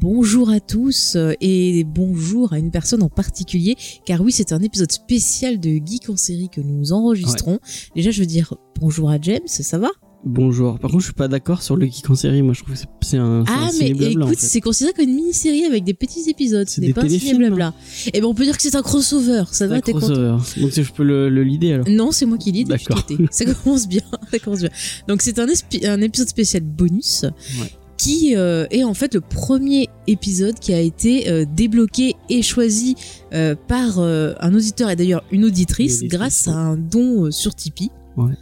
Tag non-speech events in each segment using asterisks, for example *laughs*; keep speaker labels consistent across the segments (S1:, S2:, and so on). S1: Bonjour à tous euh, et bonjour à une personne en particulier, car oui, c'est un épisode spécial de Geek en série que nous enregistrons. Déjà, je veux dire bonjour à James, ça va
S2: Bonjour. Par contre, je suis pas d'accord sur le geek en série. Moi, je trouve que c'est- c'est un. c'est un
S1: Ah, mais
S2: ciné blabla, en
S1: écoute,
S2: fait.
S1: c'est considéré comme une mini-série avec des petits épisodes, ce
S2: C'est
S1: n'est
S2: des
S1: pas un ciné
S2: téléfilms.
S1: blabla. Et ben, on peut dire que c'est un crossover, ça
S2: Un
S1: va, t'es content
S2: crossover. Donc, si je peux le, le leader alors.
S1: Non, c'est moi qui lis, depuis
S2: D'accord.
S1: tout été. Ça commence bien, *laughs* ça commence bien. Donc c'est un, espi- un épisode spécial bonus qui euh, est en fait le premier épisode qui a été euh, débloqué et choisi euh, par euh, un auditeur et d'ailleurs une auditrice,
S2: Une auditrice,
S1: grâce
S2: ouais.
S1: à un don euh, sur Tipeee.
S2: Ouais.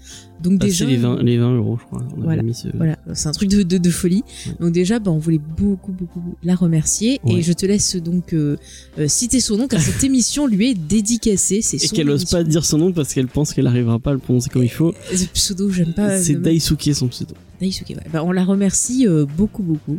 S1: Donc
S2: Ah,
S1: déjà,
S2: c'est les 20, les 20 euros, je crois. On avait
S1: Voilà.
S2: mis ce-
S1: voilà, c'est un truc de, de- de folie.
S2: Ouais.
S1: Donc déjà, bah, on voulait beaucoup, beaucoup la remercier et
S2: Ouais.
S1: je te laisse donc euh, euh, citer son nom car
S2: *laughs*
S1: cette émission lui est dédicacée. C'est
S2: Et
S1: son
S2: qu'elle ose
S1: émission.
S2: pas dire son nom parce qu'elle pense qu'elle arrivera pas à le prononcer comme il faut.
S1: Ce pseudo, j'aime pas.
S2: c'est
S1: ne me-
S2: Daisuke son pseudo.
S1: Daisuke, ouais. Bah, on la remercie euh, beaucoup, beaucoup.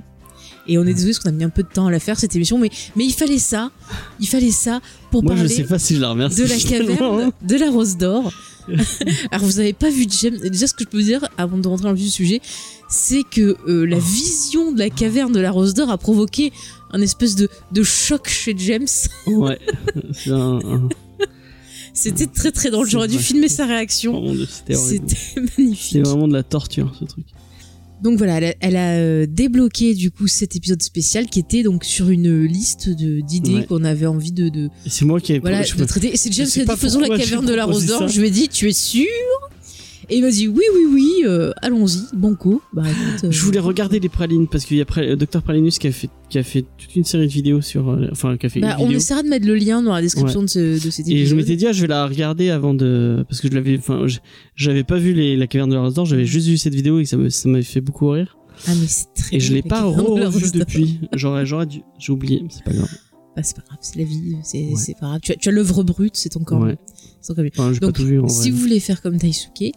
S1: Et on est désolé parce qu'on a mis un peu de temps à la faire cette émission, mais, mais il fallait ça, il fallait ça pour
S2: Moi, je
S1: parler
S2: sais pas si je la remercie.
S1: de la
S2: finalement,
S1: caverne,
S2: hein.
S1: de la rose d'or. *laughs* Alors vous avez pas vu James. Déjà ce que je peux vous dire avant de rentrer dans le vif du sujet, c'est que euh,
S2: Oh.
S1: la vision de la caverne de la rose d'or a provoqué un espèce de, de choc chez James. *laughs*
S2: Ouais. *laughs* C'est un. un-
S1: C'était très très drôle.
S2: C'est
S1: J'aurais dû
S2: vrai.
S1: filmer sa réaction.
S2: vraiment de- C'était horrible.
S1: C'était
S2: C'était
S1: *laughs* magnifique.
S2: vraiment de la torture ce truc.
S1: Donc voilà, elle a, elle a, euh, débloqué du coup cet épisode spécial qui était donc sur une liste de- d'idées
S2: Ouais.
S1: qu'on avait envie de, de-
S2: Et c'est moi qui ai.
S1: voilà
S2: je
S1: de traiter. Et C'est James
S2: sais
S1: qui a dit
S2: pas
S1: faisons la
S2: pourquoi j'ai
S1: caverne de la rose
S2: proposé
S1: d'or.
S2: ça.
S1: Je lui ai dit tu es sûr Et il m'a dit oui oui oui euh, allons-y banco. Bah écoute, euh,
S2: Je voulais regarder les pralines parce qu'il y a Pra- Dr Pralinus qui a fait qui a fait toute une série de vidéos sur euh, enfin qui a fait
S1: bah,
S2: une
S1: on
S2: vidéo.
S1: essaiera de mettre le lien dans la description de, ce, de cet épisode.
S2: Et je m'étais dit ah je vais la regarder avant de parce que je l'avais enfin je- j'avais pas vu les... la caverne de la rose d'or j'avais juste vu cette vidéo et ça me- ça m'avait fait beaucoup rire
S1: Ah mais c'est très
S2: et je
S1: bien,
S2: l'ai
S1: la
S2: pas
S1: caverne de la
S2: revu
S1: rose d'or.
S2: depuis j'aurais j'aurais dû j'ai oublié c'est pas grave
S1: Bah, c'est pas grave, c'est la vie, c'est
S2: Ouais.
S1: c'est pas grave. Tu as, tu as l'œuvre brute, c'est encore
S2: Ouais.
S1: mieux. C'est encore mieux.
S2: enfin j'ai pas
S1: Donc,
S2: tout vu en vrai
S1: Si vous voulez faire comme Daisuke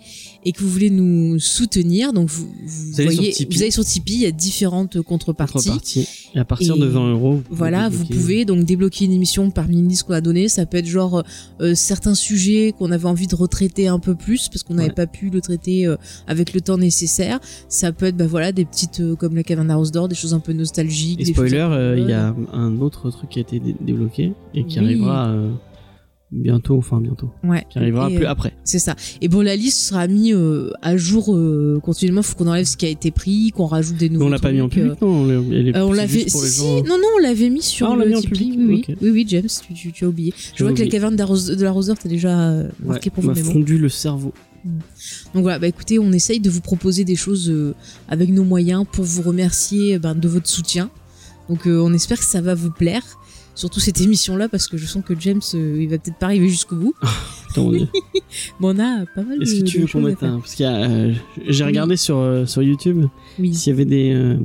S1: et que vous voulez nous soutenir, donc vous, vous
S2: Vous allez sur
S1: voyez,
S2: Tipeee.
S1: vous allez sur Tipeee, il y a différentes contreparties.
S2: Contrepartie. et à partir
S1: Et
S2: de 20 euros vous
S1: Voilà, vous
S2: débloquer.
S1: pouvez donc débloquer une émission parmi une liste qu'on a donnée. Ça peut être genre euh, certains sujets qu'on avait envie de retraiter un peu plus parce qu'on n'avait
S2: Ouais.
S1: pas pu le traiter euh, avec le temps nécessaire. Ça peut être bah voilà des petites euh, comme la caverne à rose d'or, des choses un peu nostalgiques.
S2: et
S1: des choses
S2: spoiler
S1: un peu
S2: euh, il y a
S1: bonnes.
S2: un autre truc qui a été dé- débloqué et qui
S1: Oui.
S2: arrivera euh, bientôt enfin bientôt
S1: Ouais.
S2: qui arrivera
S1: Et,
S2: plus
S1: euh,
S2: après
S1: C'est ça. Et bon, la liste sera mise euh, à jour euh, continuellement. Faut qu'on enlève ce qui a été pris, qu'on rajoute des nouveaux.
S2: Mais on l'a pas mis en
S1: trucs, euh,
S2: public, non On l'a- elle est-
S1: Euh, on
S2: c'est
S1: l'avait.
S2: juste pour les
S1: Si,
S2: gens-
S1: non, non, on l'avait mis sur
S2: Ah, on l'a
S1: le
S2: mis en
S1: Tipeee,
S2: public,
S1: Oui, oui,
S2: ok.
S1: oui, oui, James, tu, tu- tu as oublié. Je vois que la
S2: oublié.
S1: caverne de la Rose- de la Roseur t'as déjà euh,
S2: euh, Ouais,
S1: marqué
S2: m'a
S1: profondément.
S2: fondu le cerveau.
S1: Donc voilà, bah écoutez, on essaye de vous proposer des choses euh, avec nos moyens pour vous remercier euh, ben, de votre soutien. Donc euh, on espère que ça va vous plaire. Surtout cette émission-là, parce que je sens que James, euh, il va peut-être pas arriver jusqu'au bout.
S2: Putain, on
S1: *laughs*
S2: est-
S1: Mais on a pas mal de
S2: Ah. Est-ce que tu
S1: de
S2: veux qu'on
S1: choses à
S2: mette
S1: faire.
S2: un Parce qu'il y a, euh, j'ai
S1: Oui.
S2: regardé sur euh, sur YouTube
S1: Oui.
S2: s'il y avait des euh,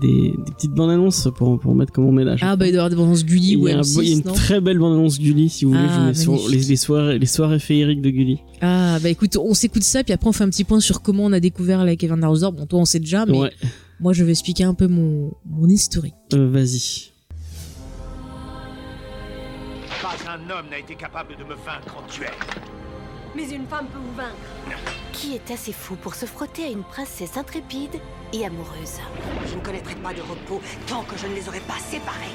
S2: des, des petites bandes annonces pour pour mettre comment on met là. je
S1: Ah, bah
S2: sais pas.
S1: il doit y avoir des balances Gulli
S2: il
S1: ou
S2: y a, un- il y a
S1: M6,
S2: une
S1: non
S2: très belle bande annonce Gulli si vous voulez. je vous
S1: Ah,
S2: mets sur les,
S1: magnifique.
S2: les soirées les soirées féeriques de Gulli.
S1: Ah, bah écoute, on s'écoute ça, puis après on fait un petit point sur comment on a découvert la caverne de la Rose d'Or. Bon, toi on sait déjà, Ah, mais
S2: Ouais,
S1: Moi, je vais expliquer un peu mon, mon historique.
S2: euh, vas-y.
S3: Pas un homme n'a été capable de me vaincre en duel.
S4: Mais une femme peut vous vaincre.
S5: Qui est assez fou pour se frotter à une princesse intrépide et amoureuse
S4: Je ne connaîtrai pas de repos tant que je ne les aurai pas séparés.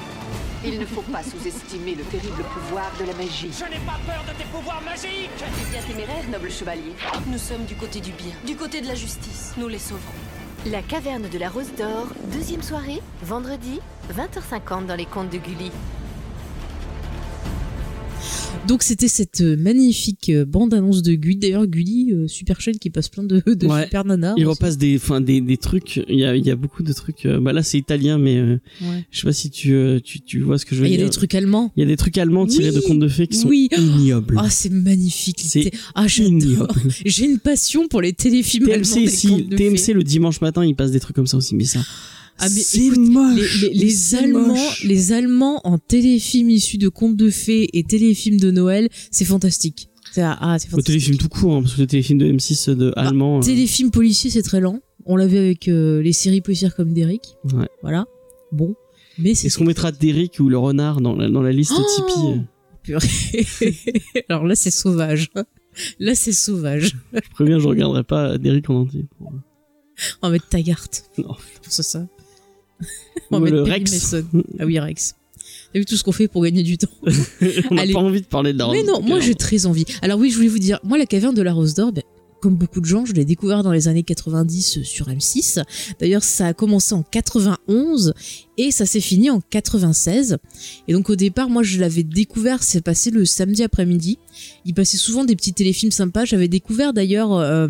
S6: Il ne faut pas sous-estimer le terrible pouvoir de la magie.
S3: Je n'ai pas peur de tes pouvoirs magiques
S6: C'est bien téméraire, noble chevalier.
S7: Nous sommes du côté du bien, du côté de la justice. Nous les sauverons.
S5: La caverne de la rose d'or, deuxième soirée, vendredi, 20h50 dans les contes de Gulli.
S1: Donc, c'était cette euh, magnifique euh, bande-annonce de Gulli. D'ailleurs, Gulli, euh, super chaîne qui passe plein de, de
S2: Ouais.
S1: super hein, nanas.
S2: Il
S1: On
S2: repasse des enfin des, des trucs. Il y a il y a beaucoup de trucs. euh, bah là c'est italien mais euh,
S1: sait- Ouais.
S2: je sais pas si tu euh, tu tu vois ce que je
S1: Ah,
S2: veux
S1: Il y a
S2: dire.
S1: des trucs allemands.
S2: Il y a des trucs allemands tirés
S1: Oui,
S2: de contes de fées qui sont
S1: oui.
S2: ignobles.
S1: Ah, c'est magnifique.
S2: C'est
S1: l'idée. Ah, j'adore.
S2: ignoble.
S1: J'ai une passion pour les téléfilms *laughs* allemands.
S2: TMC
S1: des
S2: ici,
S1: contes de
S2: TMC
S1: fées.
S2: le dimanche matin, il passe des trucs comme ça aussi, mais ça,
S1: Ah, mais
S2: c'est
S1: écoute,
S2: moche.
S1: Les, les- les
S2: c'est
S1: Allemands,
S2: moche.
S1: les Allemands en téléfilms issus de contes de fées et téléfilms de Noël, c'est fantastique. C'est ah, c'est
S2: Au
S1: fantastique.
S2: téléfilm tout court, hein, parce que le téléfilm de M6 de
S1: Bah,
S2: allemand. euh,
S1: Téléfilm policier, c'est très lent. On l'a vu avec euh, les séries policières comme Derrick.
S2: Ouais.
S1: Voilà. Bon. Mais c'est
S2: Est-ce qu'on mettra Derrick ou le renard dans la, dans la liste
S1: Oh
S2: Tipeee euh
S1: *laughs* Alors là, c'est sauvage. Là, c'est sauvage.
S2: Je préviens, je regarderai pas Derrick
S1: *laughs*
S2: en entier.
S1: On va mettre Taggart.
S2: Non.
S1: Pour ça, ça. On
S2: Ou
S1: va
S2: le
S1: mettre Perry
S2: Rex.
S1: Mason. Ah oui, Rex. T'as vu tout ce qu'on fait pour gagner du temps
S2: *laughs* On n'a
S1: Allez.
S2: pas envie de parler de la
S1: Mais
S2: renarde.
S1: non, moi j'ai très envie. Alors oui, je voulais vous dire, moi la caverne de la Rose d'Or, ben, comme beaucoup de gens, je l'ai découvert dans les années 90 sur M6. D'ailleurs, ça a commencé en 91 et ça s'est fini en 96. Et donc au départ, moi je l'avais découvert, c'est passé le samedi après-midi. Il passait souvent des petits téléfilms sympas. J'avais découvert d'ailleurs euh,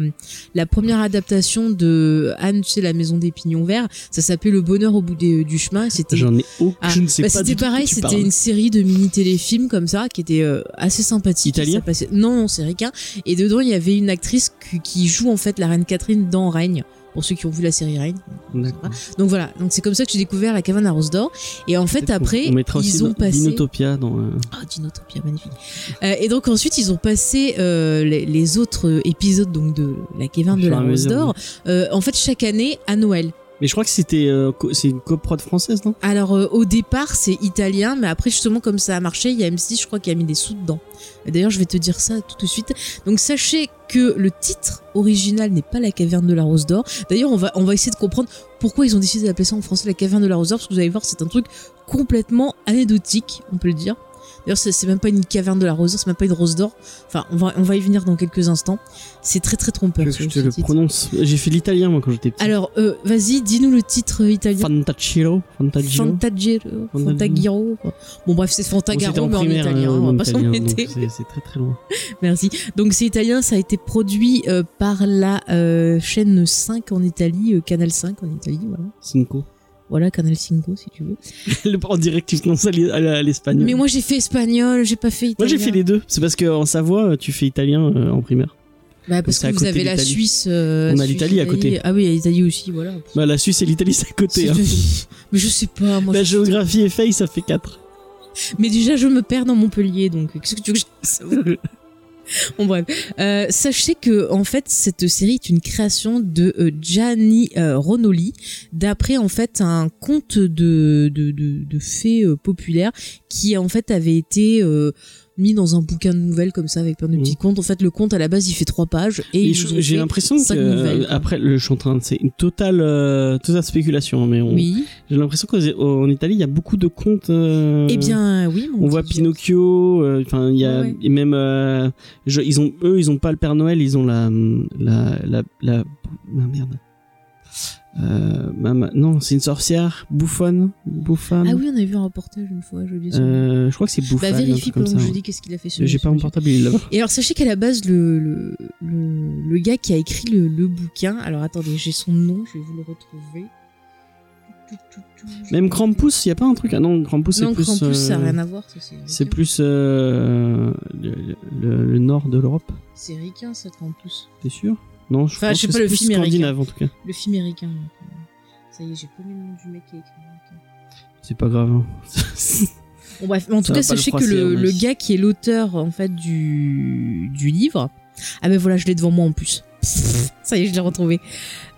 S1: la première adaptation de Anne, tu sais, la maison des pignons verts. Ça s'appelait Le bonheur au bout des- du chemin. C'était
S2: J'en ai aucune.
S1: Ah,
S2: je ne sais
S1: bah,
S2: pas.
S1: c'était
S2: du tout de
S1: pareil,
S2: qui tu
S1: c'était
S2: parles.
S1: une série de mini téléfilms comme ça qui était euh, assez sympathique.
S2: Italien
S1: Ça passait- Non, non, c'est ricain. Et dedans, il y avait une actrice qui, qui joue en fait la reine Catherine dans Règne. Pour ceux qui ont vu la série Règne.
S2: D'accord.
S1: Donc voilà, donc c'est comme ça que j'ai découvert la caverne à rose d'or. Et en fait,
S2: Peut-être qu'on-
S1: après,
S2: on mettra aussi
S1: ils ont
S2: dans-
S1: passé.
S2: Dinotopia dans. euh,
S1: Ah, Dinotopia, magnifique. Euh, et donc ensuite, ils ont passé euh, les, les autres épisodes donc de la caverne de
S2: Sur
S1: la
S2: la
S1: rose
S2: mesure,
S1: d'or. euh, en fait, chaque année à Noël.
S2: Mais je crois que c'était euh, co- c'est une coprode française, non
S1: Alors euh, au départ c'est italien, mais après justement comme ça a marché, il y a M6 je crois qui a mis des sous dedans. Et D'ailleurs je vais te dire ça tout de suite. Donc sachez que le titre original n'est pas la caverne de la rose d'or. D'ailleurs on va, on va essayer de comprendre pourquoi ils ont décidé d'appeler ça en français la caverne de la rose d'or, parce que vous allez voir c'est un truc complètement anecdotique, on peut le dire. D'ailleurs c'est c'est même pas une caverne de la rose d'or, c'est même pas une rose d'or. Enfin on va, on va y venir dans quelques instants. C'est très très trompeur.
S2: Je,
S1: ce-
S2: je te
S1: ce
S2: le
S1: titre.
S2: prononce. J'ai fait l'italien moi quand j'étais petit.
S1: Alors euh, vas-y dis-nous le titre euh, italien.
S2: Fantaciro. Fantagiro.
S1: Fantagiro,
S2: Fantagiro.
S1: Fantagiro. Bon bref, c'est
S2: Bon, c'était
S1: Fantagaro mais en
S2: primaire,
S1: italien,
S2: euh,
S1: on
S2: en
S1: va pas
S2: italien, donc
S1: s'embêter.
S2: c'est- C'est très très loin.
S1: Merci. Donc c'est italien, ça a été produit euh, par la euh, chaîne 5 en Italie, euh, Canal 5 en Italie, voilà.
S2: Cinco.
S1: Voilà, Canal 5 si tu veux.
S2: *laughs* Le en direct, tu prononces à l'I- à la- à l'espagnol.
S1: Mais moi j'ai fait espagnol, j'ai pas fait
S2: Moi,
S1: italien.
S2: j'ai fait les deux. C'est parce qu'en Savoie, tu fais italien euh, en primaire.
S1: Bah, parce
S2: C'est à
S1: que vous
S2: côté
S1: avez la
S2: l'Italie.
S1: Suisse. euh,
S2: On a
S1: Suisse,
S2: l'Italie à côté.
S1: Italie. Ah oui, il y a l'Italie aussi, voilà.
S2: Bah, la Suisse et l'Italie, c'est à côté.
S1: C'est-
S2: hein.
S1: *laughs* Mais je sais pas, moi.
S2: La
S1: je-
S2: géographie est faille, ça fait 4.
S1: Mais déjà, je me perds dans Montpellier, donc euh, qu'est-ce que tu veux que je Bon bref, Euh, sachez que en fait cette série est une création de euh, Gianni euh, Ronoli, d'après en fait un conte de de, de, de fées euh, populaire qui en fait avait été euh, mis dans un bouquin de nouvelles comme ça avec plein de
S2: Mhm.
S1: petits contes. En fait, le conte à la base il fait trois pages et ils nous ont
S2: J'ai
S1: fait
S2: l'impression que
S1: cinq nouvelles,
S2: euh,
S1: quoi.
S2: après le je suis en train de- c'est une totale euh, totale spéculation, hein, mais on-
S1: oui.
S2: j'ai l'impression qu'en Italie, il y a beaucoup de contes. euh,
S1: eh bien oui. mon
S2: on voit
S1: petit-
S2: Pinocchio, euh, enfin il y a
S1: Ouais, ouais.
S2: et même euh, je- ils ont eux ils ont pas le Père Noël, ils ont la la la, la- ah, merde. Euh, ma- ma- non, c'est une sorcière bouffonne, bouffonne.
S1: Ah oui, on a vu un reportage une fois. J'ai oublié son nom.
S2: hein. Euh, je crois que c'est bouffonne.
S1: bah
S2: un truc
S1: vérifie
S2: comme
S1: pendant que je
S2: ça, ouais. Euh,
S1: dis qu'est-ce qu'il a fait. sur-
S2: J'ai pas
S1: sur-
S2: mon portable il est
S1: *laughs*
S2: là-bas.
S1: Et alors sachez qu'à la base le, le, le, le gars qui a écrit le, le bouquin, alors attendez, j'ai son nom, je vais vous le retrouver. Tout, tout, tout, tout.
S2: Même Krampus, il y a pas un truc. Ah non, Krampus c'est
S1: Non,
S2: plus
S1: Krampus, ça
S2: euh,
S1: n'a rien à voir, ça, c'est
S2: C'est
S1: ricain.
S2: plus euh, le, le- le nord de l'Europe,
S1: C'est ricain, ça Krampus.
S2: t'es sûr Non, je
S1: Enfin,
S2: pense
S1: je sais
S2: que
S1: pas,
S2: c'est
S1: le
S2: plus
S1: film est
S2: scandinave en tout cas.
S1: Le film est ricain. donc, euh, Ça y est, j'ai connu le nom du mec qui a écrit le bouquin.
S2: C'est pas grave. hein. *laughs*
S1: Bon, bref, mais en tout
S2: Ça
S1: cas,
S2: va pas le
S1: sachez que
S2: froisser,
S1: le,
S2: hein,
S1: le
S2: mais-
S1: gars qui est l'auteur en fait du, du livre, ah ben voilà, je l'ai devant moi en plus. *laughs* Pff, Ça y est, je l'ai retrouvé.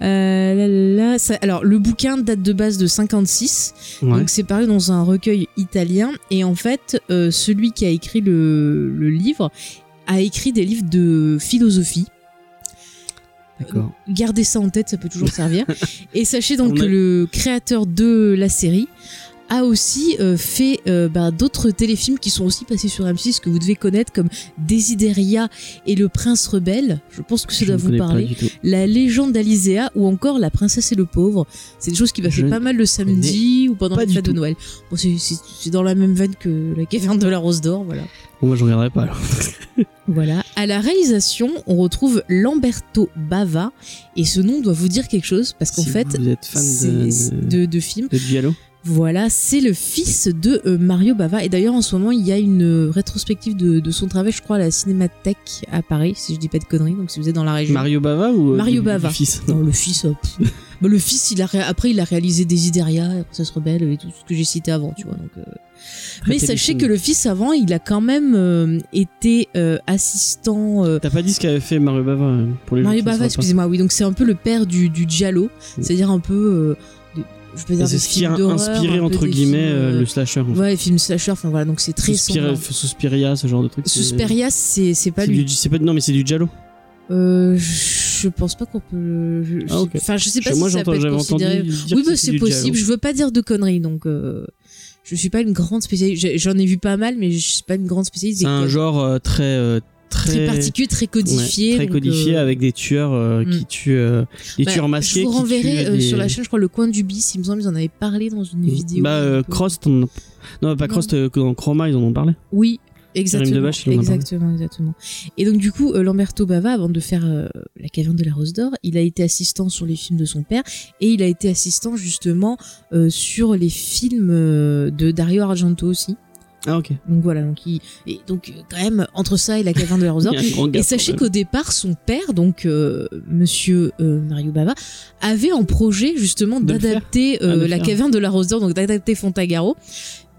S1: Euh, là, là, là, ça- alors, le bouquin date de base de 56.
S2: ouais.
S1: Donc c'est paru dans un recueil italien et en fait euh, celui qui a écrit le, le livre a écrit des livres de philosophie.
S2: D'accord.
S1: Gardez ça en tête, ça peut toujours
S2: *laughs*
S1: servir. et sachez donc
S2: On
S1: que
S2: a-
S1: le créateur de la série a aussi euh, fait euh, bah, d'autres téléfilms qui sont aussi passés sur M6 que vous devez connaître comme Desideria et Le Prince Rebelle. Je pense que ça
S2: Je
S1: doit
S2: ne
S1: vous
S2: connais pas
S1: parler.
S2: du tout.
S1: La légende d'Alisea ou encore La princesse et le pauvre. C'est des choses qui passaient
S2: Je
S1: pas mal le samedi ou pendant
S2: pas
S1: les
S2: du
S1: fêtes de
S2: tout.
S1: Noël. Bon, c'est- c'est c'est dans la même veine que la caverne de la Rose d'Or, voilà.
S2: Bon, moi, je regarderai pas alors.
S1: Voilà. À la réalisation, on retrouve Lamberto Bava et ce nom doit vous dire quelque chose parce qu'en
S2: Si
S1: fait,
S2: vous êtes fan
S1: c'est
S2: de, de...
S1: de, de films.
S2: Diallo,
S1: Voilà, c'est le fils de euh, Mario Bava. Et d'ailleurs, en ce moment, il y a une euh, rétrospective de, de son travail, je crois, à la Cinémathèque à Paris, si je dis pas de conneries. Donc, si vous êtes dans la région.
S2: Mario Bava ou euh,
S1: Mario
S2: du-
S1: Bava.
S2: du fils
S1: Non, le fils. euh, pff. *laughs* Bah, le fils, il a ré- après, il a réalisé Desideria, Princesse Rebelle et tout ce que j'ai cité avant, tu vois. Donc, euh, Mais sachez que le fils, avant, il a quand même euh, été euh, assistant. euh,
S2: T'as pas dit ce qu'avait fait Mario Bava euh, pour les gens
S1: Mario
S2: qui ne
S1: Bava,
S2: savent pas.
S1: excusez-moi, oui, donc c'est un peu le père du, du Giallo,
S2: Oui.
S1: c'est-à-dire un peu. euh, de- je peux dire
S2: C'est
S1: des
S2: ce qui
S1: films
S2: a
S1: d'horreur,
S2: inspiré,
S1: un peu
S2: entre
S1: des
S2: guillemets,
S1: films,
S2: euh,
S1: euh,
S2: le slasher. en fait.
S1: Ouais, les films slasher, enfin voilà, donc c'est très
S2: Suspira-
S1: sombre.
S2: Suspiria, ce genre de truc. c'est-
S1: Suspiria, c'est c'est pas
S2: c'est
S1: lui.
S2: du- c'est pas- non, mais c'est du Giallo.
S1: Euh, je je pense pas qu'on peut. le- je- je-
S2: Ah, ok.
S1: Enfin, je sais pas
S2: Chez
S1: si
S2: moi,
S1: ça peut
S2: j'entends-
S1: être
S2: j'avais
S1: considéré.
S2: entendu. dire
S1: Oui,
S2: que
S1: bah,
S2: c'était
S1: c'est
S2: du
S1: possible.
S2: Giallo.
S1: Je veux pas dire de conneries, donc euh, je suis pas une grande spécialiste. J'ai- J'en ai vu pas mal, mais je suis pas une grande spécialiste.
S2: C'est
S1: des-
S2: un genre euh, très. euh,
S1: très,
S2: Très,
S1: particulier, très
S2: ouais,
S1: codifié.
S2: très
S1: donc,
S2: codifié
S1: euh,
S2: avec des tueurs euh,
S1: hmm.
S2: qui tuent. euh, des
S1: bah,
S2: tueurs masqués.
S1: Je vous
S2: qui
S1: renverrai
S2: tuent
S1: euh,
S2: des-
S1: sur la chaîne, je crois, le coin du bis. Il me semble qu'ils en avaient parlé dans une vidéo.
S2: Bah, euh,
S1: un peu.
S2: Cross, t'en as- Non, pas Cross, euh, que dans Chroma, ils en ont parlé.
S1: Oui, exactement.
S2: Debache, il en a parlé.
S1: exactement, exactement. Et donc du coup, euh, Lamberto Bava, avant de faire euh, La caverne de la Rose d'Or, il a été assistant sur les films de son père et il a été assistant justement euh, sur les films euh, de Dario Argento aussi.
S2: Ah, ok.
S1: Donc voilà, donc il et donc euh, quand même entre ça et La caverne de la Rose d'Or.
S2: *laughs* Il y a un grand gap,
S1: Et sachez
S2: quand
S1: qu'au
S2: même.
S1: départ, son père, donc euh, Monsieur euh, Mario Bava, avait en projet justement
S2: De le
S1: d'adapter
S2: Ah, de
S1: euh,
S2: le
S1: la
S2: faire.
S1: caverne de la Rose d'Or, donc d'adapter Fontagaro.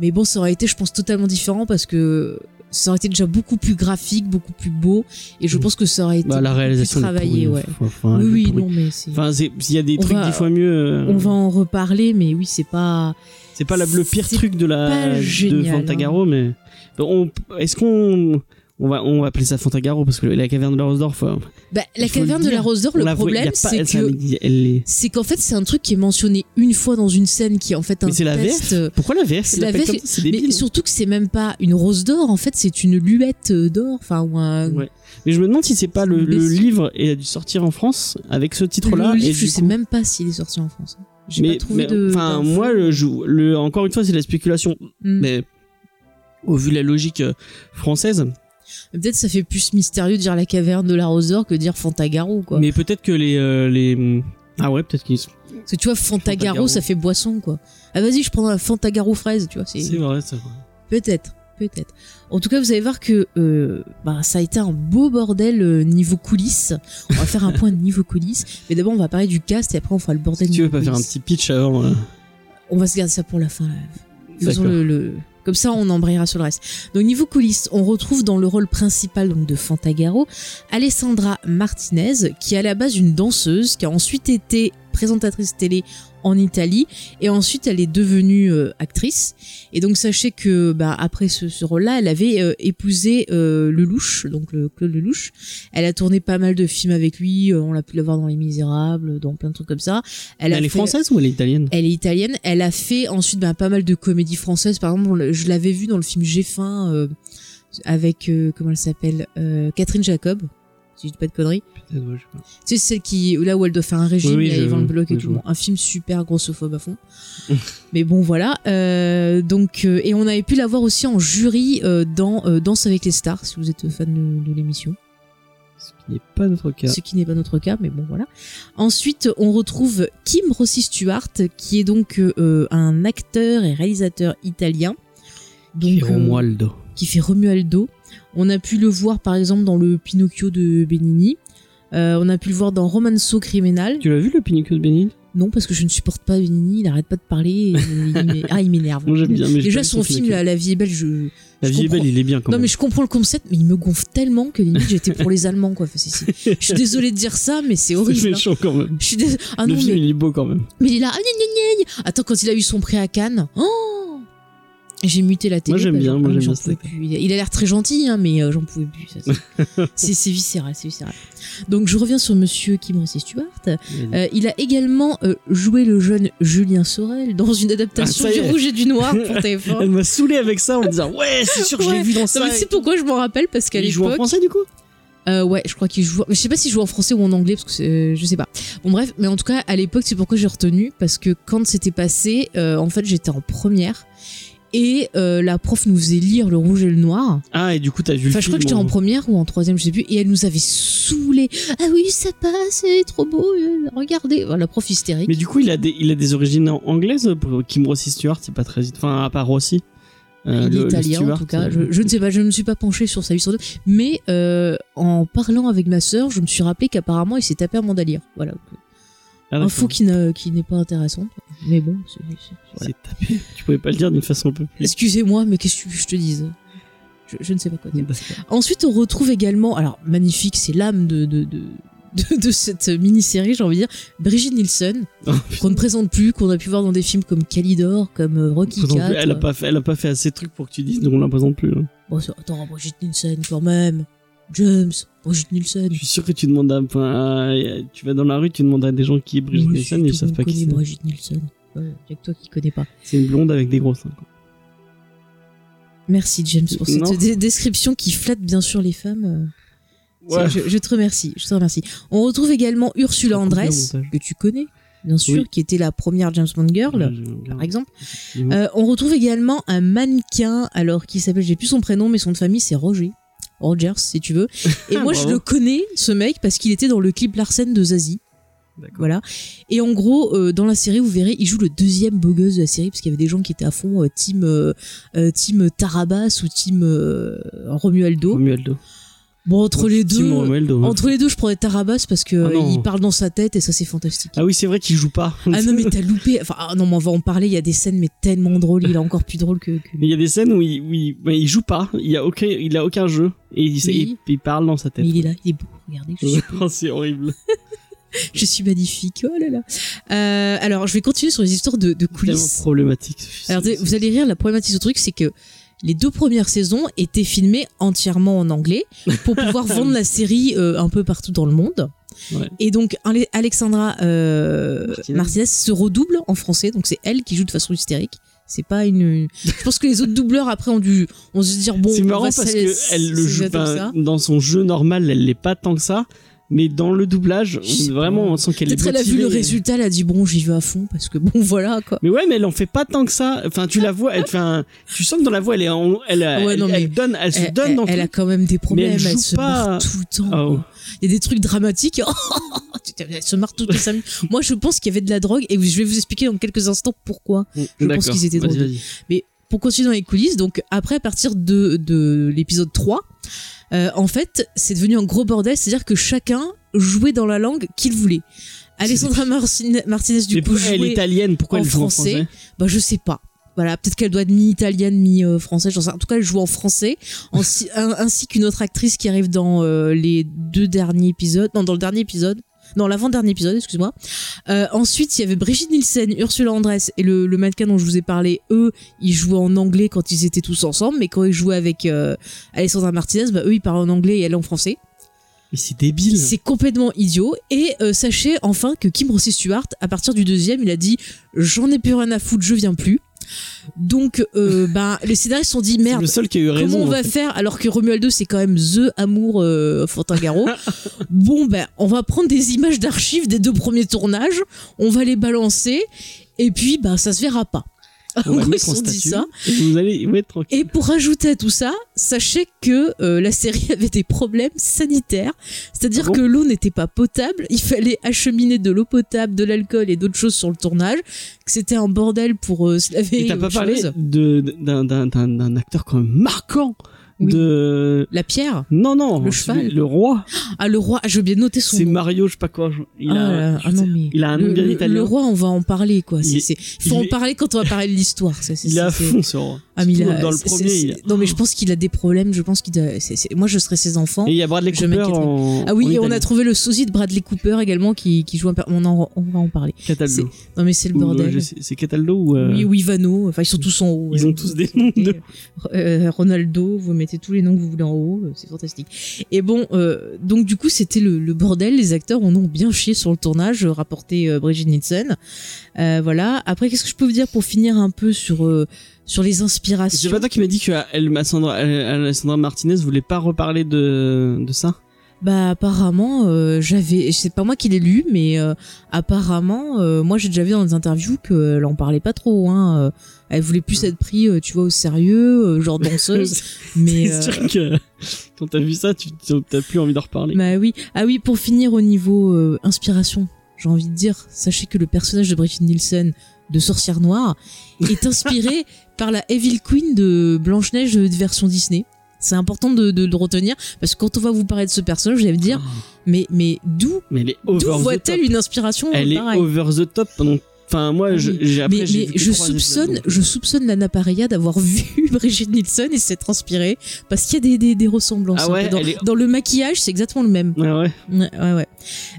S1: Mais bon, ça aurait été, je pense, totalement différent parce que ça aurait été déjà beaucoup plus graphique, beaucoup plus beau, et je
S2: Mm.
S1: pense que ça aurait été
S2: Bah, la
S1: beaucoup plus
S2: réalisation. elle est
S1: travaillé,
S2: pourrie,
S1: ouais.
S2: enfin, enfin, elle est
S1: oui, oui,
S2: pourrie.
S1: non, mais c'est.
S2: Enfin, c'est- il y a des
S1: On
S2: trucs
S1: va-
S2: dix fois mieux. euh,
S1: on va en reparler, mais oui, c'est pas.
S2: C'est pas la- le pire
S1: C'est
S2: truc de
S1: pas
S2: la de
S1: génial, hein.
S2: Fantagaro, mais Bon, on- est-ce qu'on on va on va appeler ça Fantagaro parce que la caverne de la Rose d'or, faut-
S1: Bah, la
S2: Il faut le
S1: caverne de la
S2: dire.
S1: Rose d'Or,
S2: on
S1: le
S2: la voit, il y a
S1: problème,
S2: pas-
S1: c'est
S2: ça-
S1: que.
S2: elle est-
S1: C'est qu'en fait, c'est un truc qui est mentionné une fois dans une scène qui est en fait un
S2: Mais c'est la
S1: test. euh,
S2: VF. Pourquoi la VF
S1: c'est
S2: elle
S1: la
S2: l'appelle
S1: VF,
S2: comme ça C'est
S1: Mais
S2: débile.
S1: surtout que c'est même pas une rose d'or, en fait, c'est une luette euh, d'or, enfin, ou un.
S2: Ouais. Mais je me demande si c'est pas
S1: C'est
S2: le,
S1: une
S2: le
S1: bestiole.
S2: livre et a dû sortir en France avec ce titre-là.
S1: Le livre,
S2: et
S1: je
S2: du
S1: sais
S2: coup-
S1: même pas s'il est sorti en France. hein. J'ai
S2: mais,
S1: pas trouvé
S2: mais-
S1: de.
S2: Enfin,
S1: d'infos.
S2: moi, le, je- le- encore une fois, c'est de la spéculation.
S1: Mm.
S2: Mais au vu de la logique euh, française,
S1: Peut-être ça fait plus mystérieux de dire la caverne de la rose d'or que de dire Fantagaro, quoi.
S2: mais peut-être que les euh, les ah ouais, peut-être qu'ils
S1: Parce que tu vois, Fantagaro,
S2: Fantagaro.
S1: ça fait boisson, quoi. Ah, vas-y, je prends la Fantagaro fraise, tu vois. c'est-
S2: c'est vrai ça.
S1: Peut-être, peut-être. En tout cas, vous allez voir que euh, bah, ça a été un beau bordel euh, niveau coulisses. On va faire un point de niveau coulisses. Mais d'abord, on va parler du cast et après, on fera le bordel
S2: Si tu veux
S1: niveau
S2: pas faire un
S1: coulisses.
S2: petit pitch avant. euh,
S1: On va se garder ça pour la fin. Là. Faisons
S2: D'accord.
S1: le, le- Comme ça, on embrayera sur le reste. Donc, niveau coulisses, on retrouve dans le rôle principal donc, de Fantagaro Alessandra Martinez, qui est à la base une danseuse, qui a ensuite été présentatrice télé en Italie, et ensuite elle est devenue euh, actrice. Et donc, sachez que bah, après ce, ce rôle-là, elle avait euh, épousé euh, Lelouch, donc le Claude Lelouch. Elle a tourné pas mal de films avec lui, euh, on l'a pu le voir dans Les Misérables, dans plein de trucs comme ça.
S2: Elle,
S1: a
S2: est
S1: fait-
S2: française ou elle est italienne
S1: elle est italienne. Elle a fait ensuite ben, pas mal de comédies françaises. Par exemple, on l'a- je l'avais vue dans le film J'ai faim euh, avec euh, comment elle s'appelle Euh, Catherine Jacob. Si je dis pas de conneries. Tu sais, c'est celle qui là où elle doit faire un régime,
S2: Oui, oui,
S1: il y a
S2: je-
S1: Ivan le Bloc et
S2: oui, je
S1: tout.
S2: vois.
S1: Bon, un film super grossophobe
S2: *laughs*
S1: à fond. Mais bon, voilà. Euh, donc euh, et on avait pu la voir aussi en jury euh, dans euh, Danse avec les stars, si vous êtes fan de- de l'émission
S2: Ce qui n'est pas notre cas.
S1: ce qui n'est pas notre cas, mais bon voilà. Ensuite, on retrouve Kim Rossi Stewart, qui est donc euh, un acteur et réalisateur italien. Donc, euh,
S2: Romualdo.
S1: qui fait Romualdo. On a pu le voir par exemple dans le Pinocchio de Benigni. Euh, on a pu le voir dans Romanzo Criminal.
S2: Tu l'as vu le Pinocchio de Bénin
S1: Non, parce que je ne supporte pas Benigni, il arrête pas de parler. et il m'é- ah, il m'énerve.
S2: Moi j'aime bien. Mais j'ai pas
S1: Déjà,
S2: vu
S1: son film,
S2: Pinocchio.
S1: La, La vie est belle, je.
S2: La
S1: je
S2: vie est
S1: comprends-
S2: belle, il est bien quand
S1: non
S2: même.
S1: mais je comprends le concept, mais il me gonfle tellement que limite j'étais pour les Allemands quoi. Enfin, c'est- c'est- Je suis désolée de dire ça, mais c'est
S2: *laughs* C'est
S1: horrible. hein.
S2: méchant quand même.
S1: Je suis dés- Ah non,
S2: le film
S1: mais,
S2: il est beau quand même.
S1: mais il est là. Ah, gna, gna, gna. Attends, quand il a eu son prix à Cannes. Oh j'ai muté la télé.
S2: Moi, j'aime
S1: parce que-
S2: bien, moi,
S1: ah,
S2: j'aime
S1: j'en
S2: bien cet
S1: pouvais plus. Il a- Il a l'air très gentil, hein, mais euh, j'en pouvais plus. ça, c'est-
S2: *laughs*
S1: c'est c'est viscéral, c'est viscéral. Donc je reviens sur Monsieur Kim Rossi Stewart. Euh, il a également euh, joué le jeune Julien Sorel dans une adaptation
S2: Ah, ça y
S1: du
S2: est.
S1: Rouge et du Noir pour
S2: *laughs*
S1: TF1.
S2: Elle m'a saoulé avec ça en me disant ouais c'est sûr que je l'ai
S1: Ouais.
S2: vu dans
S1: Non,
S2: ça.
S1: mais c'est pourquoi je m'en rappelle parce qu'à
S2: Il joue en
S1: l'époque,
S2: français du coup
S1: Euh, ouais, je crois qu'il joue. Je sais pas s'il joue en français ou en anglais, parce que c'est- euh, je sais pas. Bon, bref, mais en tout cas, à l'époque, c'est pourquoi j'ai retenu, parce que quand c'était passé, euh, en fait, j'étais en première. Et euh, la prof nous faisait lire le rouge et le noir.
S2: Ah et du coup t'as vu le
S1: Enfin, je crois que
S2: film,
S1: j'étais en
S2: hein.
S1: première ou en troisième, je sais plus. Et elle nous avait saoulés. Ah oui, ça passe, c'est trop beau. euh, regardez, Voilà, la prof hystérique.
S2: Mais du coup il a des il a des origines en- anglaises euh, pour Kim Rossi Stewart c'est pas très enfin à part Rossi. Euh,
S1: Il
S2: le-
S1: est
S2: le
S1: italien en
S2: Stewart,
S1: tout cas.
S2: euh,
S1: Je, je ne sais pas, je ne me suis pas penchée sur sa vie sur deux. Mais euh, en parlant avec ma sœur, je me suis rappelé qu'apparemment il s'est tapé un mandalire. Voilà.
S2: Ah,
S1: Info
S2: d'accord.
S1: qui n'a- qui n'est pas intéressante. Mais bon, c'est- c'est- voilà.
S2: C'est tapé. Tu pouvais pas le dire d'une façon un peu plus.
S1: excusez-moi, mais qu'est-ce que tu veux que je te dise je, je ne sais pas quoi
S2: *laughs*
S1: dire.
S2: D'accord.
S1: Ensuite, on retrouve également, alors magnifique, c'est l'âme de, de, de, *laughs* de- de cette mini-série, j'ai envie de dire, Brigitte Nielsen,
S2: Oh,
S1: qu'on ne présente plus, qu'on a pu voir dans des films comme Calidor, comme euh, Rocky
S2: Présente plus.
S1: 4.
S2: Elle a pas fait, elle a pas fait assez de trucs pour que tu dises, donc on la présente plus. hein. là.
S1: Bon, ça- attends, Brigitte Nielsen quand même. James, Brigitte Nielsen.
S2: Je suis sûr que tu demandes à, enfin, à- tu vas dans la rue, tu demandes à des gens qui est Brigitte
S1: Moi,
S2: Nielsen,
S1: surtout,
S2: ils savent
S1: on
S2: pas qui
S1: connaît
S2: c'est.
S1: Brigitte Nielsen. Il y a que toi qui connais pas.
S2: C'est une blonde avec des gros seins. quoi.
S1: Merci James pour cette
S2: Non.
S1: dé- description qui flatte bien sûr les femmes. euh.
S2: Ouais.
S1: Je, je te remercie, je te remercie. On retrouve également Ursula
S2: On coupe le
S1: Andress,
S2: montage.
S1: que tu connais, bien sûr,
S2: Oui.
S1: qui était la première James Bond girl,
S2: Ouais, je-
S1: par exemple.
S2: effectivement.
S1: Euh, on retrouve également un mannequin, alors qui s'appelle, j'ai plus son prénom, mais son de famille c'est Roger. Rogers, si tu veux. Et moi, je
S2: Ah, Bravo.
S1: le connais, ce mec, parce qu'il était dans le clip Larsen de Zazie.
S2: D'accord.
S1: Voilà. Et en gros, euh, dans la série, vous verrez, il joue le deuxième beau gosse de la série, parce qu'il y avait des gens qui étaient à fond euh, team, euh, euh, team Tarabas ou team euh, Romualdo.
S2: Romualdo.
S1: Bon, entre les deux.
S2: Tim Romualdo. hein.
S1: Entre les deux, je prendrais Tarabas parce que euh,
S2: Ah non.
S1: il parle dans sa tête et ça c'est fantastique.
S2: Ah oui, c'est vrai qu'il joue pas.
S1: Ah non mais t'as loupé. Enfin ah non mais on va en parler. Il y a des scènes mais tellement drôles. Il est encore plus drôle que. que...
S2: Mais il y a des scènes où il, où il, ben, il joue pas, il a aucun, il a aucun jeu et il,
S1: Oui.
S2: il- il parle dans sa tête.
S1: Mais il est là, il est beau. Regardez, je suis,
S2: *laughs* Oh, c'est horrible.
S1: je suis magnifique. Oh là là. Euh, alors je vais continuer sur les histoires de, de
S2: Tellement
S1: coulisses.
S2: problématique.
S1: Alors vous vous allez rire. La problématique du truc c'est que les deux premières saisons étaient filmées entièrement en anglais pour
S2: *laughs*
S1: pouvoir vendre la série euh, un peu partout dans le monde.
S2: Ouais.
S1: Et donc Ale- Alexandra euh,
S2: Martinez.
S1: Martinez se redouble en français, donc c'est elle qui joue de façon hystérique. C'est pas
S2: *laughs*
S1: une. Je pense que les autres doubleurs après ont dû, on se dire bon.
S2: c'est
S1: on
S2: marrant
S1: va
S2: parce
S1: s'aller-
S2: que elle le
S1: s'y
S2: joue
S1: attendre
S2: ben,
S1: ça.
S2: dans son jeu normal, elle l'est pas tant que ça, mais dans le doublage,
S1: Je sais
S2: on- vraiment,
S1: pas.
S2: on sent qu'elle est
S1: Peut-être elle a vu
S2: motivée.
S1: le résultat, elle a dit bon j'y vais à fond parce que bon *laughs* voilà quoi.
S2: Mais ouais, mais elle en fait pas tant que ça. Enfin, tu la vois, elle, enfin, tu sens que dans la voix, elle est, en- elle,
S1: Ah ouais,
S2: elle,
S1: non, mais
S2: elle donne, elle se
S1: Elle,
S2: donne
S1: elle-
S2: dans
S1: elle
S2: le
S1: a
S2: truc.
S1: quand même des problèmes,
S2: elle
S1: elle,
S2: joue
S1: se marre
S2: pas-
S1: tout le temps.
S2: Ah,
S1: quoi. Il y a des trucs dramatiques. *laughs* Tu t'es- elle se marre toutes les cinq
S2: *laughs*
S1: minutes. Moi je pense qu'il y avait de la drogue et je vais vous expliquer dans quelques instants pourquoi. je pense
S2: D'accord.
S1: qu'ils étaient
S2: Vas-y,
S1: drôles.
S2: vas-y.
S1: pour continuer dans les coulisses, donc après, à partir de, de l'épisode 3, euh, en fait, c'est devenu un gros bordel, c'est-à-dire que chacun jouait dans la langue qu'il voulait. Alessandra Marcine- Martinez, du
S2: Mais
S1: coup,
S2: pourquoi elle est
S1: jouait,
S2: italienne, pourquoi
S1: en
S2: elle joue en
S1: français
S2: français
S1: bah, je sais pas. Voilà, peut-être qu'elle doit être mi-italienne, mi-française, euh, j'en sais. En tout cas, elle joue en français, ainsi, *laughs* un- ainsi qu'une autre actrice qui arrive dans euh, les deux derniers épisodes, non, dans le dernier épisode, non, l'avant-dernier épisode, excuse-moi. Euh, ensuite, il y avait Brigitte Nielsen, Ursula Andress et le, le mannequin dont je vous ai parlé. Eux, ils jouaient en anglais quand ils étaient tous ensemble, mais quand ils jouaient avec euh, Alessandra Martinez, bah, eux, ils parlaient en anglais et elle en français.
S2: Mais c'est débile.
S1: C'est complètement idiot. Et euh, sachez enfin que Kim Rossi Stewart, à partir du deuxième, il a dit J'en ai plus rien à foutre, je viens plus. Donc, euh, *laughs* ben, les scénaristes se sont dit
S2: C'est
S1: Merde,
S2: le seul qui a eu
S1: comment
S2: raison.
S1: on
S2: en
S1: va
S2: fait.
S1: faire Alors que Romualdo, c'est quand même The Amour euh,
S2: *laughs*
S1: Fontaine-Garot. bon, ben, on va prendre des images d'archives des deux premiers tournages, on va les balancer, et puis, ben, ça se verra pas.
S2: On va
S1: En gros,
S2: mettre
S1: ils
S2: en
S1: se sont dit
S2: statut.
S1: ça.
S2: Et Vous allez vous être tranquille.
S1: Et pour ajouter à tout ça, sachez que euh, la série *laughs* avait des problèmes sanitaires, c'est-à-dire
S2: Ah bon
S1: que l'eau n'était pas potable, il fallait acheminer de l'eau potable, de l'alcool et d'autres choses sur le tournage, que c'était un bordel pour euh, se laver.
S2: Et t'as
S1: ou
S2: pas
S1: autre
S2: parlé
S1: chose.
S2: de- d'un- d'un d'un- d'un acteur quand même marquant
S1: Oui.
S2: de.
S1: la pierre
S2: Non, non,
S1: Le
S2: celui-
S1: cheval.
S2: le roi.
S1: Ah le roi, ah, j'ai oublié de noter son
S2: C'est
S1: nom.
S2: Mario, je sais pas quoi. je- Il
S1: Ah
S2: a,
S1: là là,
S2: je
S1: ah non,
S2: sais-
S1: mais
S2: il a un
S1: le,
S2: nom bien
S1: le-
S2: italien.
S1: le roi, on va en parler quoi.
S2: Il
S1: C'est,
S2: est-
S1: c'est- Faut
S2: il
S1: en
S2: est-
S1: parler quand on va parler de l'histoire. ça, c'est-
S2: il est à
S1: c'est-
S2: fond ce roi.
S1: Ah, mais il
S2: Surtout
S1: a-
S2: dans le
S1: c'est-
S2: premier.
S1: c'est-
S2: il a-
S1: Non mais je pense qu'il a des problèmes. Je pense qu'il. doit- c'est- c'est- Moi je serais ses enfants.
S2: Et il y a Bradley
S1: Je
S2: Cooper
S1: m'inquiète.
S2: en.
S1: Ah oui,
S2: en
S1: et on a
S2: italien.
S1: trouvé le sosie de Bradley Cooper également qui, qui joue un. per- On, en- on va en parler.
S2: Cataldo.
S1: Non mais c'est le
S2: Ou, euh,
S1: bordel.
S2: je sais- C'est Cataldo ou. euh,
S1: Oui, ou Ivano. Enfin, ils sont tous en haut.
S2: Ils
S1: ouais.
S2: ont tous des noms de-
S1: *laughs* Euh, Ronaldo, vous mettez tous les noms que vous voulez en haut, euh, c'est fantastique. Et bon, euh, donc du coup, c'était le, le bordel. Les acteurs en ont bien chié sur le tournage, euh, rapporté euh, Brigitte Nielsen. Euh, voilà. Après, qu'est-ce que je peux vous dire pour finir un peu sur euh, sur les
S2: C'est
S1: inspirations
S2: pas toi qui m'a dit que euh, elle, Alessandra, elle- Alessandra Martinez voulait pas reparler de, de ça
S1: Bah apparemment, euh, j'avais, c'est pas moi qui l'ai lu, mais euh, apparemment, euh, moi j'ai déjà vu dans des interviews qu'elle en parlait pas trop. Hein, euh, elle voulait plus être prise, euh, tu vois, au sérieux, euh, genre
S2: *laughs*
S1: danseuse. mais
S2: Ah. C'est
S1: euh,
S2: sûr que quand t'as vu ça, tu tu- t'as plus envie d'en reparler.
S1: bah oui, ah oui, pour finir au niveau euh, inspiration, j'ai envie de dire, sachez que le personnage de Brigitte Nielsen de Sorcière
S2: *laughs*
S1: Noire est inspiré par la Evil Queen de Blanche Neige version Disney. C'est important de, de le retenir parce que quand on va vous parler de ce personnage, vous allez me dire,
S2: Ah.
S1: mais, mais d'où
S2: Mais elle est
S1: d'où
S2: over the top.
S1: voit-elle une inspiration
S2: Elle est
S1: pareille
S2: over the top pendant. Enfin, moi, je-
S1: Ah Oui.
S2: j'ai après.
S1: mais
S2: j'ai
S1: mais
S2: vu que
S1: je
S2: trois épisodes,
S1: soupçonne,
S2: donc, euh.
S1: je soupçonne Lana Pareya d'avoir *laughs* vu Brigitte Nielsen et s'être inspirée parce qu'il y a des, des, des ressemblances.
S2: Ah
S1: un peu.
S2: ouais,
S1: dans,
S2: elle est-
S1: dans le maquillage, c'est exactement le même.
S2: Ah Ouais, ouais.
S1: Ouais, ouais, ouais.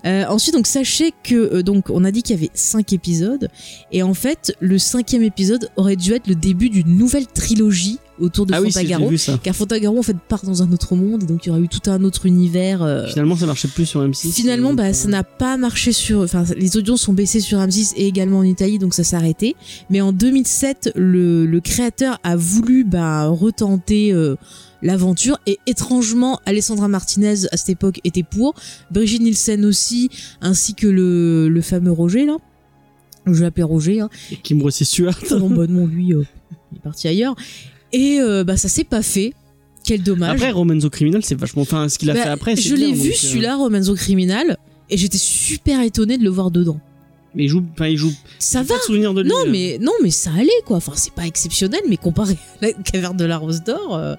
S1: Euh, ensuite, donc sachez que euh, donc on a dit qu'il y avait cinq épisodes et en fait le cinquième épisode aurait dû être le début d'une nouvelle trilogie autour de
S2: Ah oui, si, j'ai
S1: Fantagaro.
S2: vu ça.
S1: car Fantagaro en fait part dans un autre monde et donc il y aurait eu tout un autre univers. euh,
S2: Finalement, ça marchait plus sur euh, M6.
S1: Finalement, bah, ça n'a pas marché sur. Enfin, les audiences sont baissées sur M6 et également en Italie, donc ça s'est arrêté. Mais en 2007, le, le créateur a voulu bah, retenter euh, l'aventure. Et étrangement, Alessandra Martinez, à cette époque, était pour. Brigitte Nielsen aussi, ainsi que le, le fameux Roger, là. Je vais l'appeler Roger. Hein.
S2: Et Kim Rossi Stuart.
S1: bon, bah, non, lui, euh, il est parti ailleurs. Et euh, bah, ça s'est pas fait. Quel dommage.
S2: Après, Romanzo Criminal, c'est vachement. Enfin, ce qu'il a
S1: Bah,
S2: fait après, c'est.
S1: je
S2: bien,
S1: l'ai
S2: donc,
S1: vu
S2: euh,
S1: celui-là, Romanzo Criminal, et j'étais super étonnée de le voir dedans.
S2: Mais il joue. Enfin, il joue.
S1: Ça
S2: j'ai
S1: va
S2: pas de souvenir de lui,
S1: Non,
S2: euh.
S1: mais non, mais ça allait quoi. Enfin, c'est pas exceptionnel, mais comparé *laughs* à la caverne de la Rose d'Or, euh,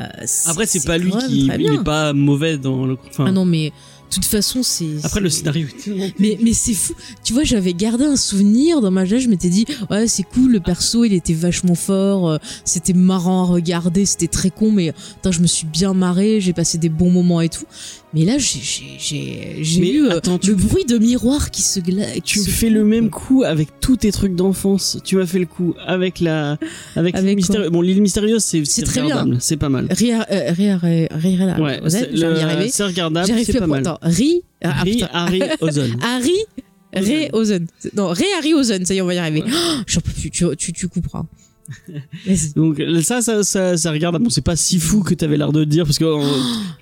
S1: euh,
S2: Après, c'est pas lui
S1: quand même
S2: qui.
S1: très
S2: Il
S1: bien.
S2: est pas mauvais dans le.
S1: Ah
S2: Enfin,
S1: non, mais de toute façon, c'est.
S2: après,
S1: c'est-
S2: le scénario est tellement
S1: Mais, mais c'est fou. Tu vois, j'avais gardé un souvenir dans ma jeunesse. Je m'étais dit, ouais, c'est cool, le perso, il était vachement fort. euh, C'était marrant à regarder. C'était très con, mais putain, je me suis bien marré. J'ai passé des bons moments et tout. Mais là, j'ai- j'ai- j'ai
S2: Mais
S1: j'ai eu euh,
S2: attends, tu-
S1: le bruit de miroir qui se glace.
S2: Tu fais le même coup avec tous tes trucs d'enfance. Tu m'as fait le coup avec la avec, l'île
S1: Avec quoi
S2: mystérieuse. Bon, l'île mystérieuse, c'est
S1: C'est
S2: c'est
S1: très Ah,
S2: regardable, c'est pas mal.
S1: Rire, euh, rire, rire, rire, là.
S2: Ouais,
S1: Vous
S2: c'est
S1: êtes- j'arrive à y
S2: le-
S1: arriver.
S2: c'est regardable,
S1: J'arrive
S2: c'est
S1: plus à
S2: pas
S1: prendre.
S2: mal.
S1: Attends, Ri. ah, ah,
S2: Harry,
S1: putain. *laughs*
S2: Harry Ozone.
S1: Harry. Ray Ozen. Non, Ray Harry Ozen, ça y est, on va y arriver. Oh, *gasps* J'en peux plus, tu, tu, tu
S2: *laughs*
S1: couperas. Vas-y.
S2: Donc ça, ça, ça, ça regarde. Bon, c'est pas si fou que t'avais l'air de le dire parce
S1: *gasps*
S2: que euh,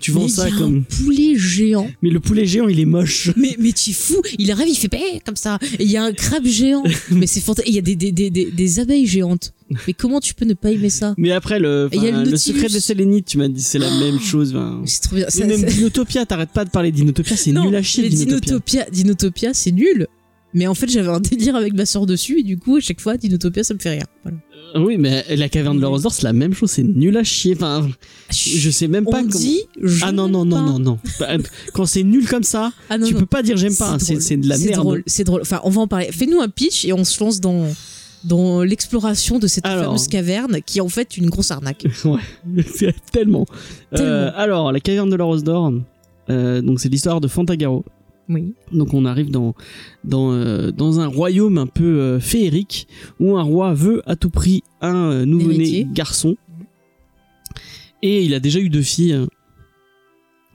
S2: tu vends
S1: Mais
S2: ça
S1: il y a Un
S2: comme.
S1: poulet géant.
S2: Mais le poulet géant, il est moche.
S1: Mais, mais tu es fou, il arrive, il fait eh, comme ça. Et Il y a un crabe géant.
S2: *laughs*
S1: mais c'est fantastique. Il y a des, des, des, des, des abeilles géantes. Mais comment tu peux ne pas aimer ça
S2: Mais après le,
S1: Et il y a
S2: enfin,
S1: le
S2: le
S1: Nautilus.
S2: secret des Sélénites, tu m'as dit c'est la
S1: *gasps*
S2: même chose. enfin.
S1: C'est trop bien.
S2: Mais
S1: Ça-
S2: même
S1: ça-
S2: Dinotopia, t'arrêtes pas de parler d'Inotopia, c'est
S1: Non,
S2: nul à chier
S1: mais
S2: Dinotopia.
S1: Dinotopia, Dinotopia, c'est nul. Mais en fait, j'avais un délire avec ma soeur dessus. Et du coup, à chaque fois, Dinotopia, ça me fait rire. Voilà.
S2: Euh, Oui, mais la caverne de la rose d'or, c'est la même chose, c'est nul à chier. Enfin, je sais même
S1: On
S2: pas comment.
S1: dit. je
S2: Ah non
S1: n'aime
S2: non non
S1: pas.
S2: non non. Bah, Quand c'est nul comme ça,
S1: Ah non,
S2: tu
S1: non.
S2: peux pas dire j'aime pas. hein, C'est
S1: drôle.
S2: c'est de la
S1: C'est
S2: merde.
S1: drôle, c'est drôle. Enfin, on va en parler. Fais-nous un pitch et on se lance dans dans l'exploration de cette
S2: Alors.
S1: fameuse caverne qui est en fait une grosse arnaque.
S2: *laughs* Ouais, c'est tellement. Euh,
S1: Tellement.
S2: alors la caverne de la rose d'or. euh, donc c'est l'histoire de Fantagaro.
S1: Oui.
S2: Donc on arrive dans dans euh, dans un royaume un peu euh, féerique où un roi veut à tout prix un euh, nouveau-né
S1: Héritier.
S2: garçon et il a déjà eu deux filles hein.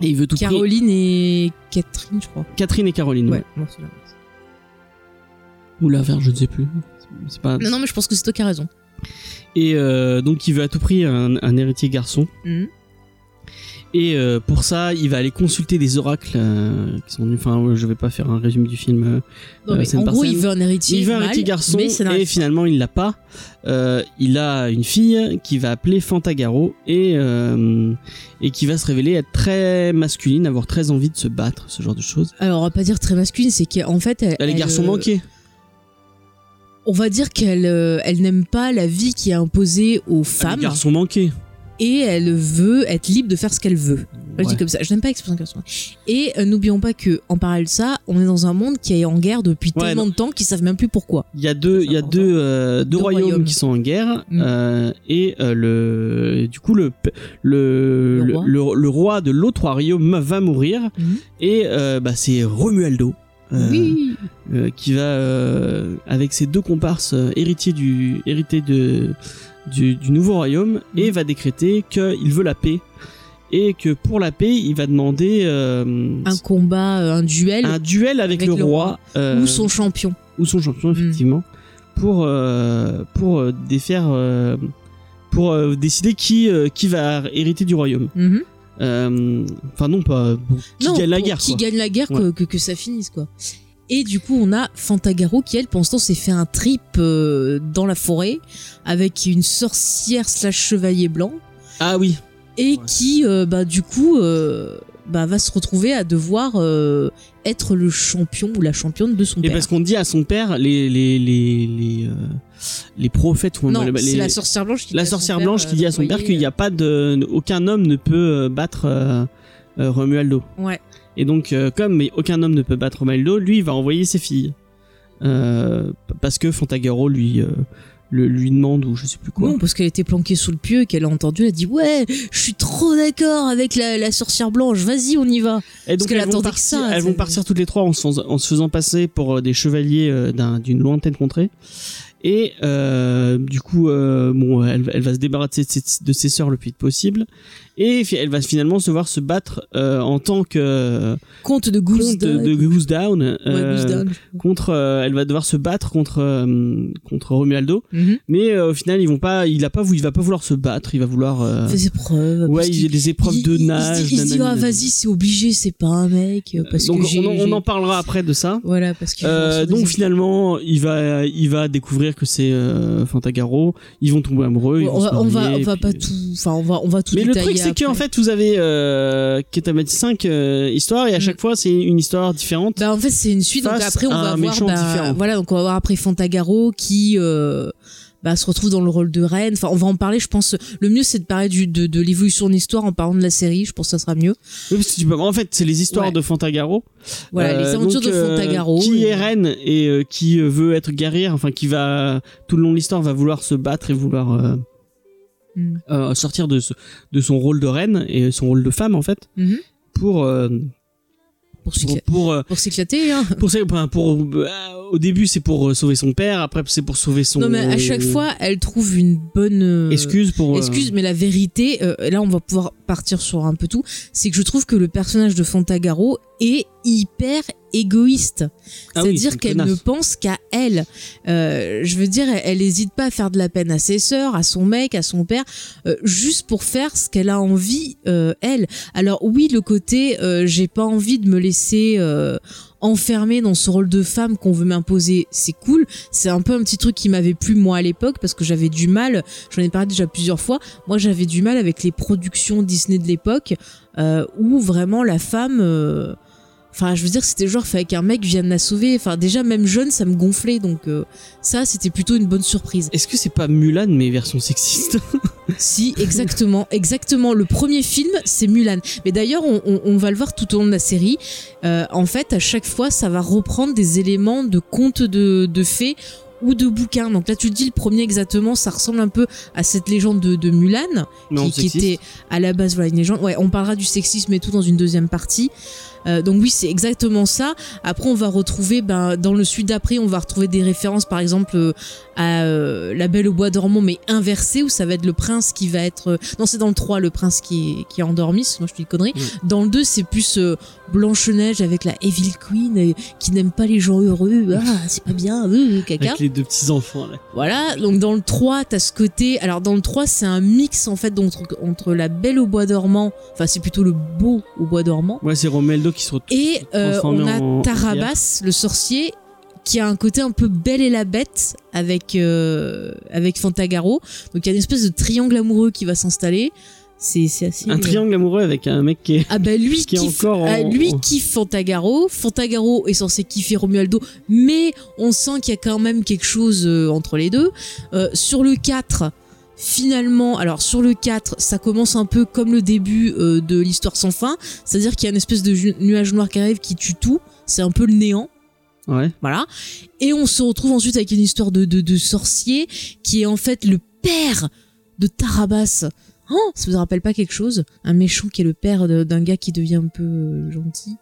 S2: et il veut tout prix Mm.
S1: Caroline et Catherine, je crois.
S2: Catherine et Caroline. ouais.
S1: non, c'est là.
S2: Ou la verge, je ne sais plus. C'est pas
S1: Non, non, mais je pense que c'est toi qui as raison.
S2: Et euh, donc il veut à tout prix un, un héritier garçon.
S1: Mhm.
S2: Et euh, pour ça, il va aller consulter des oracles euh, qui sont venus. Enfin, je vais pas faire un résumé du film. euh.
S1: Non,
S2: Euh,
S1: mais
S2: c'est une
S1: en gros,
S2: personne-
S1: il veut un héritier.
S2: il veut un
S1: mâle,
S2: héritier garçon
S1: mais ça
S2: et
S1: n'arrive pas.
S2: finalement il l'a pas. Euh, il a une fille qui va appeler Fantagaro et euh, et qui va se révéler être très masculine, avoir très envie de se battre, ce genre de choses.
S1: Alors, on va pas dire très masculine, c'est qu'en fait, elle,
S2: Elle est
S1: elle,
S2: garçon
S1: euh,
S2: manqué.
S1: On va dire qu'elle euh, elle n'aime pas la vie qui est imposée aux
S2: Elle est
S1: femmes
S2: garçon manqué.
S1: et elle veut être libre de faire ce qu'elle veut. Je
S2: Ouais.
S1: dis comme ça, je n'aime pas l'expression comme ça. Et euh, n'oublions pas que, en parallèle de ça, on est dans un monde qui est en guerre depuis
S2: Ouais,
S1: tellement de temps qu'ils savent même plus pourquoi.
S2: Il y a deux,
S1: C'est
S2: il y a
S1: important.
S2: deux, euh, deux
S1: Deux
S2: royaumes,
S1: royaumes.
S2: qui sont en guerre
S1: Mm.
S2: euh, et euh, le, du coup le p- le
S1: Le
S2: le,
S1: roi.
S2: le- le roi de l'autre royaume va mourir
S1: Mhm.
S2: et euh, bah, c'est Romualdo euh,
S1: oui.
S2: euh, qui va euh, avec ses deux comparses euh, héritiers du héritiers de du, du nouveau royaume
S1: Mm.
S2: et va décréter qu'il veut la paix et que pour la paix il va demander euh,
S1: Un combat, euh, un duel
S2: un duel avec, le, roi, euh,
S1: ou son champion.
S2: ou son champion
S1: Mm.
S2: effectivement pour euh, pour euh, défaire euh, pour euh, décider qui euh, qui va hériter du royaume
S1: Mhm.
S2: Euh, enfin non pas bon, qui
S1: Non,
S2: gagne la
S1: pour-
S2: guerre
S1: Qui
S2: quoi.
S1: gagne la guerre, que, que, que ça finisse, quoi. Et du coup, on a Fantagaro qui, elle, pour l'instant, s'est fait un trip euh, dans la forêt avec une sorcière slash chevalier blanc
S2: ah oui
S1: et
S2: Ouais.
S1: qui, euh, bah, du coup, euh, bah, va se retrouver à devoir euh, être le champion ou la championne de son
S2: Et
S1: père.
S2: parce qu'on dit à son père les les les les, euh, les prophètes ou
S1: non,
S2: les-
S1: c'est
S2: les-
S1: la sorcière blanche qui
S2: la
S1: dit à son
S2: sorcière
S1: père,
S2: blanche
S1: euh,
S2: qui dit à son père
S1: d'envoyer,
S2: qu'il n'y a pas de aucun homme ne peut euh, battre euh, euh, Romualdo.
S1: euh, Ouais.
S2: Et donc euh, comme mais aucun homme ne peut battre Romualdo, lui il va envoyer ses filles Euh, p- parce que Fontagaro lui euh, le, lui demande ou je sais plus quoi.
S1: Non, parce qu'elle était planquée sous le pieu et qu'elle a entendu, elle a dit Ouais, je suis trop d'accord avec la, la sorcière blanche, vas-y, on y va.
S2: Et
S1: Parce qu'elle
S2: elles vont
S1: attendait que
S2: partir,
S1: ça,
S2: Elles
S1: c'est-
S2: vont partir toutes les trois en se faisant, en se faisant passer pour euh, des chevaliers euh, d'un- d'une lointaine contrée. Et euh, du coup, euh, bon, elle, va- elle va se débarrasser de ses, de ses sœurs le plus vite possible. Et fi- elle va finalement se voir se battre euh, en tant que euh,
S1: Comte de Goose.
S2: comte de, de Goose Down. euh,
S1: Down.
S2: Contre, euh, elle va devoir se battre contre euh, contre Romualdo,
S1: Mhm.
S2: mais euh, au final ils vont pas, il a pas, vou- il va pas vouloir se battre, il va vouloir, euh,
S1: Fais ses preuves. parce
S2: ouais,
S1: qu'il-
S2: il y a des épreuves
S1: il-
S2: de
S1: il- il se dit-
S2: nage.
S1: Il se dit
S2: nanani,
S1: Ah,
S2: nanani.
S1: vas-y, c'est obligé, c'est pas un mec. euh, Parce
S2: Donc
S1: que j'ai-
S2: on, en- on
S1: j'ai-
S2: en parlera après de ça.
S1: Voilà, parce que.
S2: Euh, donc finalement, il va, il va découvrir que c'est euh, Fantagaro. Ils vont tomber amoureux. ils
S1: on
S2: vont
S1: va,
S2: se
S1: on va,
S2: marier,
S1: on va
S2: puis,
S1: pas
S2: euh,
S1: tout. Enfin, on va, on va tout
S2: Mais le
S1: détailler
S2: truc, c'est qu'en
S1: après.
S2: fait, vous avez euh, Ketamati 5 euh, histoires et à
S1: Mm.
S2: chaque fois, c'est une histoire différente.
S1: Bah, en fait, c'est une suite. Donc
S2: Face
S1: après, on
S2: à
S1: va voir.
S2: un méchant
S1: bah,
S2: différent.
S1: voilà, donc on va voir après Fantagaro qui euh, bah, se retrouve dans le rôle de reine. Enfin, on va en parler. Je pense. Le mieux, c'est de parler du, de, de l'évolution de l'histoire en parlant de la série. Je pense que ça sera mieux.
S2: Oui, parce que tu peux- En fait, c'est les histoires
S1: Bah- Ouais.
S2: de Fantagaro.
S1: Voilà, les
S2: Euh,
S1: aventures
S2: donc,
S1: de
S2: euh,
S1: Fantagaro.
S2: qui
S1: Et-
S2: est reine et euh, qui euh, veut être guerrière, enfin qui va tout le long de l'histoire va vouloir se battre et vouloir euh,
S1: Mm.
S2: euh, sortir de, ce- de son rôle de reine et son rôle de femme en fait
S1: Mhm.
S2: pour euh,
S1: Pour
S2: pour,
S1: s'écla-
S2: pour, euh,
S1: pour s'éclater. Hein.
S2: pour, ça- enfin, pour, euh, au début c'est pour euh, sauver son père après c'est pour sauver son euh,
S1: Non, mais à chaque fois, elle trouve une bonne. euh,
S2: excuse pour euh,
S1: Excuse, mais la vérité, euh, là on va pouvoir partir sur un peu tout, c'est que je trouve que le personnage de Fantagaro est hyper égoïste.
S2: Ah oui,
S1: C'est-à-dire
S2: c'est une
S1: qu'elle
S2: connasse.
S1: ne pense qu'à elle. Euh, je veux dire, elle- elle n'hésite pas à faire de la peine à ses sœurs, à son mec, à son père, euh, juste pour faire ce qu'elle a envie, euh, elle. Alors oui, le côté, euh, j'ai pas envie de me laisser... euh, enfermer dans ce rôle de femme qu'on veut m'imposer, c'est cool. C'est un peu un petit truc qui m'avait plu moi à l'époque parce que j'avais du mal, j'en ai parlé déjà plusieurs fois, moi j'avais du mal avec les productions Disney de l'époque euh, où vraiment la femme... euh, Enfin, je veux dire, c'était genre, fallait qu'un mec vienne la sauver. Enfin, déjà, même jeune, ça me gonflait. Donc, euh, ça, c'était plutôt une bonne surprise.
S2: est-ce que c'est pas Mulan mais version sexiste
S1: si, exactement, exactement. Le premier film, c'est Mulan. Mais d'ailleurs, on, on- on va le voir tout au long de la série. Euh, en fait, à chaque fois, ça va reprendre des éléments de contes de, de fées ou de bouquins. Donc là, tu te dis, le premier exactement, ça ressemble un peu à cette légende de, de Mulan
S2: Non,
S1: qui, qui
S2: sexiste.
S1: était à la base voilà, une légende. Ouais, on parlera du sexisme et tout dans une deuxième partie. Euh, donc oui, c'est exactement ça. Après, on va retrouver, ben, dans le sud d'après, on va retrouver des références, par exemple, euh, à euh, La Belle au Bois dormant, mais inversée, où ça va être le prince qui va être... euh, Non, c'est dans le 3, le prince qui est, qui est endormi, sinon je te dis une connerie.
S2: Oui.
S1: Dans le 2, c'est plus euh, Blanche-Neige avec la Evil Queen, euh, qui n'aime pas les gens heureux. Ah, c'est pas bien, euh, caca.
S2: avec les deux petits enfants là.
S1: Voilà, donc dans le 3, t'as ce côté. Alors dans le 3, c'est un mix en fait entre, entre la belle au bois dormant, enfin c'est plutôt le beau au bois dormant,
S2: ouais c'est Romeldo qui se retrouve
S1: et euh,
S2: Transformé
S1: on a
S2: en- en
S1: Tarabas, le sorcier, qui a un côté un peu belle et la bête avec, euh, avec Fantagaro. Donc il y a une espèce de triangle amoureux qui va s'installer. C'est c'est assez.
S2: un triangle amoureux avec un mec qui est
S1: Ah bah lui
S2: Qui est
S1: kiffe,
S2: encore en-
S1: ah, lui
S2: en-
S1: kiffe Fantagaro, Fantagaro est censé kiffer Romualdo, mais on sent qu'il y a quand même quelque chose euh, entre les deux. Euh, sur le 4, finalement, alors sur le 4, ça commence un peu comme le début euh, de l'histoire sans fin, c'est-à-dire qu'il y a une espèce de ju- nuage noir qui arrive qui tue tout, c'est un peu le néant.
S2: ouais
S1: Voilà. Et on se retrouve ensuite avec une histoire de, de, de sorcier qui est en fait le père de Tarabas. Oh, ça vous rappelle pas quelque chose Un méchant qui est le père de- d'un gars qui devient un peu euh, gentil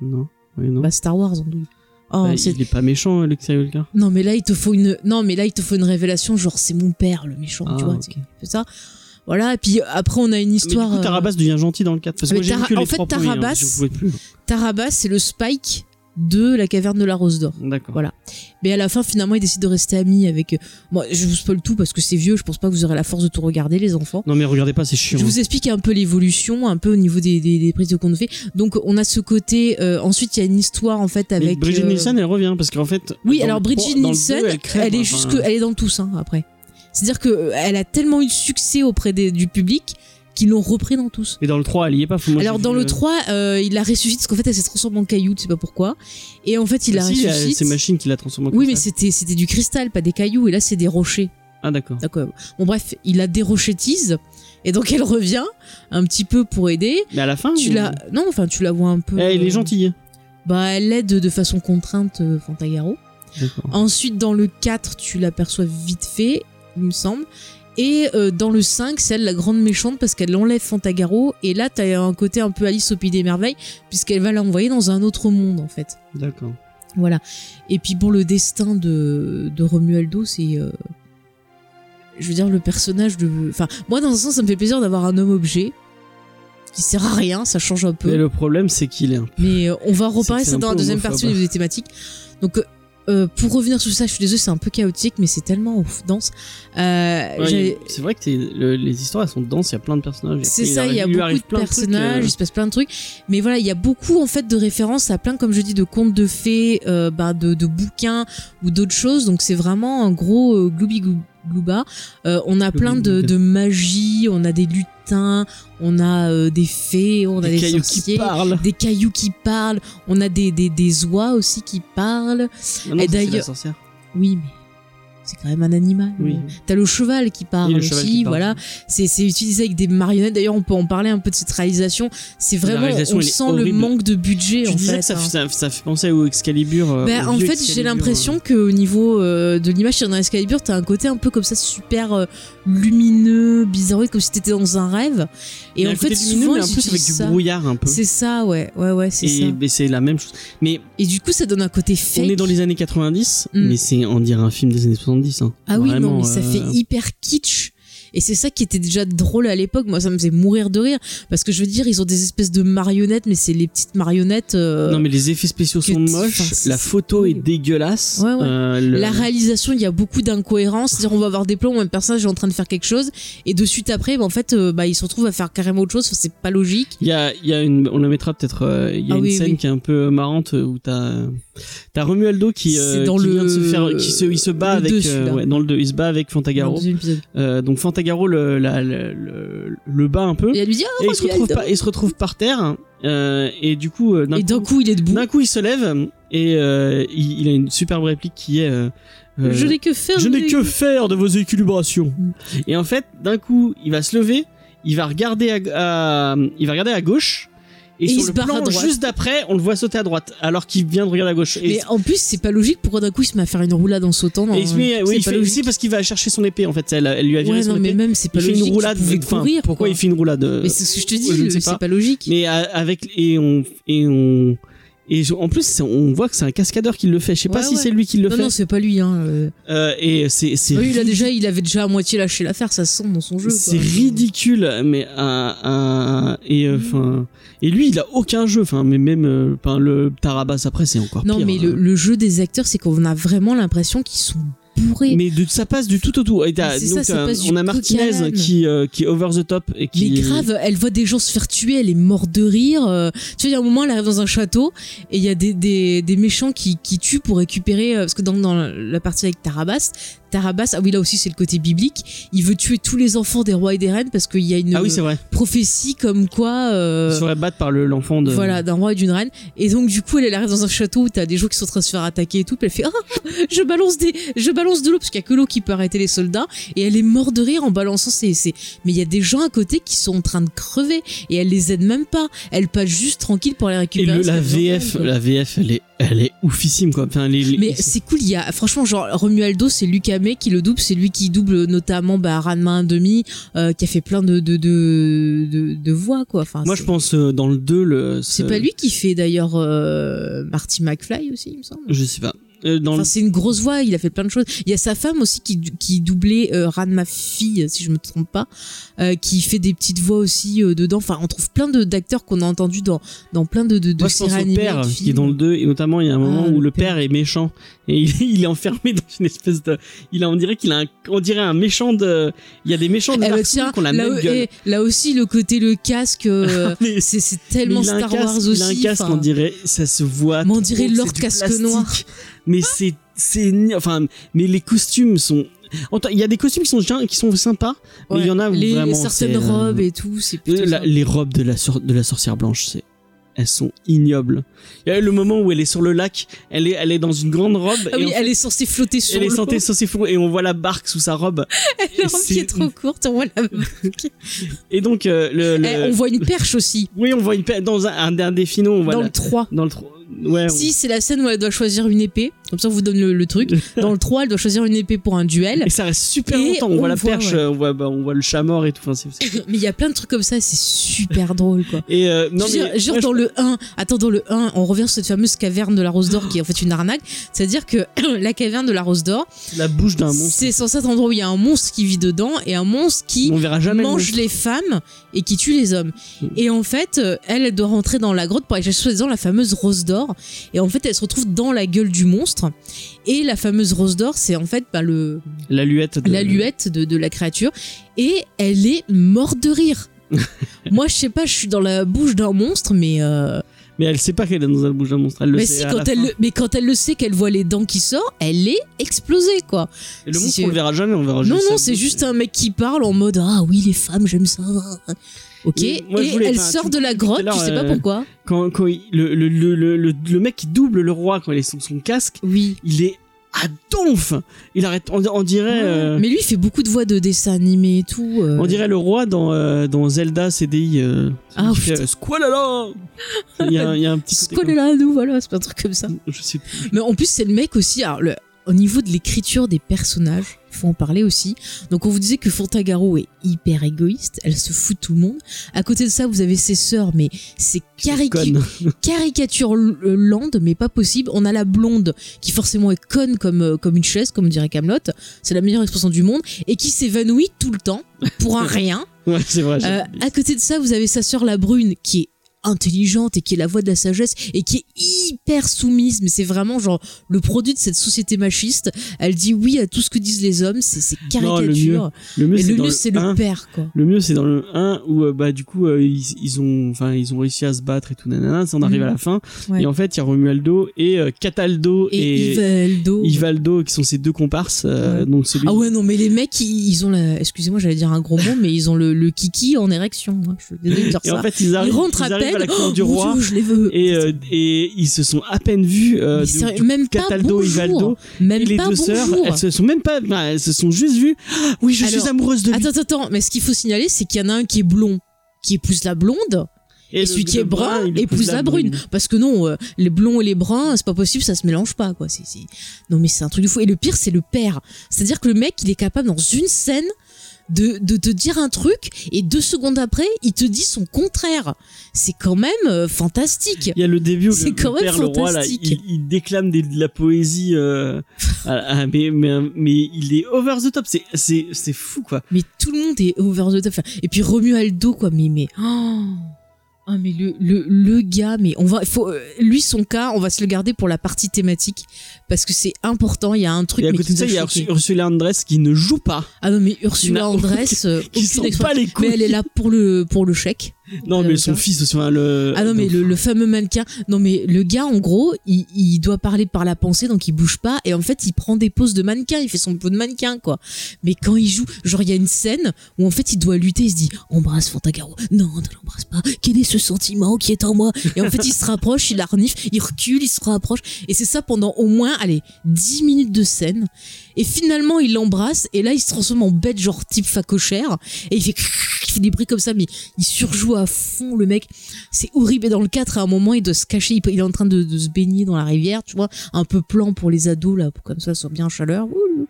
S2: non oui, non
S1: Bah Star Wars en doute. Oh,
S2: Bah,
S1: c'est...
S2: il est pas méchant Luke Skywalker
S1: Non mais là il te faut une non mais là il te faut une révélation genre c'est mon père le méchant
S2: Ah,
S1: tu vois
S2: ok. Ah,
S1: c'est- c'est ça voilà et puis après on a une histoire
S2: Mais du coup,
S1: euh,
S2: Tarabas devient gentil dans le 4. Parce que
S1: mais
S2: moi, j'ai vu
S1: Tara-
S2: que les
S1: en fait,
S2: trois premiers, hein,
S1: Tarabas-
S2: je pouvais plus.
S1: Tarabas c'est le Spike de la caverne de la Rose d'Or
S2: D'accord.
S1: Voilà. Mais à la fin, finalement, il décide de rester ami avec. euh, Moi, je vous spoil tout parce que c'est vieux. Je pense pas que vous aurez la force de tout regarder, les enfants.
S2: Non, mais regardez pas, c'est chiant.
S1: Je vous explique un peu l'évolution, un peu au niveau des, des, des prises de compte fait. Donc, on a ce côté. euh, ensuite, il y a une histoire en fait
S2: Mais
S1: avec.
S2: Brigitte
S1: euh,
S2: Nielsen, elle revient parce qu'en fait.
S1: Oui,
S2: dans
S1: alors
S2: le trois-
S1: Bridget
S2: dans le
S1: Nielsen,
S2: deux,
S1: elle,
S2: crève, hein,
S1: est
S2: enfin,
S1: hein, jusque, elle est dans tous hein, après. C'est-à-dire que euh, elle a tellement eu de succès auprès des- du public qui l'ont repris dans tous.
S2: Mais dans le 3, elle y est pas. faut- moi,
S1: Alors
S2: j'ai
S1: dans
S2: vu,
S1: le
S2: euh,
S1: 3, euh, il la ressuscite parce qu'en fait elle s'est transformée en caillou, tu sais pas pourquoi. Et en fait il la
S2: Bah Ah, si, il y a-
S1: ressuscite.
S2: C'est machine qui l'a transformé en
S1: oui, mais
S2: cristal.
S1: c'était c'était du cristal, pas des cailloux. Et là c'est des rochers.
S2: Ah, d'accord.
S1: D'accord. Bon bref, il la dérochétise et donc elle revient un petit peu pour aider.
S2: Mais à la fin.
S1: Tu
S2: on-
S1: la non, enfin tu la vois un peu.
S2: Oh. Eh, il
S1: euh,
S2: est gentil.
S1: Bah elle l'aide de façon contrainte euh, Fantagaro.
S2: D'accord.
S1: Ensuite dans le 4, tu l'aperçois vite fait, il me semble. Et euh, dans le 5, c'est elle la grande méchante parce qu'elle l'enlève Fantagaro. Et là, t'as un côté un peu Alice au Pays des Merveilles, puisqu'elle va l'envoyer dans un autre monde, en fait.
S2: D'accord.
S1: Voilà. Et puis bon, le destin de, de Romualdo, c'est... euh, je veux dire, le personnage de... Enfin, moi, dans un sens, ça me fait plaisir d'avoir un homme-objet qui sert à rien, ça change un peu.
S2: Mais le problème, c'est qu'il est un
S1: Mais euh, on va reparler
S2: c'est
S1: ça
S2: un
S1: dans la
S2: peu
S1: deuxième
S2: homophobe.
S1: partie au niveau des thématiques. Donc, euh, euh, pour revenir sur ça, je suis désolée, c'est un peu chaotique, mais c'est tellement ouf, dense. Euh,
S2: Ouais,
S1: j'ai-
S2: C'est vrai que t'es- le- les histoires elles sont denses, il y a plein de personnages. et
S1: c'est
S2: après,
S1: ça, il y a
S2: arrive- lui
S1: beaucoup
S2: arrive
S1: de
S2: plein trucs, euh.
S1: personnages, il se passe plein de trucs. Mais voilà, il y a beaucoup en fait de références à plein, comme je dis, de contes de fées, euh, bah, de, de bouquins ou d'autres choses. Donc c'est vraiment un gros euh, gloubi glouba. Euh, on a plein de,
S2: Gloubi-gloubi.
S1: de magie, on a des lutins, on a euh, des fées, on
S2: euh,
S1: a
S2: des
S1: des,
S2: cailloux qui
S1: sorciers.
S2: parlent.
S1: des cailloux qui parlent, on a des, des, des oies aussi qui parlent.
S2: Ah non, ça, c'est
S1: d'ailleurs-
S2: la sorcière.
S1: Oui, mais c'est quand même un animal.
S2: Oui.
S1: T'as le cheval qui parle
S2: Et le
S1: aussi,
S2: cheval qui parle.
S1: Ah, voilà. C'est c'est utilisé avec des marionnettes. D'ailleurs, on peut en parler un peu de cette réalisation. C'est vraiment,
S2: réalisation,
S1: on
S2: elle est
S1: sent le
S2: horrible.
S1: manque de budget
S2: Tu
S1: en
S2: disais
S1: fait.
S2: que ça,
S1: hein.
S2: ça- ça fait penser au Excalibur. euh,
S1: Bah,
S2: au
S1: en
S2: vieux
S1: fait, j'ai
S2: Excalibur, hein.
S1: l'impression qu'au niveau euh, de l'image sur Excalibur, t'as un côté un peu comme ça, super euh, lumineux, bizarroïde, comme si t'étais dans un rêve.
S2: Il y
S1: Et
S2: a
S1: en
S2: un côté
S1: fait,
S2: lumineux,
S1: souvent,
S2: mais en
S1: ils
S2: plus avec
S1: utilisent
S2: du
S1: ça.
S2: brouillard un peu.
S1: C'est ça, ouais, ouais, ouais, c'est ça.
S2: Et mais c'est la même chose. Mais
S1: Et du coup, ça donne un côté fake.
S2: on est dans les années 90,
S1: Mm.
S2: mais c'est on dirait un film des années 70. hein.
S1: Ah oui, non,
S2: Vraiment,
S1: mais ça
S2: euh,
S1: fait hyper kitsch. Et c'est ça qui était déjà drôle à l'époque. Moi, ça me faisait mourir de rire. Parce que je veux dire, ils ont des espèces de marionnettes, mais c'est les petites marionnettes. euh,
S2: Non mais les effets spéciaux
S1: que
S2: sont
S1: t- enfin,
S2: moches,
S1: c'est-
S2: la photo est
S1: oui.
S2: dégueulasse.
S1: Ouais, ouais.
S2: euh, le-
S1: La réalisation, il y a beaucoup d'incohérences. C'est-à-dire, on va avoir des plans où un personnage est en train de faire quelque chose. Et de suite après, bah, en fait, euh, bah, il se retrouve à faire carrément autre chose. Enfin, c'est pas logique.
S2: Il y a, il y a une, on la mettra peut-être. euh, Il y a
S1: Ah
S2: une
S1: oui,
S2: scène
S1: oui.
S2: qui est un peu marrante euh, où t'as t'as Romualdo qui, euh,
S1: C'est dans
S2: qui vient de
S1: le-
S2: se faire, qui se, il se bat
S1: le
S2: avec,
S1: deux,
S2: euh,
S1: celui-là.
S2: ouais, dans le deux, il se bat avec
S1: Dans
S2: Fantagaro.
S1: le deuxième épisode.
S2: Euh, donc Fantagaro le, la- le, le, le bat un peu
S1: Et
S2: et,
S1: elle lui dit, ah,
S2: il se retrouve
S1: Romualdo.
S2: pas, il se retrouve par terre euh, et du coup euh, d'un
S1: Et d'un
S2: coup,
S1: coup, il est debout.
S2: d'un coup, il se lève et euh, il, il a une superbe réplique qui est. euh, euh,
S1: je n'ai que faire.
S2: je n'ai
S1: de-
S2: que faire de vos équilibrations.
S1: Mm.
S2: Et en fait, d'un coup, il va se lever, il va regarder à, à- il va regarder à gauche. Et,
S1: Et il
S2: sur
S1: se
S2: le
S1: barre à
S2: plan
S1: droite.
S2: juste d'après, on le voit sauter à droite, alors qu'il vient de regarder à gauche. Et,
S1: Mais en plus, c'est pas logique. Pourquoi d'un coup, il se met à faire une roulade en sautant dans
S2: et il se
S1: un
S2: met,
S1: truc,
S2: oui,
S1: oh, c'est
S2: il
S1: pas
S2: fait
S1: logique.
S2: aussi parce qu'il va chercher son épée, en fait. Elle, a- elle lui a viré
S1: Ouais,
S2: son
S1: non, mais
S2: épée.
S1: même, c'est pas
S2: Il fait
S1: logique.
S2: une
S1: tu
S2: roulade.
S1: pouvais
S2: enfin,
S1: courir,
S2: pourquoi
S1: quoi.
S2: il fait une roulade euh,
S1: Mais c'est ce que je te
S2: je ne
S1: dis,
S2: sais
S1: le-
S2: pas.
S1: c'est pas logique.
S2: Mais à- avec et on et on et je- en plus c'est- on voit que c'est un cascadeur qui le fait. Je sais pas
S1: Ouais,
S2: si
S1: ouais.
S2: c'est lui qui le
S1: non,
S2: fait.
S1: non, c'est pas lui. Hein. euh.
S2: Euh, et c'est c'est
S1: Lui, il, a déjà, il avait déjà à moitié lâché l'affaire, ça se sent dans son jeu. quoi.
S2: C'est ridicule, mais un- un- et euh,
S1: Mm.
S2: enfin et lui il a aucun jeu, enfin mais même euh, enfin, le Tarabas après c'est encore
S1: Non,
S2: pire.
S1: mais le,
S2: hein.
S1: le jeu des acteurs, c'est qu'on a vraiment l'impression qu'ils sont bourrés.
S2: mais de, ça passe du tout au tout. Et t'as-
S1: Mais c'est ça,
S2: donc,
S1: ça
S2: euh,
S1: passe du
S2: on a
S1: coq à
S2: Martinez
S1: l'âne.
S2: qui euh, qui est over the top et qui
S1: Mais grave, elle voit des gens se faire tuer, elle est morte de rire. euh, tu vois, il y a un moment, elle arrive dans un château et il y a des, des, des méchants qui, qui tuent pour récupérer. euh, parce que dans, dans la partie avec Tarabas, Tarabas, ah oui, là aussi c'est le côté biblique, il veut tuer tous les enfants des rois et des reines parce qu'il y a une
S2: ah oui c'est vrai.
S1: euh, prophétie comme quoi. euh,
S2: Il se ferait battre par le l'enfant de.
S1: Voilà, d'un roi et d'une reine. Et donc, du coup, elle, elle arrive dans un château où t'as des gens qui sont en train de se faire attaquer et tout. Puis elle fait Ah, je balance, des, je balance de l'eau, parce qu'il y a que l'eau qui peut arrêter les soldats. Et elle est morte de rire en balançant ses. ses- Mais il y a des gens à côté qui sont en train de crever. Et elle les aide même pas. Elle passe juste tranquille pour les
S2: Et
S1: récupérer.
S2: le,
S1: parce
S2: la
S1: qu'elle est
S2: VF,
S1: normale, quoi.
S2: la VF, elle est, elle est oufissime quoi. Enfin, les, les-
S1: Mais c'est cool, il y a franchement genre Romualdo, c'est Luc Hamet qui le double, c'est lui qui double notamment bah, Ranma 1 demi, euh, qui a fait plein de de de, de, de voix quoi. Enfin,
S2: moi
S1: Ah, c'est-
S2: je pense euh, dans le 2 le.
S1: c'est pas lui qui fait d'ailleurs euh, Marty McFly aussi, il me semble.
S2: Je sais pas. Euh, dans
S1: Enfin, c'est une grosse voix, il a fait plein de choses. Il y a sa femme aussi qui, qui doublait euh, Ranma fille, si je me trompe pas, euh, qui fait des petites voix aussi euh, dedans. Enfin, on trouve plein de- d'acteurs qu'on a entendus dans, dans plein de, de, de
S2: Moi, je
S1: séries
S2: pense au
S1: animées.
S2: père
S1: de
S2: qui est
S1: films.
S2: dans le 2 et notamment il y a un moment
S1: Ah,
S2: où
S1: le
S2: le père. est méchant et il, *laughs* il est enfermé dans une espèce de il a on dirait qu'il a un, on dirait un méchant de il y a des méchants de
S1: Eh ben,
S2: cartoon
S1: tiens,
S2: qui ont la
S1: là,
S2: même gueule.
S1: eh, là aussi, le côté le casque, euh,
S2: *laughs* Mais-
S1: c'est c'est
S2: mais
S1: tellement
S2: il a un
S1: Star
S2: casque,
S1: Wars aussi.
S2: Il a un casque,
S1: enfin.
S2: on dirait, ça se voit.
S1: Mais on
S2: trop,
S1: dirait
S2: c'est
S1: Lord
S2: du
S1: Casque
S2: plastique.
S1: Noir.
S2: Mais c'est c'est ni- enfin mais les costumes sont Attends, il y a des costumes qui sont gin- qui sont sympas mais il y en a où
S1: les,
S2: vraiment
S1: certaines
S2: c'est, euh,
S1: robes et tout, c'est plutôt. ça.
S2: la- les robes de la sor- de la sorcière blanche c'est elles sont ignobles il y a le moment où elle est sur le lac elle est elle est dans une grande robe
S1: Ah
S2: et
S1: oui,
S2: en fait,
S1: elle est censée flotter sur
S2: elle est
S1: l'eau. *laughs*
S2: sentée sur ses fonds et on voit la barque sous sa robe
S1: La robe qui
S2: c'est-
S1: est trop courte, on voit la.
S2: et donc euh, le, le-
S1: Eh, on voit une perche
S2: *laughs*
S1: aussi
S2: oui on voit une pa- dans un, un, un définant on voit
S1: dans
S2: la-
S1: le 3.
S2: dans le tro- ouais on-
S1: Si c'est la scène où elle doit choisir une épée, comme ça on vous donne le, le
S2: *laughs*
S1: truc. Dans le 3, elle doit choisir une épée pour un duel.
S2: et ça reste super
S1: Et
S2: longtemps on,
S1: on
S2: voit la
S1: voit,
S2: perche
S1: ouais.
S2: euh, on voit bah, on voit le chat mort et tout enfin, c'est- c'est-
S1: Mais il y a plein de trucs comme ça, c'est super drôle quoi.
S2: et euh, non
S1: Je veux
S2: mais-
S1: dire, genre
S2: ouais, je-
S1: dans le 1, attends, dans le 1, on revient sur cette fameuse caverne de la Rose d'Or qui est en fait une arnaque. C'est-à-dire que *clears throat* la caverne de la Rose d'Or,
S2: la bouche d'un monstre
S1: c'est censé être un endroit où il y a un monstre qui vit dedans et un monstre qui
S2: on verra jamais le
S1: mange
S2: monstre.
S1: les femmes et qui tue les hommes.
S2: Mm.
S1: Et en fait, euh, elle, elle doit rentrer dans la grotte pour aller chercher soi-disant la fameuse rose d'or. Et en fait, elle se retrouve dans la gueule du monstre. Et la fameuse rose d'or, c'est en fait bah, le,
S2: l'alluette de...
S1: l'alluette de, de la créature et elle est morte de
S2: *laughs*
S1: rire. Moi, je sais pas, je suis dans la bouche d'un monstre, mais euh,
S2: mais elle sait pas qu'elle est dans la bouche d'un monstre elle le
S1: mais,
S2: sait
S1: si,
S2: à la
S1: quand elle
S2: fin.
S1: le, mais quand elle le sait, qu'elle voit les dents qui sortent, elle est explosée, quoi.
S2: Et le
S1: si
S2: monstre
S1: c'est-
S2: on le verra jamais on
S1: non,
S2: verra juste
S1: non,
S2: sa
S1: c'est
S2: bouche.
S1: juste un mec qui parle en mode Ah oui, les femmes, j'aime ça. ah, Ok,
S2: Mais moi, je
S1: et
S2: voulais
S1: elle
S2: pas-
S1: sort
S2: tout-
S1: de la
S2: tout à
S1: grotte, tu
S2: l'heure,
S1: sais pas
S2: euh,
S1: pourquoi.
S2: quand, quand il- le, le, le, le, le- le mec qui double le roi quand il est sous son casque,
S1: Oui.
S2: il est à donf. Il arrête, on, on dirait, euh,
S1: Mais lui, il fait beaucoup de voix de dessins animés et tout. euh.
S2: on dirait le roi dans, euh, dans Zelda CDI. Euh,
S1: Ah,
S2: qui fait,
S1: putain.
S2: euh, Squalala il, y a, un- il y a un petit côté Mm.
S1: Scolle là, nous, voilà, c'est pas un truc comme ça.
S2: comme- Je sais plus.
S1: Mais en plus, c'est le mec aussi. Alors, le- au niveau de l'écriture des personnages, faut en parler aussi. Donc, on vous disait que Fontagaro est hyper égoïste. Elle se fout de tout le monde. À côté de ça, vous avez ses sœurs, mais c'est
S2: C'est
S1: caric-
S2: conne.
S1: caricature l- euh, lande, mais pas possible. On a la blonde qui forcément est conne comme euh, comme une chaise, comme dirait Camelot. C'est la meilleure expression du monde et qui s'évanouit tout le temps pour
S2: *laughs*
S1: un rien.
S2: *laughs* Ouais, c'est vrai. j'ai
S1: Euh,
S2: oublié.
S1: à côté de ça, vous avez sa sœur la brune qui est intelligente et qui est la voix de la sagesse et qui est hyper soumise mais c'est vraiment genre le produit de cette société machiste elle dit oui à tout ce que disent les hommes c'est c'est
S2: Non, le
S1: caricature
S2: le mieux,
S1: et
S2: c'est
S1: le
S2: dans
S1: mieux c'est le,
S2: un.
S1: père quoi
S2: Le mieux, c'est dans le 1 où euh, bah du coup euh, ils, ils ont enfin ils ont réussi à se battre et tout nanana, ça en arrive
S1: Mhm.
S2: à la fin
S1: Ouais.
S2: et en fait il y a Romualdo et euh, Cataldo
S1: et,
S2: et,
S1: Ivaldo
S2: Ivaldo qui sont ces deux comparses euh,
S1: Ouais.
S2: donc celui
S1: ah ouais non mais les mecs ils, ils ont la excusez-moi j'allais dire un gros mot mais ils ont le, le kiki en érection moi. je suis désolée de dire
S2: Et
S1: ça
S2: en fait, ils arrivent,
S1: ils rentrent
S2: ils
S1: à
S2: arrivent
S1: peine
S2: à la cour
S1: Oh,
S2: du
S1: mon
S2: roi
S1: Dieu, je les veux
S2: et, euh, et ils se sont à peine vus.
S1: Mais
S2: Euh, de-
S1: sérieux,
S2: du-
S1: même pas
S2: Cataldo,
S1: bonjour
S2: Ivaldo
S1: même
S2: et les
S1: pas
S2: deux sœurs,
S1: bonjour
S2: elles se sont même pas. bah, elles se sont juste vues. Ah, oui, je
S1: Alors,
S2: suis amoureuse de lui.
S1: Attends, attends, attends, mais ce qu'il faut signaler, c'est qu'il y en a un qui est blond, qui est plus la blonde, et,
S2: le-
S1: celui qui
S2: le
S1: est brun,
S2: il
S1: est plus la brune. Parce que non, euh, les blonds et les bruns, c'est pas possible, ça se mélange pas, quoi. C'est- c'est- Non, mais c'est un truc de fou. Et le pire, c'est le père. C'est-à-dire que le mec, il est capable, dans une scène, de, de te dire un truc, et deux secondes après, il te dit son contraire. C'est quand même euh, fantastique.
S2: Il y a le début où
S1: C'est
S2: le,
S1: quand
S2: le
S1: même
S2: père, le roi, là, il,
S1: fantastique.
S2: il déclame des- de la poésie, euh, à- à- mais, mais, mais il est over the top. C'est- C'est c'est fou, quoi.
S1: Mais tout le monde est over the top. Enfin, Et puis Romualdo, quoi, mais mais. Oh ah mais le, le, le gars, mais on va, faut, euh, lui son cas, on va se le garder pour la partie thématique parce que c'est important. Il y a un truc.
S2: Et à
S1: mais
S2: côté
S1: qui
S2: de ça,
S1: nous
S2: il y a
S1: choqué.
S2: Ursu- Ursula Andress qui ne joue pas,
S1: Ah non mais Ursula
S2: n'a
S1: Andress,
S2: *laughs*
S1: euh,
S2: qui
S1: aucune
S2: sent pas
S1: expérience.
S2: les
S1: Mais
S2: couilles.
S1: elle est là pour le pour le chèque.
S2: Non,
S1: Euh,
S2: mais son
S1: ça.
S2: fils, enfin, le.
S1: Ah non mais le, le fameux mannequin. Non mais le gars en gros, il, il doit parler par la pensée donc il bouge pas et en fait il prend des poses de mannequin, il fait son pot de mannequin quoi. Mais quand il joue, genre il y a une scène où en fait il doit lutter, il se dit embrasse Fantagaro, non ne l'embrasse pas, quel est ce sentiment qui est en moi Et en fait il se rapproche, il harniffe, il recule, il se rapproche et c'est ça pendant au moins allez 10 minutes de scène et finalement il l'embrasse et là il se transforme en bête genre type facochère et il fait crrrr, il fait des bruits comme ça mais il surjoue à fond le mec c'est horrible et dans le 4 à un moment il doit se cacher il peut- il est en train de, de se baigner dans la rivière tu vois un peu plan pour les ados là pour comme ça soit bien en chaleur Ouh.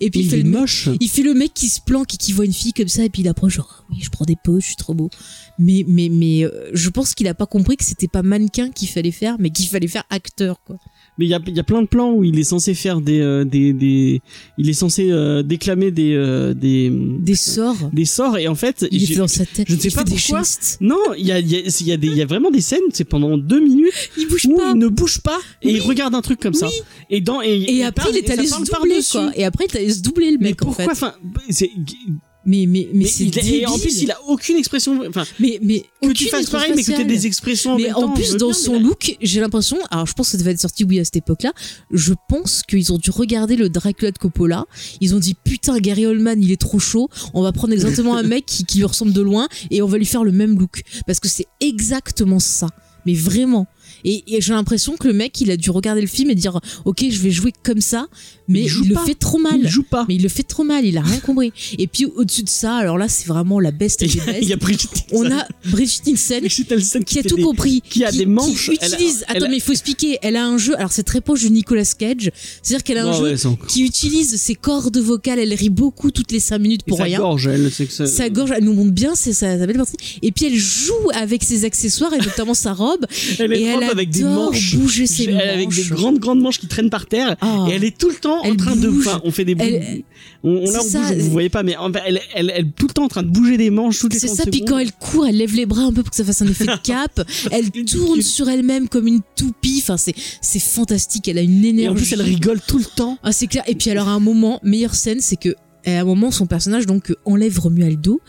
S1: et puis il,
S2: Il
S1: fait
S2: est
S1: le mec-
S2: moche.
S1: il fait le mec qui se planque et qui voit une fille comme ça et puis il approche genre Ah oui je prends des pauses je suis trop beau mais mais mais euh, je pense qu'il a pas compris que c'était pas mannequin qu'il fallait faire mais qu'il fallait faire acteur quoi
S2: Mais il y a, il y a plein de plans où il est censé faire des, euh, des, des il est censé euh, déclamer des, euh, des,
S1: des sorts
S2: des sorts et en fait,
S1: il
S2: j'ai-
S1: était dans sa tête
S2: je ne sais
S1: Il
S2: pas
S1: fait des
S2: pourquoi.
S1: gestes.
S2: non, il y a, il y a, il y a des, il y a vraiment des scènes, c'est pendant deux minutes
S1: il bouge
S2: où
S1: pas
S2: il ne bouge pas et il regarde un truc comme ça.
S1: Oui.
S2: Et dans, et,
S1: Et après,
S2: parle-
S1: il est
S2: et ça
S1: allé se
S2: parle
S1: doubler,
S2: par-dessus.
S1: quoi. Et après, il est allé se doubler, le
S2: Mais
S1: mec, en
S2: pourquoi,
S1: fait.
S2: enfin, c'est,
S1: Mais, mais, mais,
S2: Mais
S1: c'est
S2: il a-
S1: débile.
S2: et en plus, il a aucune expression. Enfin,
S1: mais, mais
S2: que
S1: aucune
S2: tu fasses pareil, mais que
S1: expression
S2: t'aies des
S1: faciale.
S2: expressions en
S1: Mais
S2: même
S1: en
S2: temps, je
S1: plus,
S2: veux
S1: dans
S2: bien,
S1: son
S2: mais là-
S1: look, j'ai l'impression, alors je pense que ça devait être sorti, oui, à cette époque-là, je pense qu'ils ont dû regarder le Dracula de Coppola, ils ont dit, putain, Gary Oldman, il est trop chaud, on va prendre exactement un
S2: *laughs*
S1: mec qui, qui lui ressemble de loin, et on va lui faire le même look. Parce que c'est exactement ça. Mais vraiment. Et, et j'ai l'impression que le mec, il a dû regarder le film et dire, ok, je vais jouer comme ça, mais
S2: Il
S1: il,
S2: joue
S1: le
S2: pas.
S1: fait trop mal.
S2: Il joue pas.
S1: Mais il le fait trop mal, il a rien compris. Et puis au-dessus de ça, alors là, c'est vraiment la best des
S2: *laughs* Il y a
S1: bestes.
S2: Brigitte. *laughs*
S1: On a Brigitte Nielsen
S2: Brigitte Nielsen
S1: qui a
S2: fait
S1: tout
S2: des-
S1: compris,
S2: qui a des manches,
S1: qui
S2: elle a-
S1: utilise.
S2: elle
S1: Attends,
S2: a-
S1: mais il faut expliquer. Elle a un jeu. Alors c'est très proche du Nicolas Cage, c'est-à-dire qu'elle a un
S2: Non,
S1: jeu
S2: ouais, sans-
S1: qui utilise ses cordes vocales. Elle rit beaucoup toutes les 5 minutes
S2: Et
S1: pour
S2: sa
S1: rien.
S2: gorge, euh, elle, c'est que ça-
S1: Sa gorge, elle nous montre bien c'est sa, sa belle partie. Et puis elle joue avec ses accessoires et notamment sa robe.
S2: Elle est
S1: et
S2: propre
S1: elle
S2: avec des
S1: adore
S2: manches.
S1: bouger ses
S2: Elle- Avec des
S1: manches.
S2: grandes, grandes manches qui traînent par terre.
S1: Ah.
S2: Et elle est tout le temps en
S1: Elle
S2: train de.
S1: bouge.
S2: Enfin, on fait des. bou-
S1: Elle-
S2: on, on- là, on
S1: C'est ça,
S2: bouge, vous
S1: elle-
S2: voyez pas, mais en fait, elle, elle, elle est tout le temps en train de bouger des manches toutes les
S1: C'est
S2: 30
S1: ça, puis
S2: secondes.
S1: quand elle court, elle lève les bras un peu pour que ça fasse un effet
S2: *laughs*
S1: de cap. elle
S2: que-
S1: tourne sur elle-même comme une toupie. Enfin, c'est c'est fantastique. Elle a une énergie.
S2: Et en plus, elle rigole tout le temps.
S1: Ah, c'est clair. Et puis alors à un moment, meilleure scène, c'est que à un moment, son personnage donc enlève Romualdo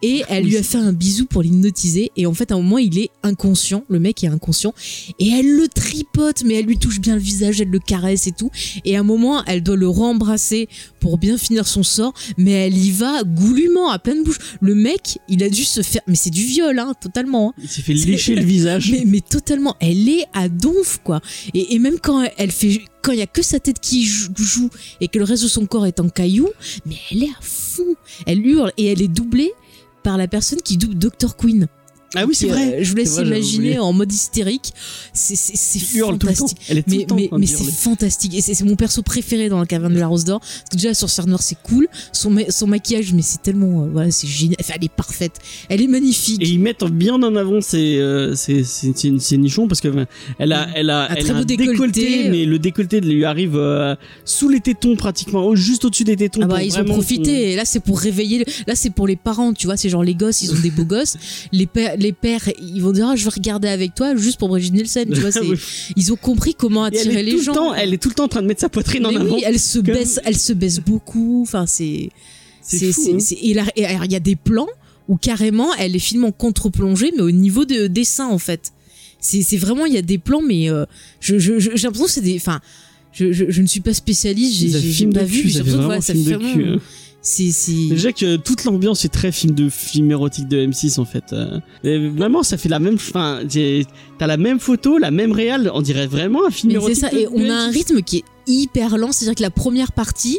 S1: et elle lui a fait un bisou pour l'hypnotiser. Et en fait, à un moment, il est inconscient. Le mec est inconscient et elle le tripote, mais elle lui touche bien le visage, elle le caresse et tout. Et à un moment, elle doit le rembrasser pour bien finir son sort, mais elle y va goulûment, à pleine bouche. Le mec, il a dû se faire, mais c'est du viol, hein, totalement. hein.
S2: Il s'est fait lécher le visage.
S1: *laughs* Mais, mais totalement, elle est à donf quoi. Et, et même quand elle fait, quand il y a que sa tête qui jou- joue et que le reste de son corps est en caillou, mais elle est à fond. Elle hurle et elle est doublée par la personne qui double Dr Queen.
S2: Ah oui, c'est
S1: Donc,
S2: vrai.
S1: euh, je vous laisse
S2: C'est vrai, j'avais
S1: imaginer
S2: oublié.
S1: en mode hystérique. C'est c'est-
S2: Il
S1: c'est
S2: hurle tout le temps.
S1: fantastique.
S2: Elle est tout
S1: Mais,
S2: le temps
S1: mais,
S2: en train de
S1: mais c'est
S2: hurler.
S1: fantastique et c'est c'est mon perso préféré dans la caverne de la Rose d'Or parce que déjà la sorcière noire c'est cool son, ma- son maquillage mais c'est tellement euh, voilà c'est génial Enfin, elle est parfaite elle est magnifique
S2: Et ils mettent bien en avant ces, euh, ces, ces- ces- ces nichons parce que ben, elle a, elle a,
S1: Un
S2: elle
S1: très
S2: a
S1: beau décolleté.
S2: mais le décolleté lui arrive euh, sous les tétons pratiquement, au- juste au-dessus des tétons.
S1: Ah bah
S2: pour
S1: ils ont
S2: vraiment qu'on-
S1: profité. Et là c'est pour réveiller. le- Là c'est pour les parents, tu vois. C'est genre les gosses, ils ont des beaux gosses. Les pères, les pères, ils vont dire ah, je vais regarder avec toi juste pour Brigitte Nielsen. Tu
S2: *laughs*
S1: vois, c'est-
S2: Oui.
S1: ils ont compris comment
S2: Et elle
S1: attirer
S2: est
S1: les
S2: tout le
S1: gens.
S2: temps, elle est tout le temps en train de mettre sa poitrine en
S1: Mais
S2: avant.
S1: oui, elle se
S2: Comme-
S1: baisse, elle se baisse beaucoup. Enfin c'est
S2: C'est
S1: c'est
S2: fou,
S1: c'est-
S2: hein.
S1: c'est- et là- et alors, il y a des plans où carrément elle est filmée en contre-plongée, mais au niveau de dessin en fait. C'est c'est vraiment il y a des plans, mais euh, je je- je- j'ai l'impression que c'est des. Enfin, je, je, je ne suis pas spécialiste, j'ai-
S2: Ça fait
S1: j'ai j'ai
S2: film
S1: pas
S2: de
S1: vu.
S2: cul,
S1: mais J'ai
S2: ça fait
S1: l'impression que voilà, ça
S2: vraiment film
S1: fait
S2: de cul.
S1: vraiment-
S2: hein.
S1: c'est c'est-
S2: Déjà que toute l'ambiance est très film de film érotique de M6 en fait. euh. Et vraiment, ça fait la même. Enfin, j'ai- t'as la même photo, la même réal. On dirait vraiment un film
S1: Mais c'est
S2: érotique.
S1: ça,
S2: de-
S1: et
S2: de
S1: on a un
S2: M6.
S1: rythme qui est hyper lent, c'est-à-dire que la première partie,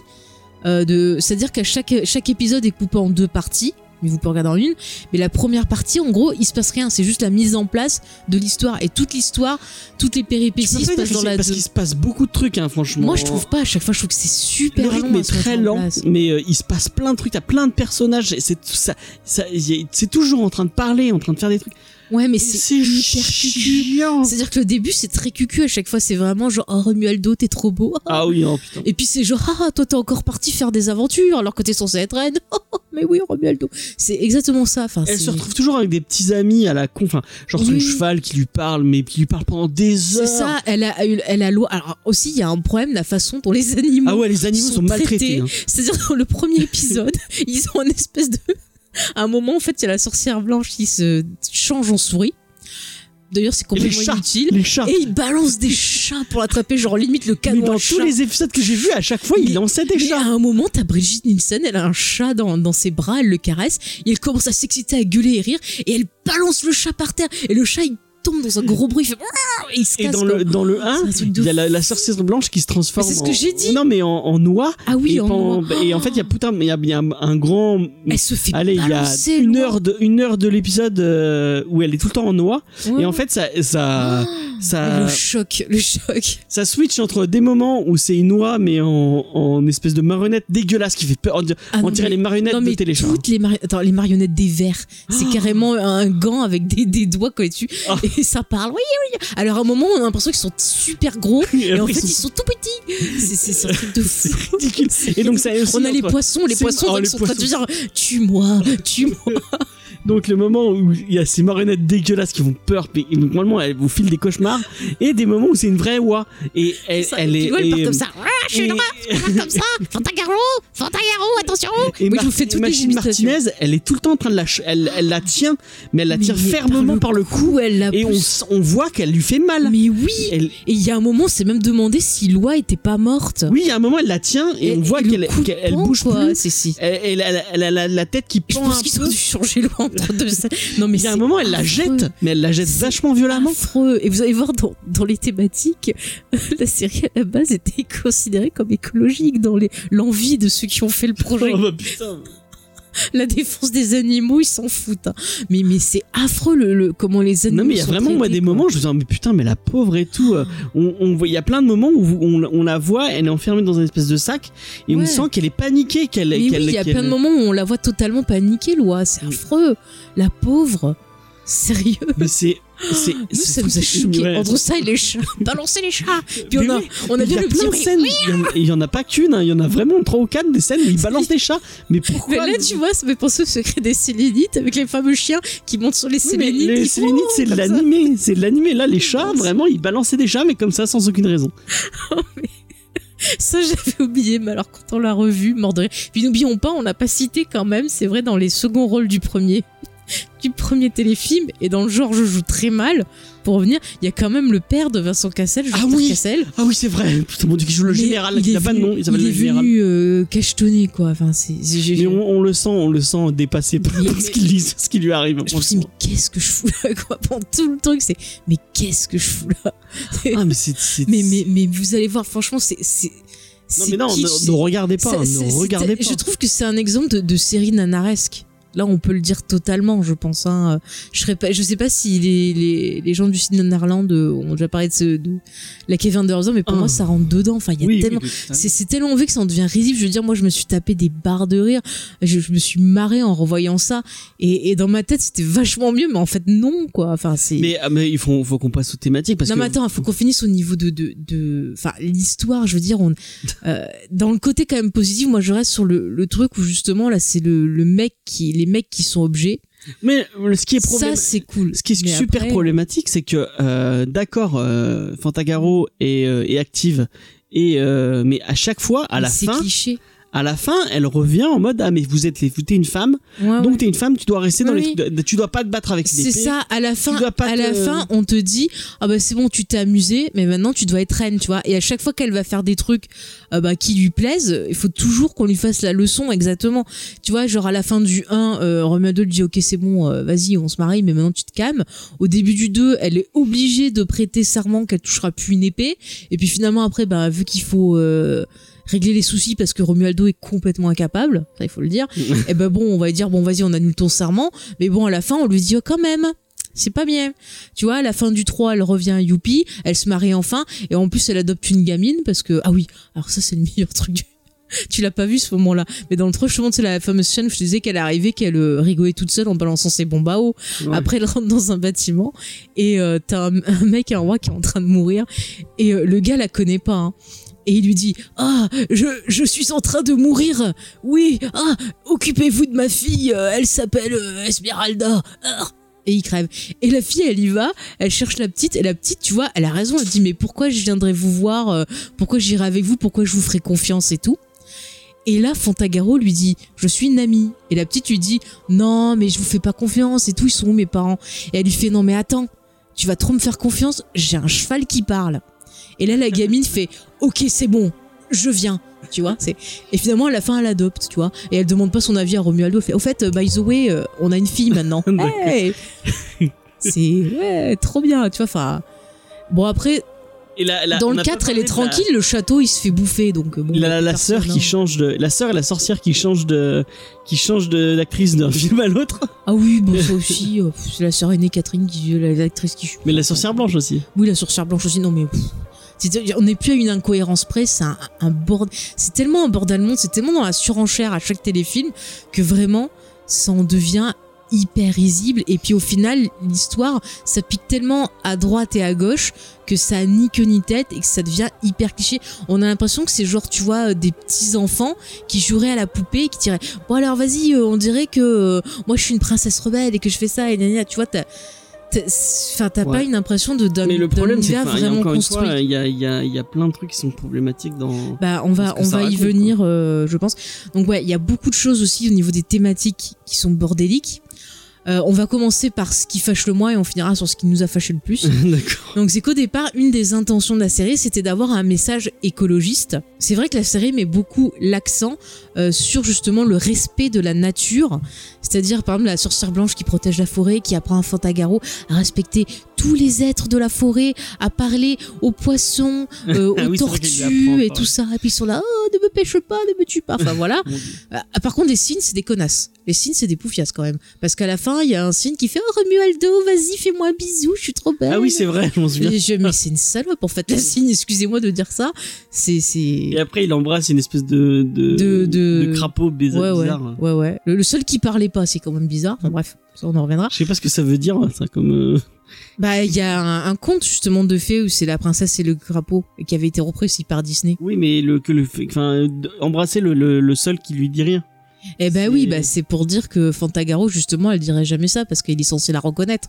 S1: euh, de, c'est-à-dire qu'à chaque, chaque épisode est coupé en deux parties, mais vous pouvez regarder en une, mais la première partie, en gros, il se passe rien, c'est juste la mise en place de l'histoire, et toute l'histoire, toutes les
S2: Je peux
S1: péripéties se
S2: pas dire
S1: passent
S2: que
S1: dans
S2: c'est-
S1: la
S2: parce
S1: deux.
S2: qu'il se passe beaucoup de trucs, hein, franchement.
S1: Moi, je trouve pas, à chaque fois, je trouve que c'est super
S2: Le rythme
S1: long à
S2: est
S1: se mettre
S2: très
S1: en
S2: lent,
S1: place.
S2: mais euh, il se passe plein de trucs. T'as plein de personnages. et C'est tout ça, ça y a- c'est toujours en train de parler, en train de faire des trucs.
S1: Ouais, mais c'est
S2: C'est
S1: hyper cucu.
S2: chiant.
S1: C'est-à-dire que le début, c'est très cucu, à chaque fois, c'est vraiment genre, oh, Romualdo, t'es trop beau.
S2: Ah oui, non, putain.
S1: Et puis c'est genre, ah, toi t'es encore parti faire des aventures alors que t'es censé être reine. *laughs* Oh, oh, mais oui, Romualdo. C'est exactement ça. Enfin,
S2: Elle
S1: c'est-
S2: se retrouve toujours avec des petits amis à la con, enfin, genre son
S1: Oui.
S2: cheval qui lui parle, mais qui lui parle pendant des
S1: C'est
S2: heures.
S1: ça, elle a, eu- elle a loi. Alors aussi, il y a un problème, la façon dont les *laughs* animaux.
S2: Ah ouais, les animaux sont,
S1: sont
S2: maltraités.
S1: traités.
S2: hein.
S1: C'est-à-dire, dans le premier épisode, *laughs* ils ont une espèce de. À un moment, en fait, il y a la sorcière blanche qui se change en souris. D'ailleurs, c'est
S2: Les
S1: complètement
S2: chats,
S1: inutile.
S2: les chats.
S1: Et ils balancent des chats pour l'attraper, genre limite le
S2: Mais
S1: canon
S2: dans
S1: à
S2: tous
S1: chat.
S2: les épisodes que j'ai vus, à chaque fois,
S1: Mais-
S2: il lançait des
S1: Mais
S2: chats.
S1: à un moment, t'as Brigitte Nielsen, elle a un chat dans, dans ses bras, elle le caresse, et elle commence à s'exciter, à gueuler et rire, et elle balance le chat par terre, et le chat il tombe dans un gros bruit, il fait Ah et il se
S2: Et
S1: casse.
S2: dans le,
S1: quoi.
S2: dans le
S1: C'est
S2: 1,
S1: un truc de
S2: il y a la,
S1: fou.
S2: la sorcière blanche qui se transforme
S1: Mais c'est ce
S2: en-
S1: que j'ai dit.
S2: Non, mais en, en noix.
S1: Ah oui,
S2: et,
S1: en
S2: pen-
S1: noir.
S2: et en fait, il y a putain, mais il y a, il y a un, un grand.
S1: elle se fait
S2: Allez, il y a
S1: balancer,
S2: une
S1: loin.
S2: heure de, une heure de l'épisode euh, où elle est tout le temps en noix.
S1: Ouais.
S2: Et en fait, euh, ça, ça,
S1: Ah, Mais
S2: ça,
S1: le choc, le choc.
S2: ça switch entre des moments où c'est une noix, mais en, en espèce de marionnette dégueulasse qui fait peur. On dirait,
S1: Ah
S2: on
S1: non,
S2: dirait
S1: mais-
S2: les marionnettes
S1: non,
S2: de
S1: mais
S2: téléchat.
S1: toutes les, mari- Attends, les marionnettes des verres, c'est carrément un gant avec des, des doigts collés dessus,
S2: Ah.
S1: et ça parle. Oui, oui. Alors à un moment, on a l'impression qu'ils sont super gros, et en fait, ils sont tout petits. C'est- C'est c'est un truc
S2: *laughs*
S1: de fou. *laughs*
S2: ridicule. Et donc, ça aussi
S1: on a les
S2: entre-
S1: poissons, les
S2: c'est-
S1: poissons
S2: oh,
S1: donc,
S2: les
S1: sont en train de
S2: poissons.
S1: dire tue-moi, tue-moi.
S2: Donc le moment où il y a ces marionnettes dégueulasses qui font peur, mais et donc, normalement elles vous filent des cauchemars, et des moments où c'est une vraie oie. Et elle,
S1: Ça,
S2: elle
S1: tu
S2: est.
S1: vois, elle part
S2: et-
S1: comme ça. Ah, je suis
S2: et-
S1: une raf, je part comme
S2: *laughs*
S1: ça. Fantagarou, Fantagarou, attention.
S2: Et
S1: oui, je vous
S2: Mar-
S1: fais toutes les
S2: Machine
S1: imitations.
S2: Martinez, elle est tout le temps en train de la, ch- elle, elle la tient, mais elle la
S1: Mais
S2: tient
S1: il est
S2: fermement par le cou,
S1: elle la
S2: et on,
S1: pousse.
S2: s- on voit qu'elle lui fait mal.
S1: Mais oui.
S2: Elle-
S1: Et il y a un moment, c'est même demandé si Loi était pas morte.
S2: oui, à un moment elle la tient et,
S1: Et-
S2: on voit
S1: et le
S2: qu'elle
S1: coup de
S2: qu'elle- elle
S1: poing,
S2: bouge
S1: quoi,
S2: plus.
S1: C'est si.
S2: Elle, elle a- elle a la, la tête qui
S1: Je
S2: pend
S1: pense
S2: un
S1: qu'ils
S2: peu.
S1: ont dû changer Loi entre
S2: *laughs*
S1: deux scènes. Non mais
S2: Il y a un
S1: c'est
S2: moment, elle la
S1: affreux.
S2: jette, mais elle la jette
S1: C'est
S2: vachement violemment.
S1: affreux. Et vous allez voir dans, dans les thématiques, euh, la série à la base était considérée comme écologique dans les- l'envie de ceux qui ont fait le projet.
S2: *laughs* Oh, bah, putain.
S1: la défense des animaux, ils s'en foutent. hein. Mais, mais c'est affreux le, le- comment les animaux.
S2: Non mais il y a
S1: sont
S2: vraiment moi
S1: traités,
S2: des
S1: quoi.
S2: moments je me disais mais putain mais la pauvre et tout euh, on, on voit- il y a plein de moments où on, on la voit elle est enfermée dans un espèce de sac et on
S1: Ouais.
S2: sent qu'elle est paniquée qu'elle
S1: Mais
S2: qu'elle
S1: oui, il y a
S2: qu'elle-
S1: plein de moments où on la voit totalement paniquer, Loi. C'est
S2: Oui.
S1: affreux. La pauvre. Sérieux.
S2: mais c'est c'est
S1: Nous,
S2: c'est
S1: ça nous a
S2: foutu.
S1: choqués.
S2: Ouais.
S1: Entre ça et les chats. Balancer les chats. Puis
S2: Mais
S1: on a,
S2: oui,
S1: on a
S2: il y
S1: vu
S2: a
S1: le
S2: plein de
S1: petit.
S2: scènes il y en- il y en a pas qu'une hein, il y en a vraiment trois ou quatre des scènes où ils balancent des chats mais
S1: Mais
S2: pourquoi
S1: là, tu vois, ça me fait penser au secret des sélénites avec les fameux chiens qui montent sur les
S2: Oui, mais
S1: sélénites.
S2: les
S1: qui font- oh,
S2: sélénites, c'est de
S1: comme ça.
S2: l'animé, c'est de l'animé. Là, les chats, vraiment, ils balançaient des chats, mais comme ça, sans aucune raison.
S1: Ça, j'avais oublié, mais alors quand on l'a revu, mort de rire. Puis n'oublions pas, on n'a pas cité quand même, c'est vrai, dans les seconds rôles du premier, *laughs* du premier téléfilm, et dans le genre je joue très mal, pour revenir, il y a quand même le père de Vincent Cassel, Jean-Pierre
S2: Ah oui.
S1: Cassel.
S2: Ah oui, c'est vrai. Putain, mon dieu, qui joue le
S1: Mais
S2: général,
S1: il
S2: il
S1: est
S2: a pas de
S1: venu-
S2: nom, il s'appelle
S1: il
S2: le
S1: est
S2: général.
S1: venu euh, cachetonné, quoi. Enfin, c'est. c'est- j'ai-
S2: Mais on, on le sent, on le sent dépassé par
S1: Mais-
S2: ce, qu'il lit, ce qui lui arrive.
S1: Je me suis dit, mais qu'est-ce que je fous là, quoi Pendant tout le truc, c'est, mais qu'est-ce que je fous là
S2: Ah, mais c'est. c'est-
S1: mais, mais, mais vous allez voir, franchement, c'est. c'est-
S2: Non,
S1: c'est
S2: mais non,
S1: kitsch,
S2: ne,
S1: c'est-
S2: ne regardez pas,
S1: Ça,
S2: hein,
S1: c'est-
S2: ne
S1: c'est-
S2: regardez pas.
S1: Je trouve que c'est un exemple de, de série nanaresque. Là, on peut le dire totalement, je pense. Hein. Euh, Je serais pas, je sais pas si les, les, les gens du cinéma Nanarland euh, ont déjà parlé de, ce, de la Kevin Anderson, mais pour
S2: Ah.
S1: moi, ça rentre dedans. Enfin, il y a
S2: Oui, oui,
S1: tellement.
S2: oui.
S1: C'est c'est tellement mauvais que ça en devient risible. Je veux dire, moi, je me suis tapé des barres de rire. Je, je me suis marré en revoyant ça. Et, et dans ma tête, c'était vachement mieux, mais en fait, non, quoi. Enfin, c'est.
S2: Mais, ah, mais il faut, faut qu'on passe aux thématiques parce
S1: non,
S2: que.
S1: mais attends, il faut qu'on finisse au niveau de, de, de, enfin, l'histoire. Je veux dire, on, euh, dans le côté quand même positif, moi, je reste sur le, le truc où justement là, c'est le, le mec qui, les mecs qui sont objets.
S2: Mais euh, ce qui est
S1: Ça,
S2: problème.
S1: c'est cool.
S2: Ce qui est
S1: Mais
S2: super
S1: après,
S2: problématique, c'est que euh, d'accord, euh, Fantagaro est, euh, est active, et euh, mais à chaque fois, à la
S1: c'est
S2: fin,
S1: cliché.
S2: à la fin, elle revient en mode ah mais vous êtes les, vous t'es une femme,
S1: Ah Ouais,
S2: donc
S1: ouais.
S2: t'es une femme, tu dois rester dans
S1: Oui,
S2: les,
S1: oui.
S2: trucs de- tu dois pas te battre avec une
S1: C'est
S2: épée.
S1: ça, à la fin,
S2: dois pas
S1: à
S2: te-
S1: la fin, on te dit ah bah c'est bon, tu t'es amusé, mais maintenant tu dois être reine, tu vois. Et à chaque fois qu'elle va faire des trucs euh, bah, qui lui plaisent, il faut toujours qu'on lui fasse la leçon exactement. Tu vois, genre à la fin du 1, euh, Romain 2 lui dit ok c'est bon, euh, vas-y on se marie, mais maintenant tu te calmes. Au début du 2, elle est obligée de prêter serment qu'elle touchera plus une épée. Et puis finalement après, bah vu qu'il faut euh, régler les soucis parce que Romualdo est complètement incapable, ça il faut le dire. et ben bon, on va lui dire bon vas-y on annule ton serment. Mais bon, à la fin, on lui dit oh, quand même. C'est pas bien. Tu vois, à la fin du 3, elle revient à Youpi, elle se marie enfin, et en plus, elle adopte une gamine parce que, ah oui, alors ça, c'est le meilleur *laughs* truc du. Tu l'as pas vu ce moment-là. Mais dans le 3, je te montre c'est la fameuse scène où je te disais qu'elle arrivait, qu'elle euh, rigolait toute seule en balançant ses bombes à eau.
S2: Ouais.
S1: Après, elle rentre dans un bâtiment et euh, t'as un, un mec, un roi qui est en train de mourir. Et euh, le gars la connaît pas. hein. Et il lui dit Ah, je, je suis en train de mourir. Oui, ah, occupez-vous de ma fille. euh, elle s'appelle euh, Esmeralda. Ah. Et il crève. Et la fille, elle y va, elle cherche la petite, et la petite, tu vois, elle a raison, elle dit, mais pourquoi je viendrai vous voir, euh, pourquoi j'irai avec vous, pourquoi je vous ferai confiance et tout. Et là, Fantagaro lui dit, je suis une amie. Et la petite lui dit, non, mais je vous fais pas confiance et tout, ils sont où mes parents Et elle lui fait, non, mais attends, tu vas trop me faire confiance, j'ai un cheval qui parle. Et là, la gamine fait, ok, c'est bon, je viens. Tu vois, c'est. Et finalement, à la fin, elle adopte, tu vois. Et elle demande pas son avis à Romualdo. Elle fait, au fait, euh, by the way, euh, on a une fille maintenant.
S2: D'accord.
S1: Hey c'est ouais, trop bien, tu vois. Enfin, bon après,
S2: Et la- la-
S1: dans
S2: on
S1: le
S2: a pas
S1: 4, elle est
S2: parlé de la-
S1: tranquille. Le château, il se fait bouffer, donc euh, bon.
S2: La, la,
S1: personne,
S2: sœur
S1: hein.
S2: qui change de, la sœur et la sorcière qui change de, qui change de d'actrice d'un *laughs* film à l'autre.
S1: Ah oui, bon ça aussi. euh, pff, c'est la sœur aînée Catherine qui euh, la- l'actrice qui.
S2: Mais la sorcière blanche aussi.
S1: Oui, la sorcière blanche aussi. Non mais. pff, c'est- on n'est plus à une incohérence près, c'est un, un bordel. C'est tellement un bordel monde, c'est tellement dans la surenchère à chaque téléfilm que vraiment, ça en devient hyper risible. Et puis au final, l'histoire, ça pique tellement à droite et à gauche que ça a ni queue ni tête et que ça devient hyper cliché. On a l'impression que c'est genre, tu vois, euh, des petits enfants qui joueraient à la poupée et qui diraient Bon, alors vas-y, euh, on dirait que euh, moi je suis une princesse rebelle et que je fais ça. Et gna gna. tu vois, t'as. t'as- Enfin, t'as
S2: Ouais.
S1: pas une impression de d'un
S2: Mais le
S1: d'un
S2: problème, c'est que,
S1: univers
S2: enfin, il y a
S1: Euh, vraiment
S2: encore une
S1: construit.
S2: fois, il y a, il y a- il y a plein de trucs qui sont problématiques dans.
S1: Bah, on
S2: Parce
S1: va,
S2: que
S1: on
S2: ça
S1: va y
S2: raconte,
S1: venir, euh, je pense. Donc ouais, il y a beaucoup de choses aussi au niveau des thématiques qui sont bordéliques. Euh, on va commencer par ce qui fâche le moins et on finira sur ce qui nous a fâché le plus.
S2: *laughs* D'accord.
S1: Donc c'est qu'au départ, une des intentions de la série, c'était d'avoir un message écologiste. C'est vrai que la série met beaucoup l'accent euh, sur justement le respect de la nature, c'est-à-dire par exemple la sorcière blanche qui protège la forêt, qui apprend à Fantagaro à respecter tous les êtres de la forêt, à parler aux
S2: *laughs*
S1: poissons, euh, aux
S2: Ah oui, c'est vrai qu'elle lui apprend,
S1: tortues et
S2: par
S1: tout ça. Et puis ils sont là, oh, ne me pêche pas, ne me tue pas. Enfin voilà.
S2: *laughs* Mon Dieu.
S1: Euh, Par contre, les signes, c'est des connasses. Les signes, c'est des poufiasses quand même. Parce qu'à la fin, il y a un signe qui fait Oh, Romualdo, vas-y, fais-moi un bisou, je suis trop belle.
S2: Ah oui, c'est vrai, je m'en souviens. *laughs*
S1: Et je- mais c'est une salope en fait, la signe, excusez-moi de dire ça. C'est. c'est-
S2: Et après, il embrasse une espèce de. de,
S1: De- de-
S2: de crapaud bizarre.
S1: ouais, ouais,
S2: bizarre.
S1: ouais, ouais. Le, le seul qui parlait pas, c'est quand même bizarre. Enfin, bref, ça, on en reviendra.
S2: Je sais pas ce que ça veut dire, ça, comme. euh,
S1: Bah, il y a un, un conte justement de fées où c'est la princesse et le crapaud et qui avait été repris aussi par Disney.
S2: Oui, mais le, que le, fait- enfin, euh, d- embrasser le, le, le seul qui lui
S1: *laughs*
S2: dit rien.
S1: Eh ben
S2: C'est-
S1: oui, bah, c'est pour dire que Fantagaro, justement, elle dirait jamais ça parce qu'il est censé la reconnaître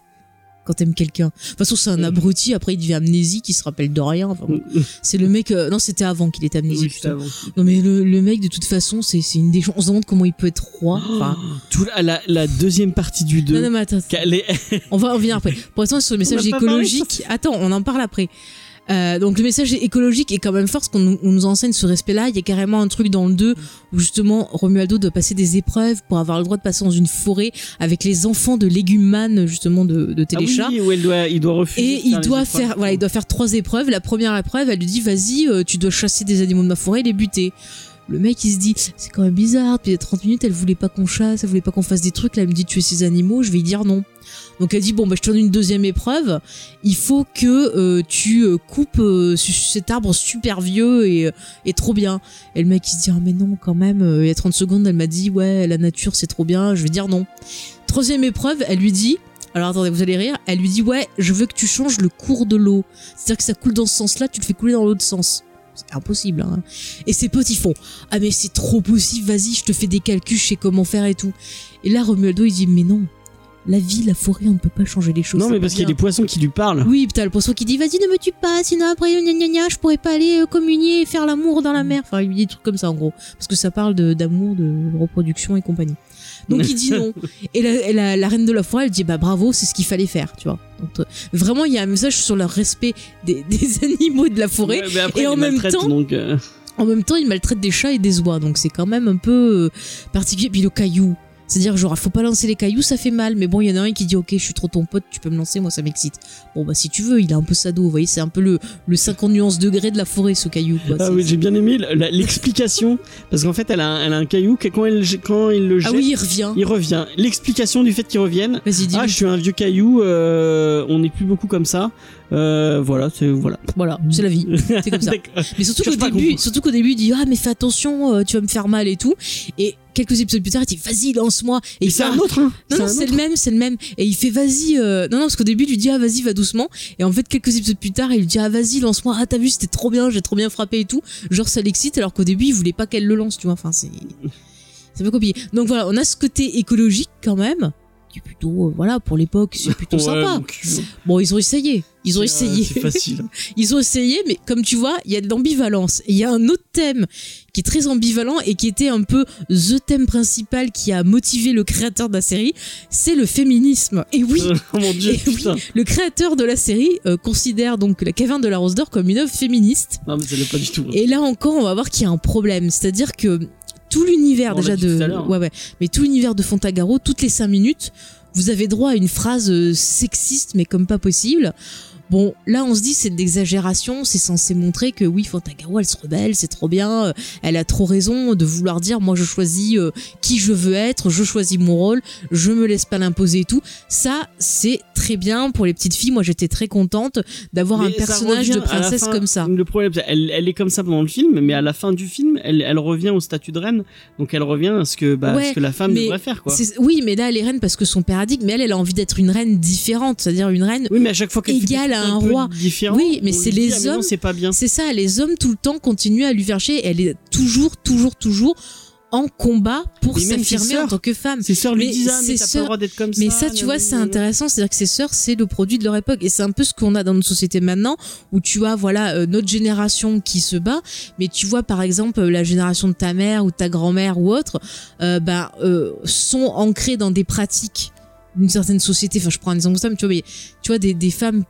S1: quand t'aimes quelqu'un. De toute façon, c'est un
S2: Mm.
S1: abruti, après il devient amnésique, il se rappelle de rien. Enfin, bon. c'est le mec. euh, Non, c'était avant qu'il était amnésique.
S2: Juste
S1: putain.
S2: avant.
S1: Non, mais le, le mec, de toute façon, c'est c'est une des gens. On se demande comment il peut être roi.
S2: Oh
S1: Enfin,
S2: Tout la, la, la deuxième partie du 2.
S1: Non, non, mais attends,
S2: qu'elle est-
S1: on va en venir après. Pour l'instant, sur le message
S2: On n'a pas parlé de ça.
S1: écologique, attends, on en parle après. Euh, donc le message écologique est quand même fort, parce qu'on nous, on nous enseigne ce respect-là. Il y a carrément un truc dans le 2 où justement Romualdo doit passer des épreuves pour avoir le droit de passer dans une forêt avec les enfants de légumanes justement de, de
S2: Ah oui,
S1: Téléchat.
S2: où elle doit, il doit refuser.
S1: Et
S2: de
S1: il
S2: les
S1: doit
S2: épreuves.
S1: faire, voilà, il doit faire trois épreuves. La première épreuve, elle lui dit, vas-y, euh, tu dois chasser des animaux de ma forêt et les buter. Le mec, il se dit, c'est quand même bizarre. Puis il y a 30 minutes, elle voulait pas qu'on chasse, elle voulait pas qu'on fasse des trucs. Là, elle me dit, tuer ces animaux, je vais y dire non. Donc elle dit, bon, bah, je te donne une deuxième épreuve. Il faut que euh, tu euh, coupes euh, ce- cet arbre super vieux et, euh, et trop bien. Et le mec, il se dit, ah, mais non, quand même. Euh, Il y a 30 secondes, elle m'a dit, ouais, la nature, c'est trop bien, je vais dire non. Troisième épreuve, elle lui dit, alors attendez, vous allez rire. Elle lui dit ouais, je veux que tu changes le cours de l'eau. C'est-à-dire que ça coule dans ce sens-là, tu le fais couler dans l'autre sens. C'est impossible. Hein. Et ses potes ils font ah mais c'est trop possible. Vas-y, je te fais des calculs, je sais comment faire et tout. Et là Romualdo il dit mais non, la vie, la forêt, on ne peut pas changer les choses.
S2: Non,
S1: ça
S2: mais
S1: peut
S2: parce qu'il y a
S1: rien.
S2: des poissons qui lui parlent.
S1: Oui, putain, le poisson qui dit vas-y ne me tue pas, sinon après gna gna gna, je pourrais pas aller euh, communier et faire l'amour dans
S2: Mm.
S1: la mer. Enfin, il lui dit des trucs comme ça en gros, parce que ça parle de- d'amour, de, reproduction et compagnie. *laughs* Donc
S2: *laughs*
S1: il dit non. Et la, et la- la reine de la forêt, elle dit bah bravo, c'est ce qu'il fallait faire, tu vois. Donc, euh, vraiment, il y a un message sur le respect des, *laughs* des animaux de la forêt.
S2: Ouais, mais après,
S1: Et
S2: il
S1: en
S2: les
S1: même
S2: maltraite,
S1: temps-
S2: donc, euh,
S1: En même temps, il maltraite des chats et des oies, donc c'est quand même un peu euh, particulier. Puis le caillou. C'est-à-dire, genre, faut pas lancer les cailloux, ça fait mal. Mais bon, il y en a un qui dit, ok, je suis trop ton pote, tu peux me lancer, moi ça m'excite. Bon, bah si tu veux, il est un peu sado, vous voyez, c'est un peu le, le 50 nuances degrés de la forêt, ce caillou. Quoi.
S2: Ah
S1: C'est-
S2: oui, j'ai bien aimé la- la- l'explication. parce qu'en fait, elle a, un- elle a un caillou que quand elle, quand il le
S1: Ah
S2: jette,
S1: oui, il revient.
S2: il revient. L'explication du fait qu'il revienne.
S1: Vas-y, dis
S2: Ah, je suis un vieux caillou. euh, on n'est plus beaucoup comme ça. Euh, voilà, c'est voilà.
S1: Voilà, c'est la vie. C'est comme ça.
S2: *laughs* D'accord.
S1: Mais surtout qu'au
S2: Cherche pas à
S1: début,
S2: comprendre.
S1: surtout qu'au début, il dit ah mais fais attention, euh, tu vas me faire mal et tout. Et quelques épisodes plus tard, il dit vas-y lance-moi. Et
S2: Et
S1: il
S2: c'est
S1: fait,
S2: un autre. Hein.
S1: Non, non,
S2: un
S1: c'est
S2: autre.
S1: le même, c'est le même. Et il fait vas-y. euh, Non, non, parce qu'au début, il lui dit ah vas-y, va doucement. Et en fait, quelques épisodes plus tard, il lui dit ah vas-y, lance-moi. Ah t'as vu, c'était trop bien, j'ai trop bien frappé et tout. Genre ça l'excite, alors qu'au début, il voulait pas qu'elle le lance, tu vois. Enfin, c'est c'est un peu compliqué. Donc voilà, on a ce côté écologique quand même, qui est plutôt euh, voilà pour l'époque, c'est plutôt
S2: Ouais,
S1: sympa.
S2: donc, euh,
S1: Bon, ils ont essayé, ils ont essayé.
S2: C'est facile.
S1: Ils ont essayé, mais comme tu vois, il y a de l'ambivalence. Et il y a un autre thème qui est très ambivalent et qui était un peu the thème principal qui a motivé le créateur de la série, c'est le féminisme. Et *laughs* oui,
S2: *laughs* oh mon dieu,
S1: Et oui.
S2: putain.
S1: le créateur de la série euh, considère donc la caverne de la Rose d'Or comme une œuvre féministe.
S2: Non, mais ça l'est pas du tout. hein.
S1: Et là encore, on va voir qu'il y a un problème. C'est-à-dire que tout l'univers
S2: On l'a
S1: déjà
S2: dit
S1: de,
S2: tout à l'heure.
S1: ouais ouais, mais tout l'univers de Fontagaro, toutes les cinq minutes, vous avez droit à une phrase euh, sexiste mais comme pas possible. Bon, là, on se dit, c'est de l'exagération, c'est censé montrer que oui, Fantagawa, elle se rebelle, c'est trop bien, euh, elle a trop raison de vouloir dire, moi, je choisis euh, qui je veux être, je choisis mon rôle, je me laisse pas l'imposer et tout. Ça, c'est très bien pour les petites filles. Moi, j'étais très contente d'avoir un
S2: Mais ça
S1: personnage
S2: revient
S1: de
S2: à la
S1: princesse
S2: fin-
S1: comme ça.
S2: Le problème, c'est- elle, elle est comme ça pendant le film, mais à la fin du film, elle, elle revient au statut de reine, donc elle revient à ce que, bah,
S1: Ouais,
S2: ce que la femme
S1: mais
S2: devrait faire, quoi.
S1: C'est- Oui, mais là, elle est reine parce que son paradigme, mais elle, elle a envie d'être une reine différente, c'est-à-dire une reine
S2: Oui, mais à chaque fois qu'elle fait des
S1: égale
S2: trucs
S1: à un
S2: peu
S1: roi.
S2: différents,
S1: Oui, mais
S2: on
S1: c'est
S2: lui dit,
S1: les
S2: ah, mais non,
S1: hommes-
S2: C'est pas bien.
S1: C'est ça, les hommes tout le temps continuent à lui faire chier. Elle est toujours, toujours, toujours en combat pour
S2: Mais même ses
S1: s'affirmer en
S2: sœurs,
S1: tant que femme.
S2: Ses sœurs lui
S1: Mais
S2: disent, ah, mais
S1: ses
S2: t'as pas
S1: sœurs-
S2: le droit d'être comme ça.
S1: Mais ça, tu vois, c'est
S2: nanana.
S1: intéressant. C'est-à-dire que ses sœurs, c'est le produit de leur époque. Et c'est un peu ce qu'on a dans notre société maintenant, où tu as, voilà, euh, notre génération qui se bat. Mais tu vois, par exemple, euh, la génération de ta mère ou de ta grand-mère ou autre, euh, ben, euh, sont ancrées dans des pratiques d'une certaine société. Enfin, je prends un exemple comme ça, mais tu vois, mais, tu vois des, des femmes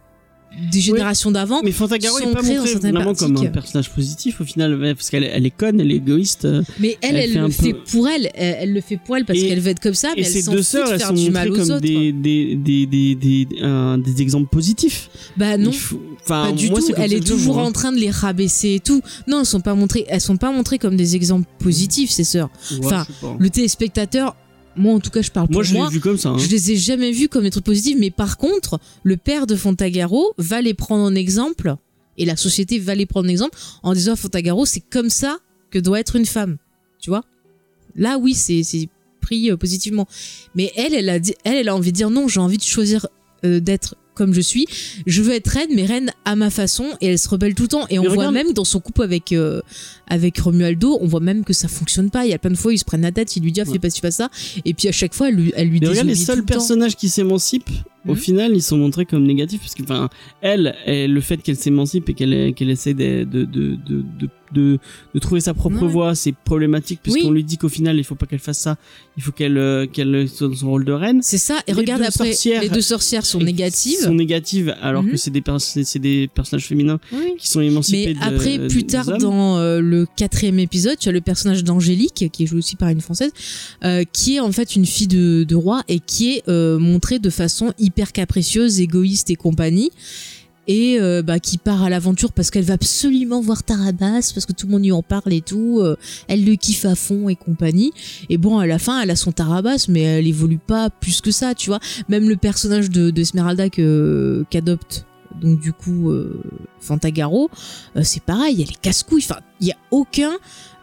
S1: des générations d'avant.
S2: Oh, Mais Fantagaro
S1: sont
S2: est pas
S1: créés dans
S2: montrée
S1: certaines
S2: vraiment comme un
S1: pratiques.
S2: personnage positif au final, ouais, parce qu'elle elle est conne, elle est égoïste. euh,
S1: Mais elle,
S2: Elle
S1: elle,
S2: fait un
S1: le fait
S2: peu-
S1: pour elle. elle. elle le fait pour elle parce
S2: Et-
S1: qu'elle veut être comme ça,
S2: Et
S1: mais elle
S2: ces
S1: s'en
S2: deux
S1: fout
S2: sœurs,
S1: de
S2: elles
S1: faire
S2: sont
S1: du
S2: montrées
S1: mal aux
S2: comme
S1: autres.
S2: des, des, des, des, des, un- des exemples positifs.
S1: Bah non.
S2: Il faut- enfin,
S1: Pas du
S2: moi,
S1: tout,
S2: c'est comme
S1: elle
S2: ça
S1: est
S2: que je le
S1: toujours
S2: vois, hein.
S1: en train de les rabaisser et tout. Non, elles sont pas montrées, elles sont pas montrées comme des exemples positifs, ces sœurs.
S2: Ouais,
S1: enfin,
S2: je sais pas.
S1: Le téléspectateur, moi en tout cas, je parle pour
S2: moi
S1: moi.
S2: je l'ai vu comme ça. hein.
S1: Je les ai jamais vues comme des trucs positifs, mais par contre, le père de Fontagaro va les prendre en exemple, et la société va les prendre en exemple, en disant à Fontagaro, c'est comme ça que doit être une femme. Tu vois Là, oui, c'est c'est pris euh, positivement. Mais elle, elle a, dit, elle, elle a envie de dire non, j'ai envie de choisir euh, d'être comme je suis. Je veux être reine, mais reine à ma façon, et elle se rebelle tout le temps. Et on
S2: Mais
S1: voit
S2: regarde-
S1: même dans son couple avec, euh, avec Romualdo, on voit même que ça fonctionne pas. Il y a plein de fois, ils se prennent la tête, il lui dit, ah,
S2: Ouais.
S1: fais pas ci, fais pas ça. Et puis à chaque fois, elle lui, elle lui
S2: Mais regarde, les
S1: désobéit tout
S2: seuls
S1: le temps.
S2: personnages qui s'émancipent, au
S1: Mhm.
S2: final, ils sont montrés comme négatifs. Parce que, enfin, elle, elle, le fait qu'elle s'émancipe et qu'elle qu'elle essaie de, de, de, de, de, de- de trouver sa propre
S1: Ouais.
S2: voie, c'est problématique. Puisqu'on
S1: Oui.
S2: lui dit qu'au final, il faut pas qu'elle fasse ça. Il faut qu'elle euh, qu'elle soit dans son rôle de reine.
S1: C'est ça. Et
S2: Les
S1: regarde
S2: deux
S1: après,
S2: sorcières-
S1: les deux sorcières sont
S2: Et-
S1: négatives.
S2: Sont négatives, alors que
S1: Mhm.
S2: c'est des, pers- c'est c'est des personnages féminins
S1: Oui.
S2: qui sont émancipés.
S1: Mais
S2: de-
S1: après,
S2: des
S1: plus tard
S2: hommes.
S1: dans euh, le quatrième épisode, tu as le personnage d'Angélique, qui est joué aussi par une française, euh, qui est en fait une fille de, de roi et qui est euh, montrée de façon hyper capricieuse, égoïste et compagnie. Et euh, bah, qui part à l'aventure parce qu'elle va absolument voir Tarabas, parce que tout le monde lui en parle et tout. euh, elle le kiffe à fond et compagnie. Et bon, à la fin, elle a son Tarabas, mais elle évolue pas plus que ça, tu vois. Même le personnage de, de Esmeralda que- qu'adopte, donc du coup, euh, Fantagaro, euh, c'est pareil, elle est casse-couille. Enfin, il y a aucun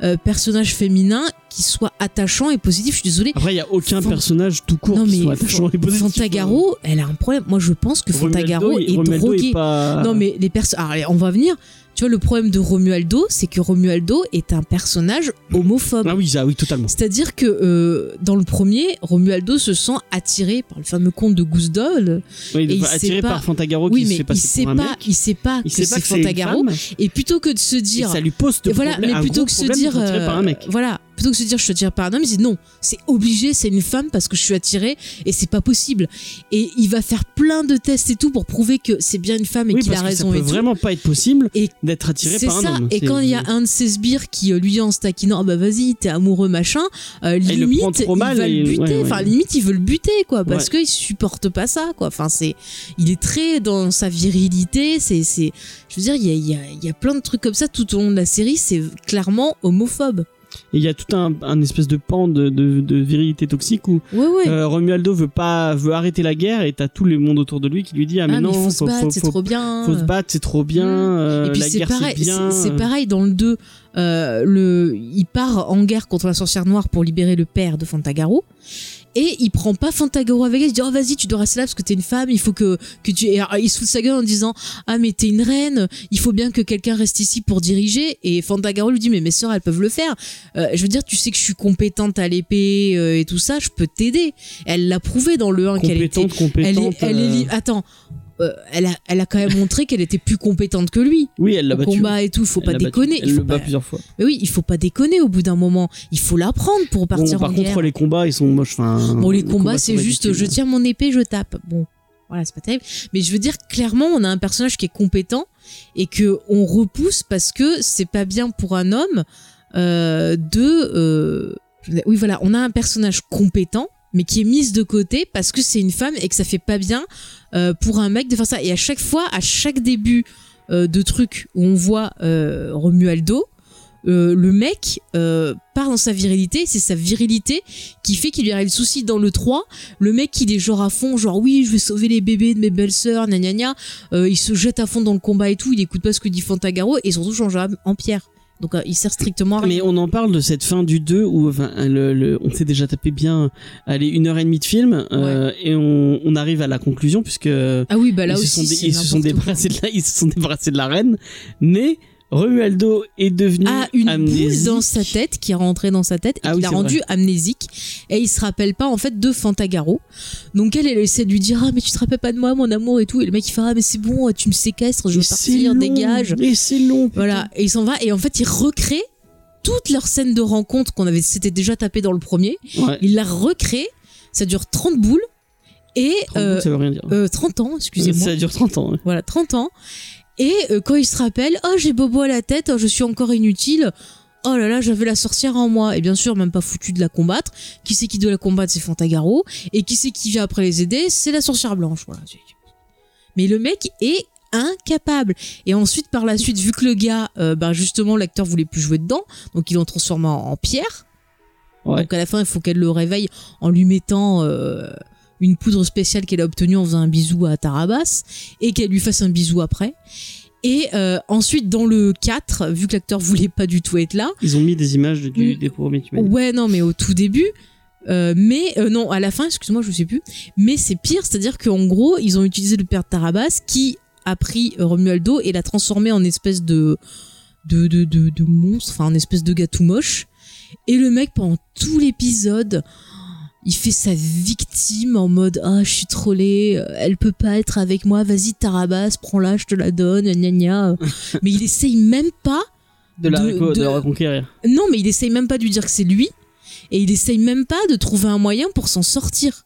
S1: euh, personnage féminin qui soit attachant et positif. Je suis désolée.
S2: Après, il n'y a aucun
S1: Fan-
S2: personnage tout court
S1: non
S2: qui
S1: mais
S2: soit attachant et positif. hein.
S1: Fantagaro, elle a un problème. Moi, je pense que
S2: Romualdo,
S1: Fantagaro
S2: il-
S1: est
S2: Romualdo
S1: drogué.
S2: pas-
S1: Non mais les personnes. on va venir. Tu vois, le problème de Romualdo, c'est que Romualdo est un personnage homophobe.
S2: Ah oui, ça, oui, totalement.
S1: C'est-à-dire que euh, dans le premier, Romualdo se sent attiré par le fameux conte de Gousdol.
S2: Oui,
S1: Et il
S2: attiré
S1: sait pas-
S2: par Fantagaro
S1: Oui,
S2: qui se
S1: mais
S2: fait
S1: il
S2: passer
S1: sait
S2: pour un
S1: pas,
S2: mec.
S1: il sait pas que
S2: Il sait pas
S1: c'est
S2: que c'est une
S1: Fantagaro.
S2: femme.
S1: Et plutôt que de se
S2: Et
S1: dire,
S2: ça lui pose de
S1: Et voilà,
S2: problème,
S1: mais
S2: un
S1: plutôt
S2: gros
S1: que se
S2: problème
S1: dire,
S2: d'être attiré
S1: euh,
S2: par un mec.
S1: voilà, plutôt que se dire je suis attiré par un homme, il dit non, c'est obligé, c'est une femme parce que je suis attiré et c'est pas possible. Et il va faire plein de tests et tout pour prouver que c'est bien une femme et
S2: oui,
S1: qu'il
S2: parce
S1: a
S2: que
S1: raison
S2: ça peut
S1: et tout.
S2: vraiment pas être possible
S1: Et
S2: d'être attiré
S1: C'est
S2: par un
S1: ça.
S2: homme.
S1: Et
S2: C'est-
S1: quand il y a un de ses sbires qui euh, lui dit en se taquinant, Ah bah vas-y, t'es amoureux machin, euh,
S2: il le
S1: limite
S2: prend trop mal
S1: il va
S2: et
S1: le
S2: il-
S1: buter.
S2: ouais, ouais.
S1: Enfin limite il veut le buter quoi, parce
S2: Ouais.
S1: qu'il supporte pas ça quoi. Enfin c'est, il est très dans sa virilité. C'est, c'est, je veux dire il y a, il y a- il y a plein de trucs comme ça tout au long de la série. C'est clairement homophobe.
S2: Et il y a tout un, un espèce de pan de, de, de virilité toxique où
S1: Ouais ouais.
S2: euh, Romualdo veut pas veut arrêter la guerre et t'as tout le monde autour de lui qui lui dit ah mais
S1: Ah, mais
S2: non
S1: faut se battre, c'est
S2: faut-
S1: trop bien.
S2: faut se battre c'est trop bien
S1: Mm.
S2: euh,
S1: Et puis
S2: la
S1: c'est
S2: guerre c'est
S1: pareil,
S2: bien
S1: c'est- c'est pareil dans le 2. euh, le, il part en guerre contre la sorcière noire pour libérer le père de Fantagaro. Et il prend pas Fantagaro avec elle. Il dit Oh, vas-y, tu dois rester là parce que t'es une femme. Il faut que, que tu. Et alors, il se fout de sa gueule en disant Ah, mais t'es une reine. Il faut bien que quelqu'un reste ici pour diriger. Et Fantagaro lui dit Mais mes sœurs, elles peuvent le faire. Euh, je veux dire, tu sais que je suis compétente à l'épée euh, et tout ça. Je peux t'aider. Elle l'a prouvé dans le 1 qu'elle était
S2: euh, compétente compétente
S1: elle est, elle est
S2: euh,
S1: li- Attends, euh, elle, a, elle a quand même montré qu'elle était plus compétente que lui.
S2: oui elle l'a
S1: Au
S2: battu
S1: combat et tout, faut
S2: Elle
S1: pas
S2: l'a battu.
S1: déconner.
S2: elle
S1: il
S2: le
S1: faut
S2: bat
S1: pas...
S2: plusieurs fois
S1: Mais oui, il faut pas déconner au bout d'un moment. Il faut l'apprendre pour partir
S2: bon, par
S1: en
S2: contre
S1: guerre.
S2: les combats ils sont moches enfin
S1: Bon, les
S2: les
S1: combats, c'est
S2: sont
S1: juste je
S2: ridicules.
S1: tiens mon épée, je tape. Bon, voilà, c'est pas terrible. Mais je veux dire, clairement, on a un personnage qui est compétent et que on repousse parce que c'est pas bien pour un homme euh, de. euh, je veux dire, oui, voilà, on a un personnage compétent mais qui est mise de côté parce que c'est une femme et que ça fait pas bien euh, pour un mec de faire ça. Et à chaque fois, à chaque début euh, de truc où on voit euh, Romualdo, euh, le mec euh, part dans sa virilité, c'est sa virilité qui fait qu'il lui arrive le souci dans le 3. Le mec, il est genre à fond, genre oui, je vais sauver les bébés de mes belles-sœurs, gna gna gna. Euh, il se jette à fond dans le combat et tout, il écoute pas ce que dit Fantagaro et surtout change en pierre. Donc euh, il sert strictement à rien.
S2: Mais on en parle de cette fin du 2 où enfin, le, le- on s'est déjà tapé bien, allez, une heure et demie de film, euh, et on, on arrive à la conclusion puisque
S1: Ah oui, bah là
S2: ils,
S1: aussi,
S2: se sont dé-
S1: c'est
S2: ils se sont
S1: n'importe quoi.
S2: débarrassés de la, ils se sont débarrassés de la reine, mais Romualdo est devenu
S1: a Ah, une
S2: Mmh. amnésique.
S1: boule dans sa tête qui est rentrée dans sa tête et
S2: Ah
S1: qui
S2: oui,
S1: l'a
S2: c'est
S1: rendu amnésique et il se rappelle pas en fait de Fantagaro donc elle elle essaie de lui dire ah mais tu te rappelles pas de moi mon amour et tout et le mec il fait ah mais c'est bon tu me séquestres je
S2: Mais
S1: veux
S2: c'est
S1: partir
S2: long,
S1: dégage
S2: Mais c'est long.
S1: voilà et il s'en va et en fait il recrée toute leur scène de rencontre qu'on avait s'était déjà tapé dans le premier
S2: Ouais.
S1: il la recrée ça dure 30 boules et
S2: 30
S1: euh,
S2: ça veut rien dire.
S1: euh, 30 ans excusez-moi
S2: ça dure 30 ans. ouais.
S1: voilà, 30 ans. Et euh, quand il se rappelle, oh j'ai Bobo à la tête, oh, je suis encore inutile. Oh là là, j'avais la sorcière en moi. Et bien sûr, même pas foutu de la combattre. Qui c'est qui doit la combattre C'est Fantagaro. Et qui c'est qui vient après les aider C'est la sorcière blanche. Voilà. Mais le mec est incapable. Et ensuite, par la suite, vu que le gars, euh, ben justement, l'acteur voulait plus jouer dedans, donc ils l'ont transformé en, en pierre.
S2: Ouais.
S1: Donc à la fin, il faut qu'elle le réveille en lui mettant euh, une poudre spéciale qu'elle a obtenue en faisant un bisou à Tarabas et qu'elle lui fasse un bisou après. Et euh, ensuite, dans le 4, vu que l'acteur voulait pas du tout être là,
S2: Ils ont mis des images du,
S1: Mm.
S2: des premiers tu m'as dit.
S1: ouais, non, mais au tout début, euh, mais euh, non, à la fin, excuse-moi, je sais plus, mais c'est pire, c'est-à-dire qu'en gros, ils ont utilisé le père de Tarabas qui a pris euh, Romualdo et l'a transformé en espèce de, de, de, de, de monstre, enfin, en espèce de gars tout moche. Et le mec, pendant tout l'épisode, il fait sa victime en mode Ah, je suis trollé, euh, elle peut pas être avec moi, vas-y, Tarabas, prends-la, je te la donne, gna gna. Mais il essaye même pas
S2: De la
S1: de-
S2: reco- de
S1: de-
S2: la reconquérir.
S1: non, mais il essaye même pas de lui dire que c'est lui, et il essaye même pas de trouver un moyen pour s'en sortir.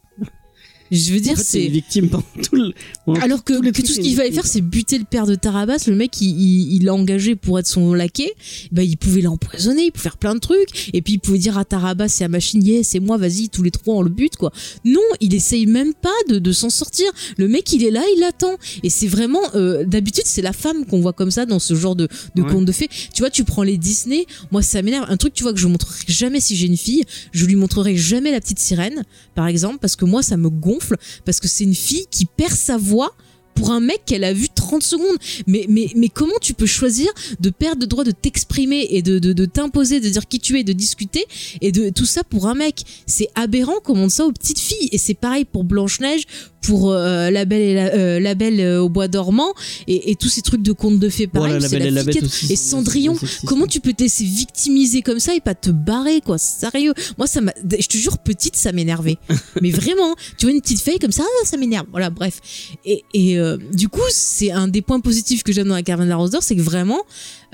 S1: Je veux dire,
S2: En fait, c'est
S1: c'est.
S2: une victime pendant tout le. pendant
S1: Alors que,
S2: tous les
S1: que
S2: trucs,
S1: tout ce
S2: c'est
S1: qu'il
S2: une
S1: fallait
S2: victime.
S1: faire, c'est buter le père de Tarabas. Le mec, il- il il l'a engagé pour être son laquais. Bah, il pouvait l'empoisonner, il pouvait faire plein de trucs. Et puis, il pouvait dire à Tarabas et à Machine, yeah, c'est moi, vas-y, tous les trois, on le bute, quoi. Non, il essaye même pas de, de s'en sortir. Le mec, il est là, il attend. Et c'est vraiment, euh, d'habitude, c'est la femme qu'on voit comme ça dans ce genre de, de
S2: Ouais.
S1: conte de fées. Tu vois, tu prends les Disney. Moi, ça m'énerve. Un truc, tu vois, que je montrerai jamais si j'ai une fille. Je lui montrerai jamais la petite sirène, par exemple, parce que moi, ça me gonfle. Parce que c'est une fille qui perd sa voix pour un mec qu'elle a vu 30 secondes. Mais, mais, mais comment tu peux choisir de perdre le droit de t'exprimer et de, de, de t'imposer, de dire qui tu es, de discuter et de tout ça pour un mec C'est aberrant qu'on montre ça aux petites filles. Et c'est pareil pour Blanche-Neige, pour euh, La Belle, et la, euh, La Belle euh, au Bois dormant et, et tous ces trucs de contes de fées. Pareil,
S2: Voilà,
S1: c'est
S2: Belle
S1: la,
S2: et Bête
S1: fille
S2: aussi,
S1: et
S2: c'est-
S1: Cendrillon.
S2: c'est sexiste.
S1: Comment tu peux te laisser victimiser comme ça et pas te barrer, quoi Sérieux. Moi, ça m'a. Je te jure, petite, ça m'énervait. Mais vraiment, hein. tu vois une petite feuille comme ça, ah, ça m'énerve. Voilà, bref. Et, et, euh, du coup, c'est un des points positifs que j'aime dans la caravane de la Rose d'Or, c'est que vraiment,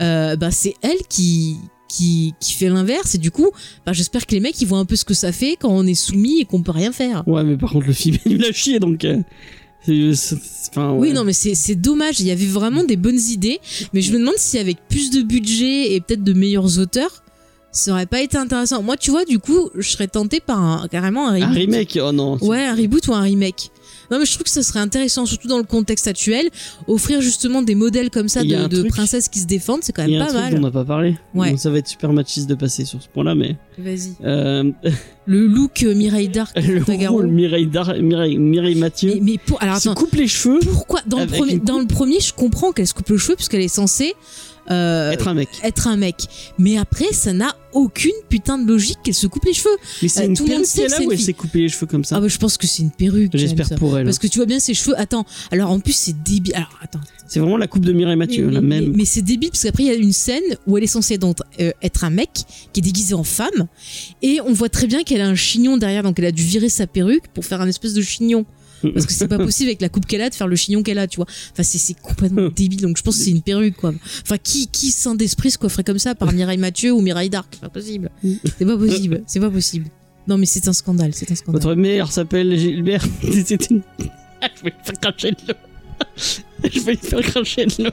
S1: euh, bah, c'est elle qui. Qui, qui fait l'inverse et du coup bah, j'espère que les mecs ils voient un peu ce que ça fait quand on est soumis et qu'on peut rien faire
S2: Ouais, mais par contre, le film il l'a chié donc. euh, c'est- c'est- c'est- enfin, ouais.
S1: Oui, non, mais c'est c'est dommage. Il y avait vraiment des bonnes idées, mais je me demande si avec plus de budget et peut-être de meilleurs auteurs, ça aurait pas été intéressant. Moi, tu vois, du coup, je serais tentée par un, carrément un
S2: Un
S1: reboot.
S2: remake, oh non. c'est-
S1: Ouais, un reboot ou un remake. Non, mais je trouve que ça serait intéressant, surtout dans le contexte actuel, offrir justement des modèles comme ça
S2: Il y a
S1: de,
S2: un
S1: de
S2: truc-
S1: princesses qui se défendent, c'est quand
S2: Il y
S1: même
S2: a
S1: pas
S2: un truc dont on
S1: mal.
S2: n'a pas parlé.
S1: Ouais.
S2: Bon, ça va être super machiste de passer sur ce point-là, mais
S1: Vas-y.
S2: euh, *laughs*
S1: Le look euh, Mireille Dark,
S2: le
S1: Fantagaro.
S2: rôle Mireille, Dar- Mireille, Mireille Mathieu
S1: Mais, mais pour alors
S2: se
S1: attends,
S2: coupe les cheveux,
S1: pourquoi dans le
S2: Avec
S1: premier
S2: une coupe.
S1: dans le premier, je comprends qu'elle se coupe le cheveu puisqu'elle est censée euh,
S2: être un mec.
S1: être un mec. Mais après, ça n'a aucune putain de logique qu'elle se coupe les cheveux.
S2: Mais c'est
S1: euh,
S2: une
S1: tout le monde
S2: perruque
S1: sait que
S2: là
S1: c'est
S2: où
S1: une
S2: elle
S1: fille.
S2: s'est coupé les cheveux comme ça.
S1: Ah bah je pense que c'est une perruque.
S2: J'espère
S1: James.
S2: pour elle. hein.
S1: Parce que tu vois bien ses cheveux. Attends, alors en plus c'est débile. Alors attends.
S2: C'est vraiment la coupe de Mireille Mathieu,
S1: mais,
S2: la
S1: mais-
S2: même.
S1: mais c'est débile parce qu'après il y a une scène où elle est censée donc, euh, être un mec qui est déguisé en femme et on voit très bien qu'elle a un chignon derrière donc elle a dû virer sa perruque pour faire un espèce de chignon parce que c'est
S2: *laughs*
S1: pas possible avec la coupe qu'elle a de faire le chignon qu'elle a tu vois enfin c'est- c'est
S2: *laughs*
S1: complètement débile donc je pense que c'est une perruque quoi enfin qui qui saint d'esprit se coifferait comme ça par Mireille Mathieu ou Mireille Dark c'est pas possible
S2: Mm.
S1: c'est pas possible c'est pas possible non mais c'est un scandale c'est un scandale
S2: Votre mère s'appelle Gilbert. *laughs* C'était une. Ah, je vais lui faire cracher de *laughs* l'eau. Je vais lui faire cracher de l'eau.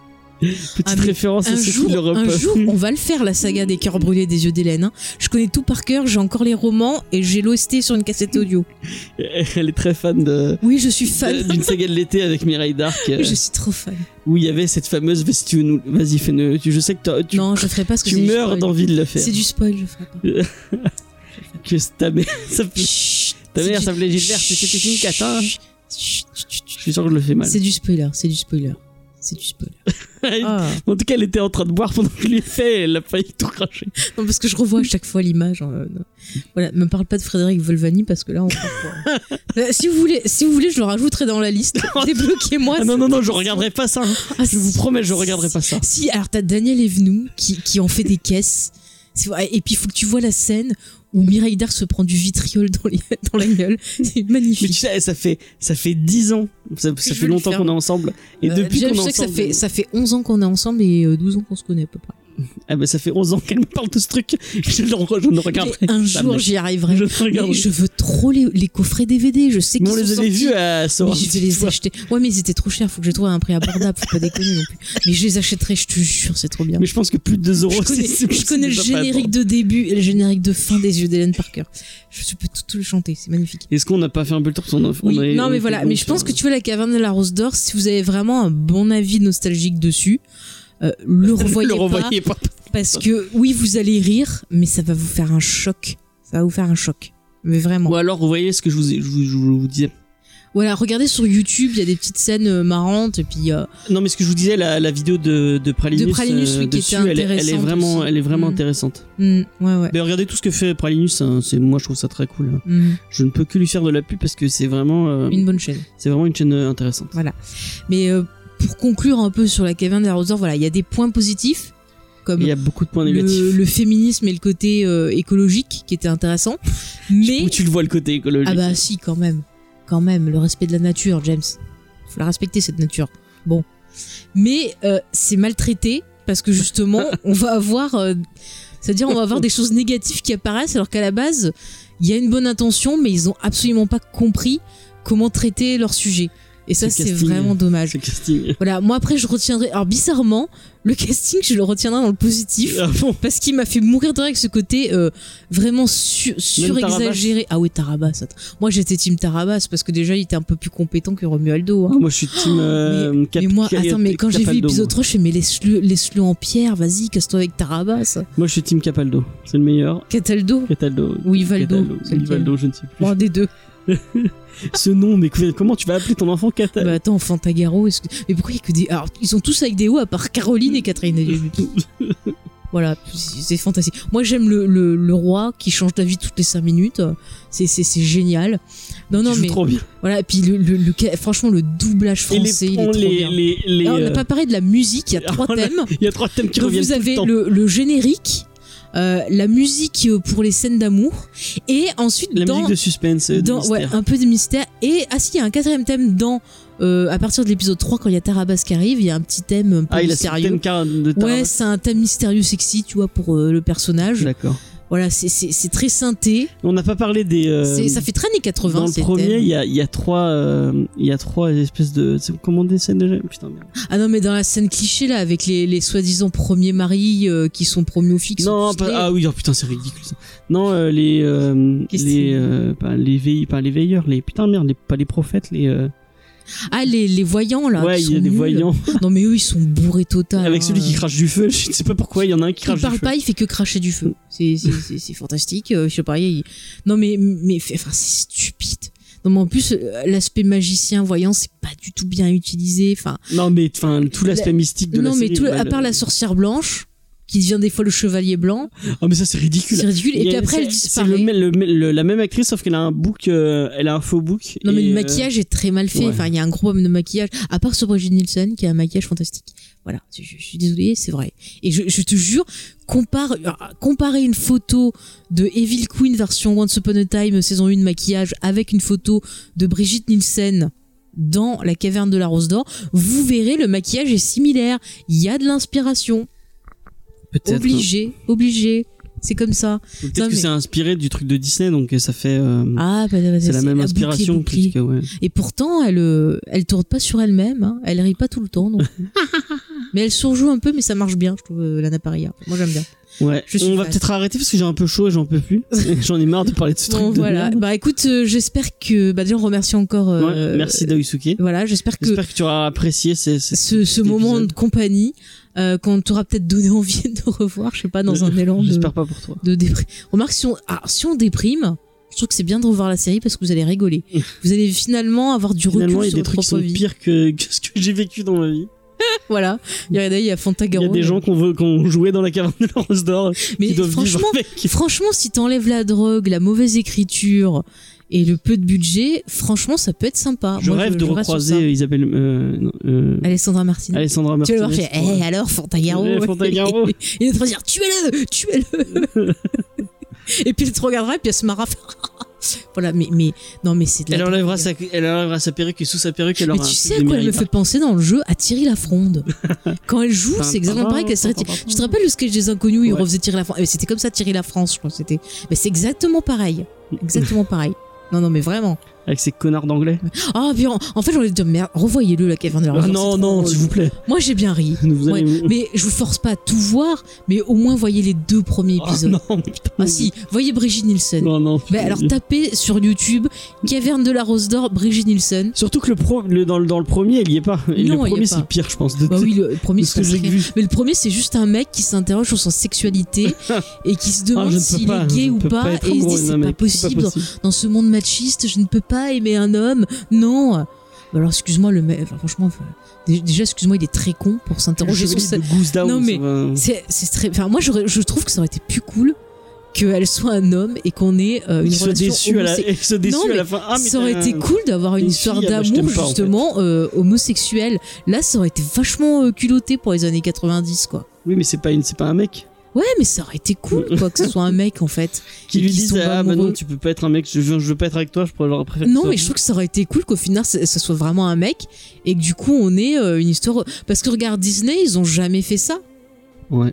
S2: *laughs* Petite
S1: Ah, mais
S2: référence à
S1: un
S2: ceux
S1: jour,
S2: qui le
S1: un
S2: repoussent.
S1: jour, on va le faire, la saga des cœurs brûlés des yeux d'Hélène. hein. Je connais tout par cœur, j'ai encore les romans et j'ai l'OST sur une cassette audio.
S2: *laughs* Elle est très fan de
S1: *laughs* Oui, je suis fan.
S2: d'une saga de l'été avec Mireille Darc euh,
S1: Je suis trop fan.
S2: où il y avait cette fameuse vas-y tu veux nous- vas-y fais-nous tu je sais que t'as- tu,
S1: non, je ferai pas ce que
S2: tu
S1: c'est du
S2: meurs
S1: spoil.
S2: d'envie de le faire
S1: C'est du spoil, je ferai pas.
S2: que ta mère *laughs* ça fait-
S1: Chut,
S2: ta
S1: c'est
S2: mère
S1: du-
S2: s'appelait Gilbert c'était une cata hein.
S1: Chut, chut, chut, chut,
S2: je
S1: chut.
S2: suis sûr que je le fais mal
S1: C'est du spoiler, c'est du spoiler. C'est du spoiler. Ah.
S2: *laughs* en tout cas elle était en train de boire pendant que je l'ai fait elle a failli tout cracher
S1: Non, parce que je revois à chaque fois l'image. hein, euh, non. voilà, me parle pas de Frédéric Volvani parce que là, on. part
S2: *laughs*
S1: pour- Euh, si vous voulez, si vous voulez, je le rajouterai dans la liste. Débloquez-moi.
S2: ah non
S1: ça.
S2: non non je regarderai pas ça hein.
S1: Ah,
S2: je vous
S1: si.
S2: promets je regarderai
S1: *laughs*
S2: pas ça
S1: Si, alors t'as Daniel Evenou qui, qui en fait des caisses. C'est vrai. Et puis il faut que tu vois la scène où Mireille Dar se prend du vitriol dans, les- *laughs* dans la gueule. C'est
S2: mais tu
S1: magnifique.
S2: sais ça fait ça fait 10 ans ça, ça
S1: Je
S2: fait
S1: vais le
S2: longtemps
S1: faire.
S2: qu'on est ensemble et
S1: Euh,
S2: depuis
S1: déjà,
S2: qu'on est
S1: je sais que ça
S2: ensemble
S1: fait, ça fait 11 ans qu'on est ensemble et euh, 12 ans qu'on se connaît à peu près.
S2: ah bah, ça fait 11 ans qu'elle me parle de ce truc *laughs* je le, re- je ne regarderai
S1: Mais Un
S2: pas,
S1: jour,
S2: mais
S1: j'y arriverai.
S2: je le
S1: Mais
S2: regarderai
S1: je veux trop les, les coffrets DVD. Je sais
S2: Mais
S1: qu'ils
S2: on les
S1: sont
S2: avait
S1: sortis.
S2: vus à Sora.
S1: Mais je vais les acheter. Ouais, mais ils étaient trop chers. Faut que je trouve un prix abordable. Faut pas déconner non plus. Mais je les achèterai, je te jure, c'est trop bien.
S2: Mais je pense que plus de 2 euros,
S1: je connais,
S2: c'est- c'est-
S1: je
S2: c'est
S1: connais le
S2: déjà pas
S1: générique de début et le générique de fin des yeux d'Hélène Parker. Je je peux tout, tout le chanter, c'est magnifique.
S2: Est-ce qu'on n'a pas fait un peu le tour parce qu'on a- on
S1: Oui,
S2: a- on
S1: non, mais
S2: était
S1: voilà.
S2: bon
S1: Mais je pense
S2: sur-
S1: que tu vois, La Caverne de la Rose d'Or, si vous avez vraiment un bon avis nostalgique dessus, euh,
S2: *laughs*
S1: le revoyez
S2: le
S1: pas,
S2: revoyez pas.
S1: Parce que oui, vous allez rire, mais ça va vous faire un choc. Ça va vous faire un choc. Mais vraiment.
S2: Ou alors, vous voyez ce que je vous, ai- je vous, je vous disais.
S1: Voilà, regardez sur YouTube, il y a des petites scènes euh, marrantes, et puis euh,
S2: Non, mais ce que je vous disais, la, la vidéo de, de Pralinus, euh,
S1: De Pralinus, oui, qui
S2: dessus,
S1: était
S2: elle, est- elle est
S1: intéressante
S2: vraiment,
S1: aussi.
S2: elle est vraiment
S1: Mm.
S2: intéressante.
S1: hmm, ouais, ouais.
S2: Mais regardez tout ce que fait Pralinus, hein, c'est moi je trouve ça très cool.
S1: Hmm,
S2: Je ne peux que lui faire de la pub parce que c'est vraiment, euh,
S1: une bonne chaîne.
S2: c'est vraiment une chaîne euh, intéressante.
S1: Mais euh, pour conclure un peu sur la caverne des roses d'or, voilà, il y a des points positifs comme
S2: Il y a beaucoup de points
S1: Ah bah, le,
S2: négatifs.
S1: le féminisme et le côté euh, écologique qui était intéressant,
S2: Où
S1: mais
S2: tu le vois le côté écologique.
S1: ah bah si quand même, quand même le respect de la nature, James, faut la respecter cette nature. Bon, mais euh, c'est maltraité parce que justement on va avoir, euh, c'est-à-dire on va avoir des choses négatives qui apparaissent alors qu'à la base il y a une bonne intention, mais ils ont absolument pas compris comment traiter leur sujet. Et ça,
S2: Ce
S1: c'est
S2: casting.
S1: vraiment
S2: *laughs*
S1: dommage.
S2: Ce casting.
S1: Voilà, moi après je retiendrai. Alors bizarrement, le *laughs* casting je le retiendrai dans le positif
S2: Ah bon
S1: parce qu'il m'a fait mourir de rire avec ce côté euh, vraiment su- surexagéré. Ah ouais, Tarabas. attends. Moi j'étais team Tarabas parce que déjà il était un peu plus compétent que Romualdo. hein.
S2: Ah, Moi je suis team. euh, Cap-
S1: mais moi,
S2: Cap-
S1: attends, mais quand j'ai vu
S2: Capaldo,
S1: l'épisode
S2: moi.
S1: 3, je fais mais laisse-le laisse-le en pierre, vas-y, casse-toi avec Tarabas.
S2: Moi je suis team Capaldo, c'est le meilleur.
S1: Cataldo,
S2: Cataldo.
S1: Oui, Valdo,
S2: Cataldo.
S1: c'est
S2: Oui,
S1: lequel
S2: Valdo, je ne sais plus.
S1: un des deux.
S2: *laughs* Ce nom, mais comment tu vas appeler ton enfant Cataldo
S1: Bah attends, Fantagaro, est-ce que- mais pourquoi il y a que des. Alors, ils sont tous avec des hauts à part Caroline et Catherine.
S2: *laughs*
S1: Voilà, c'est c'est fantastique. Moi, j'aime le, le, le roi qui change d'avis toutes les 5 minutes. C'est c'est- c'est génial. Non, non,
S2: Tu joues
S1: mais
S2: trop bien.
S1: voilà. Et puis, le, le- le ca- franchement, le doublage
S2: Et
S1: français, il est
S2: ponts,
S1: trop
S2: les-
S1: bien.
S2: les- les,
S1: Ah, on n'a
S2: euh,
S1: pas parlé de la musique. Il y
S2: *laughs*
S1: a
S2: Ah,
S1: trois
S2: on l'a-
S1: thèmes.
S2: il y a trois thèmes qui
S1: Donc,
S2: reviennent
S1: vous avez
S2: tout le
S1: le,
S2: temps.
S1: le générique, euh, la musique euh, pour les scènes d'amour, et ensuite
S2: La
S1: dans
S2: musique de suspense. euh, de
S1: dans- ouais,
S2: mystère.
S1: un peu de mystère. Et ah si, il y a un quatrième thème dans euh, à partir de l'épisode 3 quand il y a Tarabas qui arrive, il y a un petit thème un peu
S2: Ah, il a ce
S1: mystérieux.
S2: thème car- de
S1: Ouais, c'est un thème mystérieux sexy, tu vois, pour euh, le
S2: Tarabas.
S1: personnage.
S2: D'accord.
S1: Voilà, c'est- c'est c'est très synthé.
S2: On n'a pas parlé des. euh,
S1: C'est- ça fait très années 80.
S2: Dans le
S1: ces
S2: premier,
S1: thèmes.
S2: il y a, il y a trois, euh, il y a trois espèces de. C'est comment des scènes déjà Putain merde.
S1: Ah non, mais dans la scène cliché, là, avec les, les soi-disant premiers maris euh, qui sont promis au fixe.
S2: Non, pas- ah oui, oh putain, c'est ridicule ça. Non, euh, les euh,
S1: Qu'est-ce
S2: les
S1: que-
S2: euh, pas les veille, pas les veilleurs, les putain merde, les, pas les prophètes, les. euh,
S1: Ah, les, les voyants, là.
S2: ouais,
S1: qui
S2: il y a
S1: sont
S2: des
S1: nuls.
S2: voyants.
S1: Non, mais eux, ils sont bourrés total.
S2: Avec
S1: hein,
S2: celui qui
S1: euh.
S2: crache du feu, je ne sais pas pourquoi, il y en a un qui
S1: Il
S2: crache du
S1: parle
S2: feu.
S1: pas, il fait que cracher du feu. C'est c'est- c'est- c'est fantastique. euh, je sais pas, il- non mais mais fait- enfin c'est stupide. Non mais en plus euh, l'aspect magicien voyant c'est pas du tout bien utilisé. Enfin
S2: Non, mais enfin, tout l'aspect mystique de la
S1: non mais
S2: série,
S1: tout,
S2: ouais,
S1: à
S2: le-
S1: part la sorcière blanche qui devient des fois le chevalier blanc,
S2: Ah, mais ça, c'est ridicule.
S1: c'est ridicule. Et
S2: Il y
S1: puis
S2: a-
S1: après elle
S2: c'est-
S1: disparaît.
S2: C'est le- le- le- la même actrice, sauf qu'elle a un book, euh, elle a un faux book.
S1: Non mais
S2: et,
S1: le
S2: euh,
S1: maquillage est très mal fait.
S2: ouais.
S1: Enfin il y a un gros homme de maquillage. À part sur Brigitte Nielsen qui a un maquillage fantastique. Voilà, je, je suis désolée, c'est vrai. Et je, je te jure, compare, alors, comparer une photo de Evil Queen version Once Upon a Time saison 1 maquillage avec une photo de Brigitte Nielsen dans La Caverne de la Rose d'Or, vous verrez le maquillage est similaire. Il y a de l'inspiration. hein.
S2: peut-être,
S1: Obligé, obligé. C'est comme ça.
S2: hein. Peut-être
S1: Non,
S2: que
S1: mais-
S2: c'est inspiré du truc de Disney, donc euh, ça fait. euh,
S1: Ah, bah,
S2: c'est la même inspiration.
S1: boucler, boucler.
S2: puisque, ouais. *laughs*
S1: Et pourtant, elle, euh, elle tourne pas sur elle-même. hein. Elle rit pas tout le temps. non plus. Mais elle surjoue un peu, mais ça marche bien, je trouve, euh, Lana Paria. Moi, j'aime bien.
S2: Ouais.
S1: Je suis
S2: On va
S1: fan.
S2: peut-être arrêter parce que j'ai un peu chaud et j'en
S1: *laughs*
S2: peux plus. j'en ai marre de parler de ce
S1: Bon,
S2: truc de
S1: voilà.
S2: merde.
S1: Bah, écoute, euh, j'espère que. Bah, déjà, on remercie encore.
S2: Ouais,
S1: euh,
S2: merci Daoisuke.
S1: Voilà, j'espère que
S2: J'espère que tu auras apprécié ces, ces-
S1: ce, ce
S2: cet
S1: moment
S2: épisode.
S1: de compagnie, euh, qu'on t'aura peut-être donné envie *laughs* de revoir, je sais pas, dans un élan de,
S2: Euh, J'espère pas pour toi.
S1: de déprime. Remarque, si on, ah, si on déprime, je trouve que c'est bien de revoir la série parce que vous allez rigoler. vous allez finalement avoir du recul
S2: Mmh. Finalement, il y a
S1: sur
S2: des
S1: votre
S2: trucs qui sont
S1: propre vie.
S2: pires que, *laughs* que ce que j'ai vécu dans ma vie.
S1: *laughs* Voilà. Il y a, il y a
S2: Il
S1: Fantagaro.
S2: y a des gens qui ont joué dans la caverne de l'Orange d'Or
S1: mais
S2: qui doivent
S1: franchement,
S2: vivre avec.
S1: franchement, si t'enlèves la drogue, la mauvaise écriture et le peu de budget, franchement, ça peut être sympa.
S2: Je
S1: Moi,
S2: rêve
S1: reste
S2: de
S1: sur ça.
S2: recroiser Isabelle. euh, non, euh,
S1: Alessandra Martinez.
S2: Alessandra
S1: Tu vas le voir,
S2: Martinez. euh,
S1: je fais, Eh, alors Fantagaro.
S2: Eh, Fantagaro.
S1: *laughs* Il est en train de dire tuez-le, tuez-le.
S2: *laughs*
S1: et puis elle te regardera et puis elle se marra. *laughs* voilà, mais, mais non, mais c'est de la.
S2: Elle enlèvera, sa, elle enlèvera sa perruque et sous sa perruque, elle
S1: Mais
S2: aura un
S1: tu
S2: truc
S1: sais à
S2: de
S1: quoi elle me
S2: Mérida.
S1: fait penser dans le jeu à Thierry
S2: *laughs*
S1: Lafronde. Quand elle joue, c'est exactement pareil qu'elle série. Tu te rappelles le sketch des inconnus où il
S2: Ouais.
S1: refaisait Thierry Lafronde Eh, C'était comme ça Thierry Lafrance, je pense. que C'était. Mais c'est exactement pareil.
S2: Mm. *laughs*
S1: Exactement pareil. Non, non, mais vraiment.
S2: Avec ses connards d'anglais.
S1: Ah, puis en, en fait, j'ai envie de dire, merde, revoyez-le, la caverne de la
S2: Ah
S1: Rose,
S2: non,
S1: c'est trop
S2: non,
S1: drôle.
S2: s'il vous plaît.
S1: Moi, j'ai bien ri.
S2: Nous vous
S1: Ouais,
S2: allez-
S1: mais je vous force pas à tout voir, mais au moins voyez les deux premiers
S2: Ah
S1: épisodes.
S2: non, putain.
S1: Ah si, voyez Brigitte Nielsen.
S2: Non, non.
S1: Bah, alors tapez sur YouTube Caverne de la Rose d'Or Brigitte Nielsen.
S2: Surtout que le pro, le- dans, le, dans le premier, il y est pas.
S1: Non, il
S2: Et
S1: y
S2: le
S1: est
S2: premier,
S1: pas.
S2: c'est pire, je pense. De,
S1: Bah oui, le premier
S2: de ce
S1: c'est
S2: que
S1: pas
S2: j'ai
S1: très-
S2: vu.
S1: Mais le premier c'est juste un mec qui s'interroge sur sa
S2: *laughs*
S1: sexualité et qui se
S2: Ah,
S1: demande
S2: je ne peux
S1: s'il
S2: pas,
S1: est gay
S2: je
S1: ou
S2: ne peux
S1: pas,
S2: être
S1: et il se
S2: amoureux
S1: dit
S2: d'un
S1: c'est pas
S2: mec,
S1: possible dans- dans ce monde machiste, je ne peux pas aimer un homme. Non. Bah alors excuse-moi le mec, enfin, franchement enfin, dé- déjà excuse-moi, il est très con pour s'interroger
S2: Je
S1: sur
S2: lis
S1: sa
S2: de Goose Down,
S1: Non, mais-
S2: ça va-
S1: C'est c'est très. Enfin, moi, j'aurais- je trouve que ça aurait été plus cool qu'elle soit un homme et qu'on ait euh, une
S2: Il se
S1: relation
S2: déçu à la,
S1: homosexuelle.
S2: il se déçu
S1: Non,
S2: à
S1: mais
S2: la fin. Ah, mais
S1: ça aurait
S2: t'as-
S1: été cool d'avoir une,
S2: une
S1: histoire
S2: fille, ah bah, je
S1: d'amour
S2: t'aime pas, en fait.
S1: justement euh, homosexuelle. Là, ça aurait été vachement euh, culotté pour les années 90, quoi.
S2: Oui, mais c'est pas une, c'est pas un mec
S1: Ouais, mais ça aurait été cool, quoi, que ce soit un mec, en fait.
S2: qui
S1: Et
S2: lui
S1: qu'ils
S2: dit
S1: tombent
S2: ah bah
S1: amoureux.
S2: non, tu peux pas être un mec. Je veux, je veux pas être avec toi. Je pourrais leur préférer.
S1: Non, mais je trouve que ça aurait été cool qu'au final, ce ce soit vraiment un mec et que du coup, on ait euh, une histoire. Parce que regarde Disney, ils ont jamais fait ça.
S2: Ouais.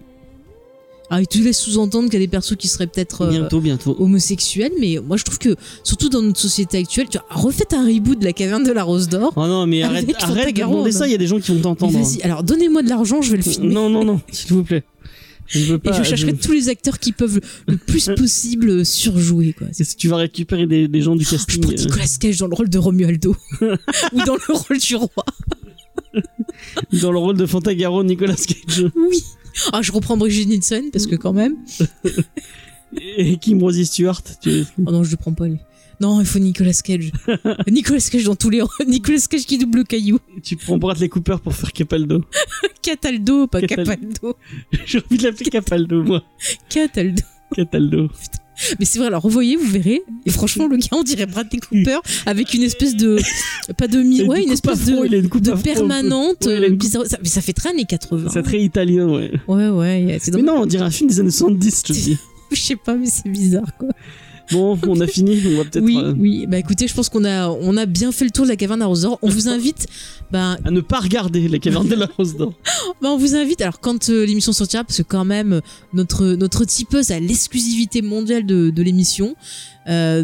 S1: Ah, ils te laissent sous-entendre qu'il y a des persos qui seraient peut-être. euh,
S2: Bientôt, bientôt.
S1: homosexuel, mais moi je trouve que, surtout dans notre société actuelle, tu vois, refaites un reboot de la caverne de la rose d'or.
S2: Oh non, mais
S1: Avec
S2: arrête, arrête de
S1: Fantagaro,
S2: demander
S1: non.
S2: ça. Il y a des gens qui vont
S1: bah. Mais
S2: t'entendre.
S1: Vas-y, alors donnez-moi de l'argent, je vais le filmer.
S2: Non, non,
S1: *laughs*
S2: non, s'il vous plaît. Je veux
S1: Et
S2: pas.
S1: je chercherai tous les acteurs qui peuvent le- le
S2: *laughs*
S1: plus possible euh, surjouer. Quoi.
S2: Et si tu vas récupérer des, des gens du
S1: Je
S2: casting.
S1: prends
S2: euh,
S1: Nicolas Cage dans le rôle de
S2: *laughs*
S1: Romualdo ou dans le rôle du roi.
S2: euh, Dans le rôle de Fantagaro, Nicolas Cage
S1: Oui. Ah, je reprends Brigitte Nielsen parce que quand même.
S2: et Kim Rosie Stewart. Tu...
S1: Oh non, je le prends pas lui. Non, il faut Nicolas
S2: *laughs*
S1: Cage. Nicolas Cage dans tous les rôles. Nicolas Cage qui double Caillou.
S2: tu prends Bradley Cooper pour faire Capaldo. *laughs*
S1: Cataldo, pas
S2: Cataldo.
S1: Capaldo.
S2: J'ai envie de l'appeler Capaldo, moi.
S1: Cataldo.
S2: Cataldo.
S1: Mais c'est vrai, alors revoyez, vous verrez. Et franchement, le gars, on dirait Bradley Cooper avec une espèce
S2: *laughs*
S1: de. Pas de mi.
S2: Il a
S1: Ouais,
S2: une
S1: une
S2: coupe
S1: espèce
S2: afro,
S1: de.
S2: il a une coupe
S1: de
S2: afro.
S1: permanente.
S2: Ouais, il a une
S1: euh,
S2: coupe-
S1: bizarre. Ça- mais ça fait très années 80.
S2: C'est très italien, ouais.
S1: Ouais, ouais. C'est
S2: Mais
S1: dans...
S2: non, on dirait un film des années 70,
S1: *laughs*
S2: je te dis.
S1: Je sais pas, mais c'est bizarre, quoi.
S2: Bon, on a fini, on va peut-être
S1: Oui,
S2: euh,
S1: oui. Bah écoutez, je pense qu'on a, on a bien fait le tour de la caverne à Rosor. On vous invite. Bah,
S2: à ne pas regarder La Caverne de la Rose d'Or.
S1: bah, on vous invite. Alors, quand euh, l'émission sortira, parce que quand même, euh, notre, notre tipeuse a l'exclusivité mondiale de, de l'émission. Euh,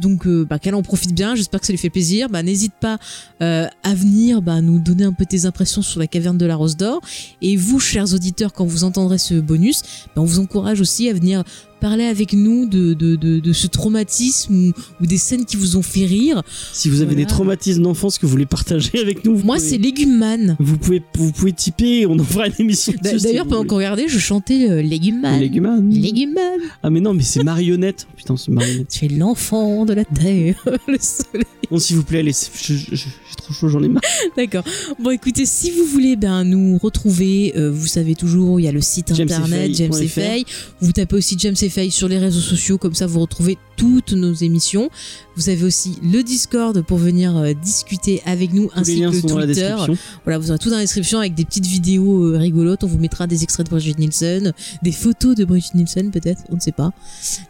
S1: donc, euh, bah, qu'elle en profite bien. J'espère que ça lui fait plaisir. Bah, n'hésite pas euh, à venir bah, nous donner un peu tes impressions sur la caverne de la Rose d'Or. Et vous, chers auditeurs, quand vous entendrez ce bonus, bah, on vous encourage aussi à venir parler avec nous de, de, de, de ce traumatisme ou, ou des scènes qui vous ont fait rire.
S2: Si vous avez
S1: Voilà.
S2: des traumatismes d'enfance que vous voulez partager avec nous, vous
S1: Moi,
S2: pouvez-
S1: c'est Légume Man.
S2: Vous pouvez, vous pouvez typer, on en fera une émission.
S1: D'a-
S2: dessus, si
S1: D'ailleurs,
S2: vous
S1: pendant
S2: voulez.
S1: qu'on regardait, je chantais euh, Légume Man.
S2: Les Légumanes.
S1: Légume Man.
S2: Ah mais non, mais c'est marionnette. *laughs* Putain, c'est marionnette.
S1: Tu es l'enfant de la terre, *laughs* le soleil.
S2: Non, s'il vous plaît, allez, c'est- je- je- je- j'ai trop chaud, j'en ai marre.
S1: D'accord. Bon, écoutez, si vous voulez ben, nous retrouver, euh, vous savez toujours, il y a le site
S2: James
S1: internet
S2: Effaille
S1: James
S2: point fr.
S1: Effaille. Vous tapez aussi James Effaille sur les réseaux sociaux, comme ça vous retrouvez toutes nos émissions. Vous avez aussi le Discord pour venir euh, discuter avec nous,
S2: Tous les
S1: ainsi que
S2: liens
S1: le
S2: sont dans la
S1: Twitter.
S2: description.
S1: Voilà, vous aurez tout dans la description avec des petites vidéos euh, rigolotes. On vous mettra des extraits de Brigitte Nielsen, des photos de Brigitte Nielsen peut-être, on ne sait pas.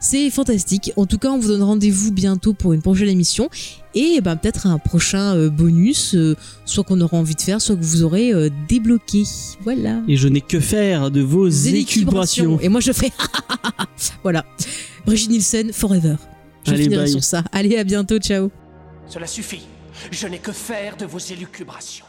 S1: C'est fantastique. En tout cas, on vous donne rendez-vous bientôt pour une prochaine émission et ben, peut-être un prochain euh, bonus, euh, soit qu'on aura envie de faire, soit que vous aurez euh, débloqué. Voilà.
S2: Et je n'ai que faire de vos élucubrations.
S1: Et moi, je ferai. *laughs* voilà. Brigitte Nielsen, forever. Je
S2: Allez,
S1: finirai
S2: bye.
S1: sur ça. Allez, à bientôt. Ciao.
S3: Cela suffit. Je n'ai que faire de vos élucubrations.